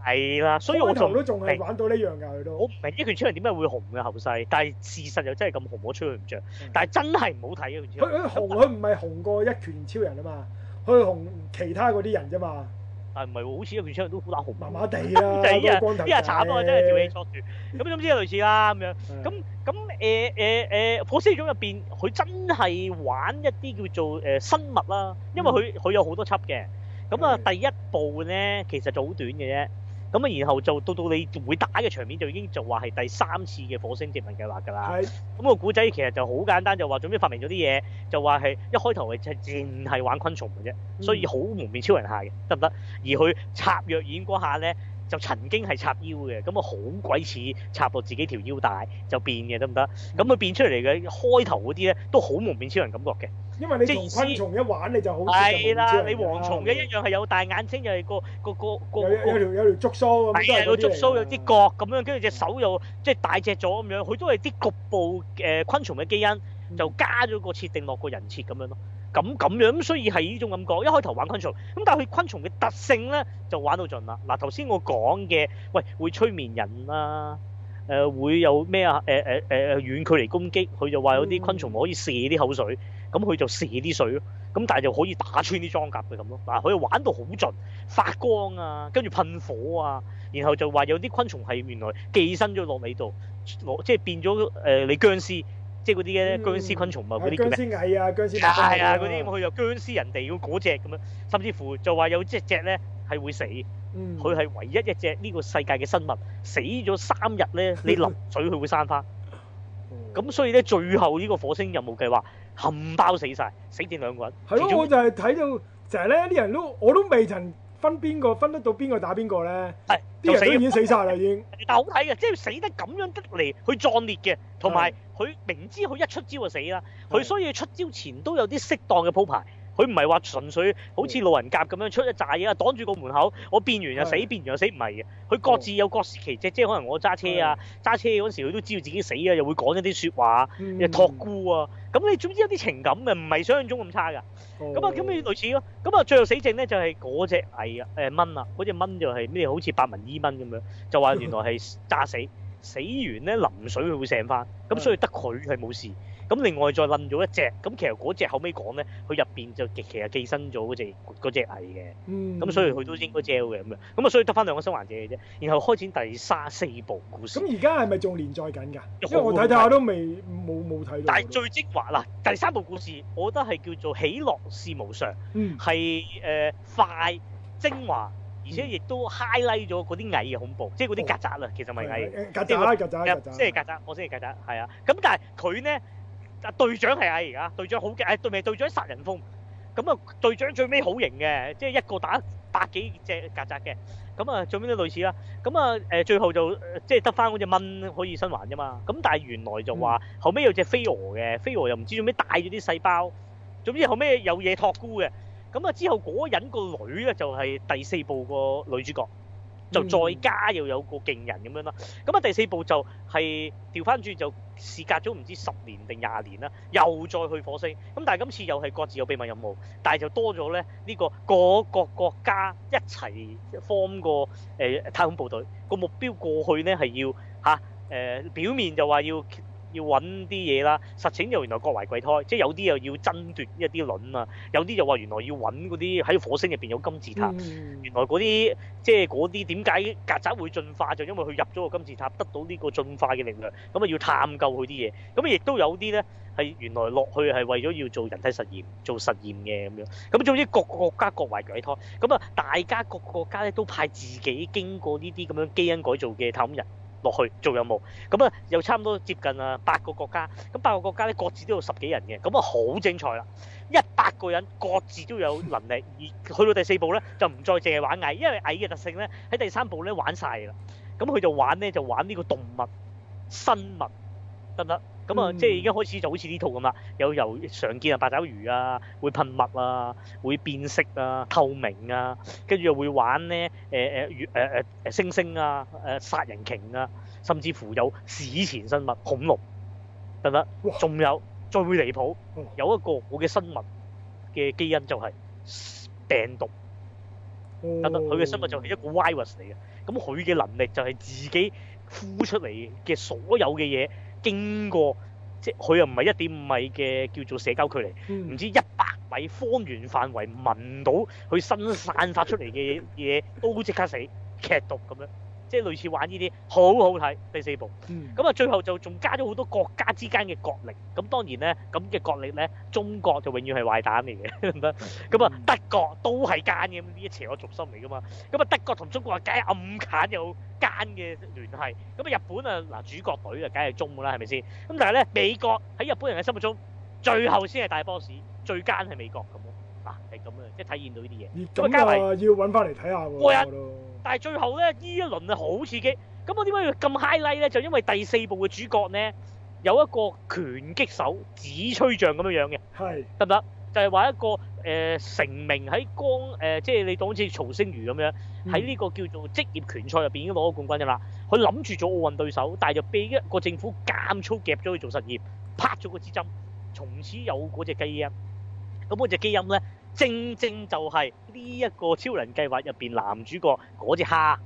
S4: 係啦，所以我
S5: 開
S4: 就
S5: 頭
S4: 唔
S5: 都仲係
S4: 明，
S5: 玩到呢樣㗎，佢
S4: 我
S5: 都
S4: 唔明一拳超人點解會紅嘅後世，但係事實又真係咁紅，我吹佢唔着。但係真係唔好睇一拳超
S5: 佢
S4: 人。
S5: 佢紅佢唔係紅過一拳超人啊嘛，佢紅其他嗰啲人啫嘛，
S4: 但係唔係喎，好似一拳超人都好乸紅。
S5: 麻麻地啦，
S4: 就係呢
S5: 嗰個
S4: 人
S5: 光頭
S4: 呢人慘啊！真係條氣
S5: 仔
S4: 錯住。咁總之係類似啦咁樣。
S5: 係
S4: 咁咁誒誒誒，火星種入邊，佢真係玩一啲叫做誒、呃生物啦，因為佢佢有好多輯嘅。咁啊，
S5: 嗯
S4: 第一部咧其實就好短嘅啫。咁啊，然後就到到你會打嘅場面就已經就話係第三次嘅火星殖民計劃㗎啦。
S5: 係
S4: 咁個古仔其實就好簡單，就話總之發明咗啲嘢，就話係一開頭係就淨係玩昆蟲嘅啫，
S5: 嗯
S4: 所以好蒙面超人下嘅，得唔得？而佢插藥丸嗰下咧，就曾經係插腰嘅，咁啊好鬼似插落自己條腰帶就變嘅，得唔得？
S5: 嗯
S4: 咁佢變出嚟嘅開頭嗰啲咧，都好蒙面超人感覺嘅。
S5: 因為你
S4: 即係
S5: 同
S4: 意思
S5: 昆蟲一玩你就好接
S4: 係
S5: 近超
S4: 啦，
S5: 人
S4: 你
S5: 㗎
S4: 蝗蟲嘅一樣係有大眼睛，又係個個個
S5: 有
S4: 個
S5: 有
S4: 個。
S5: 有條有條觸鬚咁，
S4: 係啊，
S5: 都
S4: 有
S5: 係
S4: 觸
S5: 嗰啲嚟㗎
S4: 須有啲角咁樣，跟住隻手又即係大隻咗咁樣，佢都係啲局部誒、呃昆蟲嘅基因。
S5: 嗯
S4: 就加咗個設定落個人設咁樣咯。咁咁樣，咁所以係呢種感覺。一開頭玩昆蟲，咁但係佢昆蟲嘅特性咧就玩到盡啦。嗱，頭先我講嘅，喂，會催眠人啦、誒、會有咩啊？誒誒誒誒遠距離攻擊，佢就話有啲昆蟲可以射啲口水，咁佢就射啲水咯。咁但係就可以打穿啲裝甲嘅咁咯。嗱，佢玩到好盡，發光啊，跟住噴火啊，然後就話有啲昆蟲係原來寄生咗落你度，攞即係變咗誒、呃你僵屍。即係嗰啲咧，
S5: 嗯
S4: 僵屍昆蟲啊，嗰
S5: 係
S4: 啲叫
S5: 僵
S4: 咩？
S5: 屍蟻啊，僵屍白骨
S4: 係啊，
S5: 啊
S4: 嗰啲咁，佢又僵屍人哋嗰只咁樣，甚至乎就話有隻隻咧係會死，佢
S5: 嗯
S4: 係唯一一隻呢個世界嘅生物，死咗三日咧，你淋水佢會生翻。咁所以咧，最後呢個火星任務計劃冚包死晒，死掂兩個人。
S5: 係
S4: 其
S5: 咯，
S4: 中
S5: 我就係睇到成日咧啲人都我都未曾分邊個分得到邊個打邊個咧，
S4: 係
S5: 啲
S4: 就
S5: 人
S4: 死
S5: 都已
S4: 咗
S5: 經死晒啦已經。
S4: 但好睇嘅，即係死得咁樣得嚟，佢壯烈嘅，同埋佢明知佢一出招就死啦，佢
S5: 係
S4: 所以出招前都有啲適當嘅鋪排。佢唔係話純粹好似路人甲咁樣出一紮嘢啊，擋住個門口，我變完就死，
S5: 係
S4: 變完就死，唔係嘅。佢各自有各自奇蹟，即係可能我揸車啊，揸車嗰時佢都知道自己死啊，又會講一啲説話，
S5: 嗯
S4: 又托孤啊。咁你總之有啲情感嘅，唔係想象中咁差㗎。
S5: 哦
S4: 咁啊，咁你類似咯。咁啊，最後死剩咧就係嗰只蟻啊，誒蚊啊，嗰只蚊就係咩？好似白紋伊蚊咁樣，就話原來係炸 死，死完咧淋水佢會醒翻，
S5: 嗯
S4: 咁所以得佢係冇事。咁另外再冧咗一隻，咁其實嗰只後尾講咧，佢入邊就其實寄生咗嗰只嗰隻蟻嘅，
S5: 嗯
S4: 咁所以佢都應該 gel 嘅咁樣。咁啊，所以得翻兩個生還者嘅啫。然後開展第三四部故事。
S5: 咁而家係咪仲連載緊㗎？
S4: 有
S5: 因為我睇睇下都未冇冇睇到。
S4: 但係最精華嗱，第三部故事，我覺得係叫做喜樂是無常。
S5: 嗯
S4: 係誒、呃快精華，而且亦都 highlight 咗嗰啲蟻嘅恐怖，即係嗰啲曱甴啦，啊其實咪
S5: 哦係
S4: 蟻，
S5: 誒曱
S4: 即係
S5: 甴曱甴曱甴，
S4: 即係曱甴，我先係曱甴，係啊。咁但係佢咧，啊隊長係蟻而家，隊長好嘅，誒對咪隊長殺人風，咁啊隊長最尾好型嘅，即係一個打百幾隻曱甴嘅，咁啊最尾都類似啦。咁啊誒最後就呃即係得翻嗰只蚊可以生還啫嘛。咁但係原來就話後尾有隻飛蛾嘅，飛蛾又唔知做咩帶咗啲細胞，總之後尾有嘢托孤嘅。咁啊之後嗰個人個女咧就係第四部個女主角，就
S5: 嗯
S4: 再加又有個勁人咁樣啦。咁啊第四部就係調翻轉就事隔咗唔知十年定廿年啦，又再去火星。咁但係今次又係各自有秘密任務，但係就多咗咧呢個各個國家一齊 form 個誒太空部隊，個目標過去咧係要嚇誒、表面就話要。要揾啲嘢啦，實情就原來各懷鬼胎，即係有啲又要爭奪一啲輪啊，有啲就話原來要揾嗰啲喺火星入邊有金字塔，
S5: 嗯
S4: 原來嗰啲即係嗰啲點解曱甴會進化，就因為佢入咗個金字塔，得到呢個進化嘅力量，咁啊要探究佢啲嘢，咁啊亦都有啲咧係原來落去係為咗要做人體實驗，做實驗嘅咁樣，咁總之各個國家各懷鬼胎，咁啊大家各個國家咧都派自己經過呢啲咁樣基因改造嘅探險人。落去做任務，咁啊又差唔多接近啊八個國家，咁八個國家咧各自都有十幾人嘅，咁啊好精彩啦！一百個人各自都有能力，而去到第四步咧就唔再淨係玩蟻，因為蟻嘅特性咧喺第三步咧玩晒㗎啦。咁佢就玩咧就玩呢個動物生物得唔得？咁啊，
S5: 嗯
S4: 即係已經開始就好似呢套咁啦，有由常見啊八爪魚啊，會噴墨啊，會變色啊，透明啊，跟住又會玩咧誒誒月誒誒誒星星啊，誒、殺人鯨啊，甚至乎有史前生物恐龍得唔得
S5: 哇？
S4: 仲有最離譜
S5: 嗯，
S4: 有一個我嘅生物嘅基因就係病毒。得
S5: 哦
S4: 得，佢嘅生物就係一個 virus 嚟嘅，咁佢嘅能力就係自己呼出嚟嘅所有嘅嘢經過，即係佢又唔係一點五米嘅叫做社交距離，唔知一百米方圓範圍聞到佢身散發出嚟嘅嘢都即刻死劇毒咁樣，即係類似玩呢啲，好好睇第四部。
S5: 嗯
S4: 咁啊，最後就仲加咗好多國家之間嘅角力。咁當然咧，咁嘅角力咧，中國就永遠係壞蛋嚟嘅， 咁啊咁啊，德國都係奸嘅，咁呢一邪惡軸心嚟噶嘛。咁啊，德國同中國啊，梗係暗砍有奸嘅聯繫。咁啊，日本啊，嗱主角隊啊，梗係中噶啦，係咪先？咁但係咧，美國喺日本人嘅心目中，最後先係大 boss，最奸係美國咁咯。嗱，係咁啊，即係體現到呢啲嘢。但係最後咧，呢一輪啊好刺激。咁我點解要咁 highlight 咧？就因為第四部嘅主角咧有一個拳擊手指吹像咁樣樣嘅，得唔得？就係、話一個誒、呃成名喺江誒、呃即係你當好似曹星如咁樣
S5: 嗯
S4: 喺呢個叫做職業拳賽入邊已經攞咗冠軍㗎啦。佢諗住做奧運對手，但係就俾一個政府監粗夾咗去做實驗，拍咗個支針，從此有嗰只基因。咁嗰只基因咧，正正就係呢一個超人計劃入邊男主角嗰只蝦。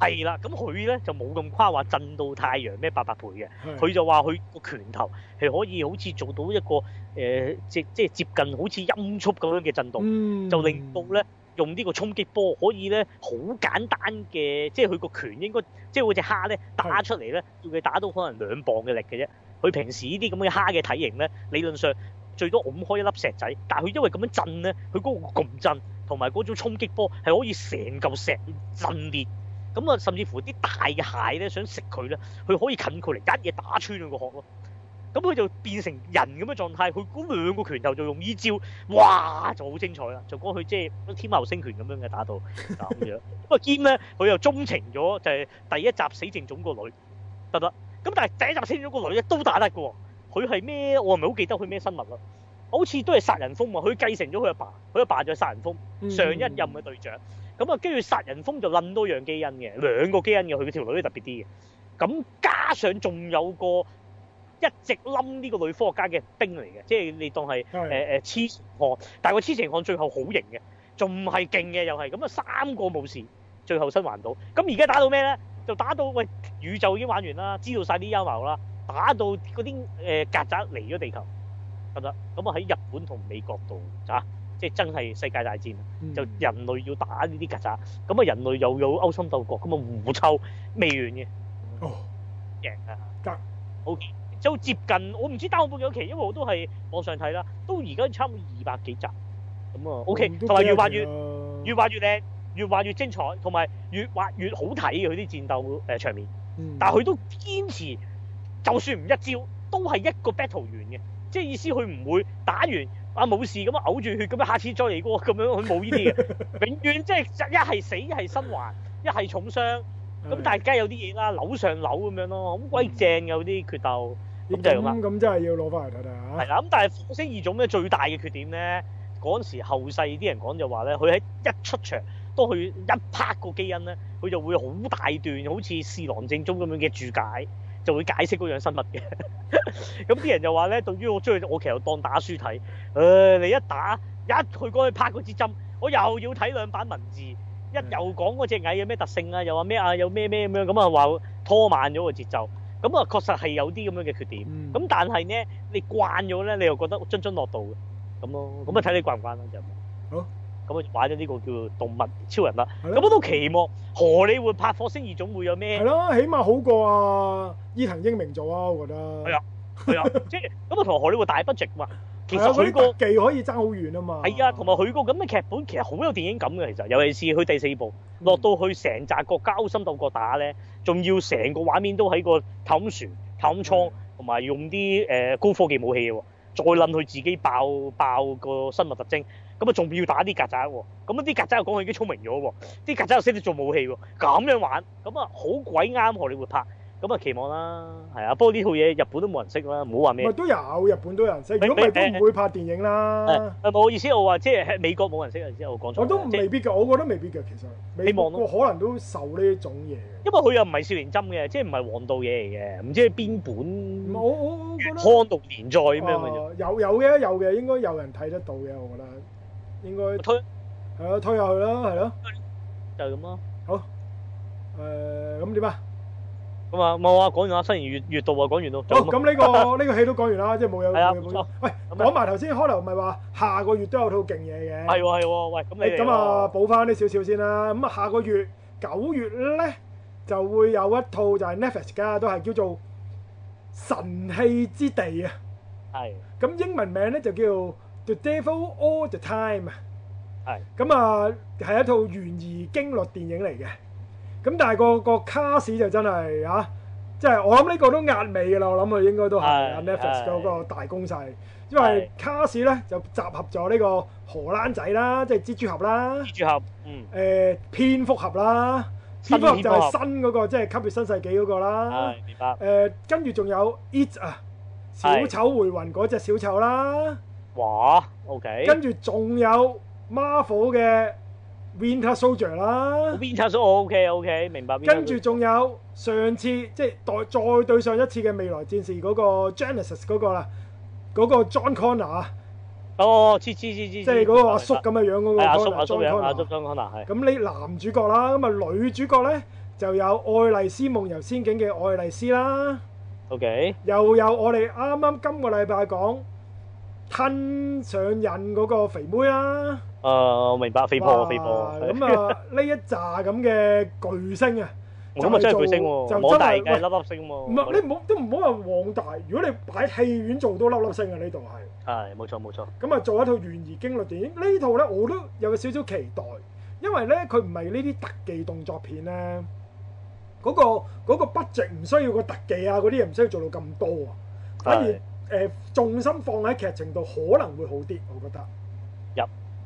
S4: 係啦，咁佢咧就冇咁誇話震到太陽咩八百倍嘅，
S5: 嗯
S4: 佢就話佢個拳頭係可以好似做到一個誒、呃即即係接近好似音速咁樣嘅震動，
S5: 嗯
S4: 就令到咧用呢個衝擊波可以咧好簡單嘅，即係佢個拳應該即係嗰只蝦咧打出嚟咧，要佢打到可能兩磅嘅力嘅啫。佢平時呢啲咁嘅蝦嘅體型咧，理論上最多拱開一粒石仔，但係佢因為咁樣震咧，佢嗰個共振同埋嗰種衝擊波係可以成嚿石震裂。咁啊，甚至乎啲大嘅蟹咧，想食佢咧，佢可以近距離一嘢打穿佢個殼咯。咁佢就變成人咁嘅狀態，佢嗰兩個拳頭就用呢招，哇就好精彩啦！就講佢即係天牛星拳咁樣嘅打到咁樣。咁啊兼咧，佢又鍾情咗就係第一集死剩種個女，得唔得？咁但係第一集死剩種個女咧都打得嘅喎，佢係咩？我唔係好記得佢咩生物啦，好似都係殺人蜂喎，佢繼承咗佢阿爸，佢阿爸就係殺人蜂。
S5: 嗯
S4: 上一任嘅隊長。咁啊，跟住殺人蜂就撚多樣基因嘅，兩個基因嘅，佢條女特別啲嘅。咁加上仲有個一直冧呢個女科學家嘅兵嚟嘅，即係你當係誒誒痴情呃漢，但係個痴情漢最後好型嘅，仲係勁嘅又係。咁啊，三個武士最後生還到。咁而家打到咩咧？就打到喂宇宙已經玩完啦，知道晒啲陰謀啦，打到嗰啲誒曱甴嚟咗地球得唔得？咁啊喺日本同美國度啊，即係真係世界大戰。就人類要打呢啲曱甴，咁啊人類又有勾心鬥角，咁啊互抽未完嘅，贏啊！
S5: 得
S4: 好即係好接近，我唔知單本幾多期，因為我都係網上睇啦，都而家差唔多二百幾集，咁啊 OK，同埋越畫
S5: 啊
S4: 越越畫越靚，越畫越精彩，同埋越畫越好睇嘅佢啲戰鬥誒場面。
S5: 嗯
S4: 但係佢都堅持，就算唔一招，都係一個 battle 完嘅，即係意思佢唔會打完啊冇事咁啊嘔住血咁啊下次再嚟過咁樣，佢冇呢啲嘅，永遠即係一係死一係生還，一係
S5: 嗯
S4: 重傷，咁但係梗係有啲嘢啦，扭上扭咁樣咯，好鬼正嘅嗰啲決鬥，
S5: 咦
S4: 咁就係咁啦
S5: 咁咁真係要攞翻嚟睇睇啊
S4: 係啦，咁但係火星異種咧最大嘅缺點咧，嗰陣時後世啲人講就話咧，佢喺一出場當佢一拍個基因咧，佢就會好大段，好似侍郎正宗咁樣嘅注解，就會解釋嗰樣生物嘅。 咁啲人就話咧，對於我追我其實當打書睇，誒、你一打一佢過去拍嗰支針，我又要睇兩版文字，一又講嗰隻蟻有咩特性啊，又話咩啊，有咩咩咁樣，咁啊話拖慢咗個節奏，咁啊確實係有啲咁樣嘅缺點。
S5: 嗯
S4: 咁但係咧，你慣咗咧，你又覺得津津樂道嘅咁咯，咁啊睇你慣唔慣啦就。
S5: 好。
S4: 咁啊玩咗呢個叫動物超人啦，
S5: 係
S4: 咁我
S5: 咯
S4: 都期望荷里活拍火星異種會有咩
S5: 係？咯，起碼好過啊伊藤英明做啊，我覺得。
S4: 係啊係啊，即係咁啊同荷里活大 budget 嘛，其
S5: 係
S4: 實
S5: 啊，
S4: 佢
S5: 嗰
S4: 個
S5: 啲特技可以爭好遠啊嘛。
S4: 係啊，同埋佢個咁嘅劇本其實好有電影感嘅，其實尤其是佢第四部
S5: 嗯
S4: 落到去成扎國家勾心鬥角打咧，仲要成個畫面都喺個氹船、氹
S5: 嗯
S4: 倉，同埋用啲誒、呃高科技武器喎，再撚佢自己爆爆個生物特徵，咁啊仲要打啲曱甴喎，咁啊啲曱甴又講佢已經聰明咗喎，啲曱甴又識得做武器喎，咁樣玩，咁啊好鬼啱荷里活拍，咁啊期望啦，係啊，不過呢套嘢日本都冇人識啦，唔好話咩
S5: 咪。都有日本都有人識，
S4: 咪
S5: 如果唔
S4: 咪
S5: 係都唔會拍電影
S4: 誒
S5: 啦。
S4: 誒冇意思，我話即係美國冇人識啊！即係我講錯。
S5: 我都唔
S4: 即係
S5: 未必嘅，我覺得未必嘅其實。美
S4: 希望
S5: 國
S4: 咯
S5: 可能都受呢種嘢嘅。
S4: 因為佢又唔係少年針嘅，即係唔係黃道嘢嚟嘅，唔知邊本
S5: 我我我覺得
S4: 康道連載咁樣嘅啫。
S5: 啊有有嘅有嘅，應該有人睇得到嘅，我覺得應該
S4: 推
S5: 係咯，推下佢啦，係咯。
S4: 就係咁咯。
S5: 誒咁點啊？
S4: 咁啊，冇啊，講完啦，新年月月度啊，講完咯。
S5: 好，咁呢 個呢個戲都講完啦，即係冇有
S4: 係啊
S5: 冇有
S4: 冇錯
S5: 冇。喂，講埋頭先，可能唔係話下個月都有套勁嘢嘅。
S4: 係喎係喎，喂，咁啊你
S5: 誒
S4: 嚟
S5: 咁
S4: 喎
S5: 啊，補翻啲少少先啦。咁啊，下個月九月咧就會有一套就係 Netflix 噶，都係叫做《神氣之地》啊。
S4: 係
S5: 咁英文名咧就叫 The Devil All the Time 啊。
S4: 係
S5: 咁啊，係一套懸疑驚慄電影嚟嘅。咁但係個個卡 a 就真係啊，即係我諗呢個都壓尾㗎啦。我諗佢應該都係啊
S4: 係
S5: Netflix
S4: 係
S5: 嗰個大攻勢，因為卡 a 咧就集合咗呢個荷蘭仔啦，即係蜘蛛俠啦，誒
S4: 蜘、蛛俠，嗯，
S5: 蝙蝠俠啦，
S4: 新
S5: 蝙蝠俠就係
S4: 蝙蝠
S5: 新嗰、個即係吸血新世紀嗰個啦。
S4: 係明白。
S5: 誒，呃跟住仲有 It 啊，小
S4: 係
S5: 丑回魂嗰只小丑啦。
S4: 哇，OK。
S5: 跟住仲有 Marvel 嘅 Winter Soldier 啦，
S4: 邊插咗我 OK OK，明白。
S5: 跟住仲有上次即係代再對上一次嘅未來戰士嗰個 Genesis 嗰個啦，嗰、個 John Connor 啊，
S4: 哦，知知知知，
S5: 即
S4: 即
S5: 係嗰個阿叔咁嘅樣嗰個
S4: 係阿叔阿
S5: Connor
S4: 叔
S5: John
S4: 樣，阿叔
S5: Connor。
S4: John Connor 係
S5: 咁呢男主角啦，咁啊女主角咧就有愛麗絲夢遊仙境嘅愛麗絲啦，
S4: OK，
S5: 又有我哋啱啱今個禮拜講吞上癮嗰個肥妹啦。
S4: 誒，我明白，肥婆
S5: 哇
S4: 肥婆，係
S5: 咁啊，呢一紮咁嘅巨星啊，
S4: 咁啊真係巨星
S5: 就
S4: 喎，
S5: 真係
S4: 冇大嘅
S5: 喂
S4: 粒粒星喎。
S5: 唔係你唔好都唔好話旺大。如果你擺戲院做都粒粒星啊，呢度係。
S4: 係冇錯冇錯，
S5: 咁啊，做一套懸疑驚慄電影，呢套咧我都有少少期待，因為咧佢唔係呢啲特技動作片咧，嗰、個嗰、個 budget 唔需要個特技啊，嗰啲嘢唔需要做到咁多啊，反而
S4: 係
S5: 誒、重心放喺劇情度可能會好啲，我覺得。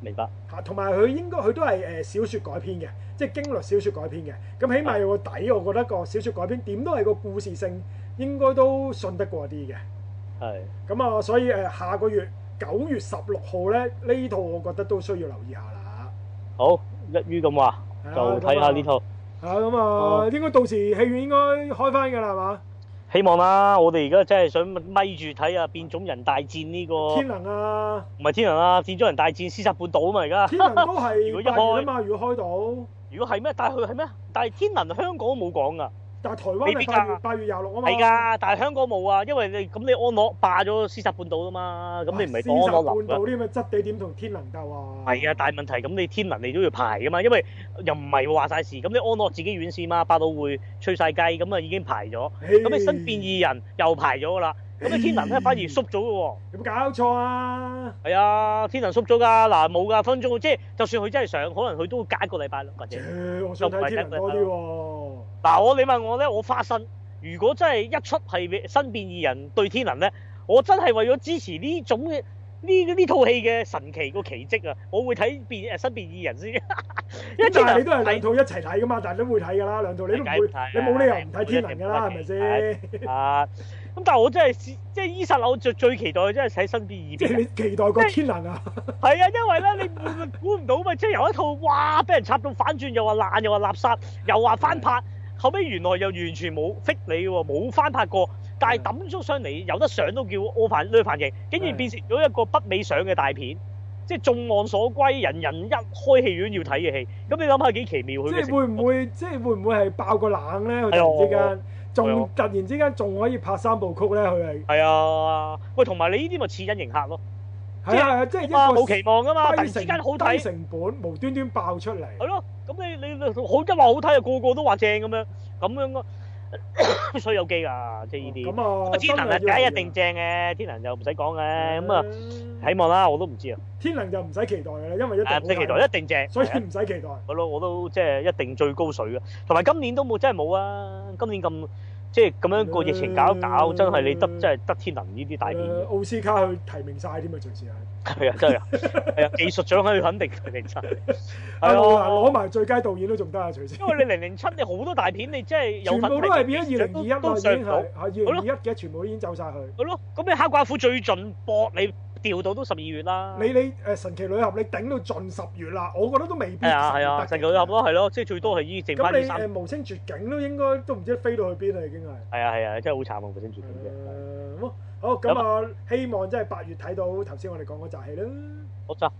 S4: 明白。
S5: 嚇，同埋佢應該佢都係誒小説改編嘅，即係經歷小説改編嘅。咁起碼有個底，我覺得個小説改編點都係個故事性應該都信得過啲嘅。
S4: 係
S5: 咁啊，所以誒、下個月九月十六號咧，呢套我覺得都需要留意下啦。
S4: 好，一於咁話，
S5: 係啊
S4: 就睇下呢。套。
S5: 咁啊係啊，咁
S4: 哦
S5: 啊，應該到時戲院應該開翻㗎啦，係嘛？
S4: 希望啦，我哋而家真係想咪住睇啊！變種人大戰呢、個
S5: 天
S4: 唔
S5: 能啊，
S4: 係天能啦，變種人大戰屍殺半島啊嘛！而家
S5: 天能都
S4: 如果
S5: 係
S4: 一開
S5: 八月啊嘛，如果開到，
S4: 如果係咩？但係佢係咩？但係天能香港都冇講㗎，
S5: 但係台灣
S4: 未必
S5: 係八月
S4: 㗎
S5: 八月廿六啊嘛。
S4: 係㗎，但係香港冇啊，因為你咁你安樂霸咗屍殺半島啊嘛，咁你唔係當安樂
S5: 半
S4: 林㗎
S5: 島。啲咁嘅質地點同天能鬥啊？
S4: 係啊，但係問題咁你天能你都要排㗎嘛，因為又唔係話晒事，咁你安樂自己院線嘛，百老匯吹晒雞，咁啊已經排咗，咁你新變異人又排咗㗎啦，咁你天能咧反而縮咗㗎喎。
S5: 有冇搞錯啊？
S4: 係啊，天能縮咗㗎，嗱冇㗎，分分鐘即係就算佢真係上，可能佢都會加一個禮拜咯，或者
S5: 切我想睇天能多啲喎。
S4: 嗱我你問我咧，我花生，如果真係一出係新變異人對天能咧，我真係為咗支持呢種嘅呢呢套戲嘅神奇個奇蹟啊，我會睇變誒新變異人先，因為
S5: 咁但
S4: 天能
S5: 係你都係兩套一齊睇噶嘛，但係都會睇噶啦，兩套你都唔會，
S4: 梗係唔睇啊
S5: 你冇理由唔睇天能噶啦，係咪先？
S4: 啊！咁但係我真係試即係伊薩柳最最期待，真係喺身邊耳
S5: 即係
S4: 邊。
S5: 你期待過天能 啊，
S4: 係啊，因為咧你會唔會估唔到嘛，即係由一套哇俾人插到反轉，又話爛，又話垃圾，又話翻拍，後尾原來又完全冇 fit 你喎，冇翻拍過，但係抌咗上嚟有得上都叫柯凡呢反應，竟然變成咗一個北美上嘅大片。即係眾望所歸，人人一開戲院要睇嘅戲，咁你諗下幾奇妙佢
S5: 即
S4: 嘅
S5: 係
S4: 成
S5: 會唔會即係會唔會係爆個冷咧？佢
S4: 係啊
S5: 突然之間，
S4: 係
S5: 仲
S4: 啊
S5: 突然之間仲可以拍三部曲咧？佢係
S4: 係啊，喂，同埋你呢啲咪似隱形客咯，
S5: 係啊係啊，即係一
S4: 啊
S5: 個
S4: 冇期望噶嘛，突然
S5: 低
S4: 之
S5: 成
S4: 間好
S5: 低
S4: 睇。
S5: 成本無端端爆出嚟
S4: 係，咯，咁你你你好一話好睇啊，個個都話正咁樣，咁樣啊， 所以有機㗎，即係呢啲。
S5: 咁
S4: 咁
S5: 啊
S4: 啊，，天能啊，
S5: 真
S4: 梗
S5: 係要
S4: 係一定正嘅，天能就唔使講嘅，咁啊，
S5: 啊，
S4: 希望啦，我都唔知啊，
S5: 天能就唔使期待嘅啦，因為一定
S4: 誒唔使期待，一定正，
S5: 所以
S4: 係啊
S5: 唔使期待。
S4: 係咯，我都即係一定最高水嘅，同埋今年都冇真係冇啊，今年咁即係咁樣個疫情搞一搞，真係你得
S5: 嗯
S4: 真係得天能呢啲大片
S5: 誒
S4: 嘅，
S5: 呃奧斯卡去提名晒添啊，隨時係。
S4: 係啊真係啊，係啊技術獎佢肯定佢哋真 係，
S5: 啊
S4: 係
S5: 攞攞
S4: 啊，
S5: 埋最佳導演都仲得啊，隨時。
S4: 因為你零零七你好多大片你真係有
S5: 全
S4: 份
S5: 部
S4: 提
S5: 都係變咗
S4: 名
S5: 二零二一啦，
S4: 都
S5: 已
S4: 上
S5: 經
S4: 唔到
S5: 係啊係二零二一嘅，全部已經走晒去。
S4: 係咯，咁你黑寡婦最盡搏，你調到都十二月啦。
S5: 你你誒神奇女俠你頂到盡十月啦，我覺得都未必。
S4: 係啊係啊，神奇女俠。咯，係咯，即係最多係依剩翻
S5: 咁
S4: 呢
S5: 你
S4: 三。
S5: 誒無聲絕境都應該都唔知飛到去邊啦，已經係。
S4: 係啊係啊，真係好慘啊！本身絕境啫，
S5: 啊誒好好咁啊，希望真係八月睇到頭先我哋講嗰集戲啦。
S4: 好咋？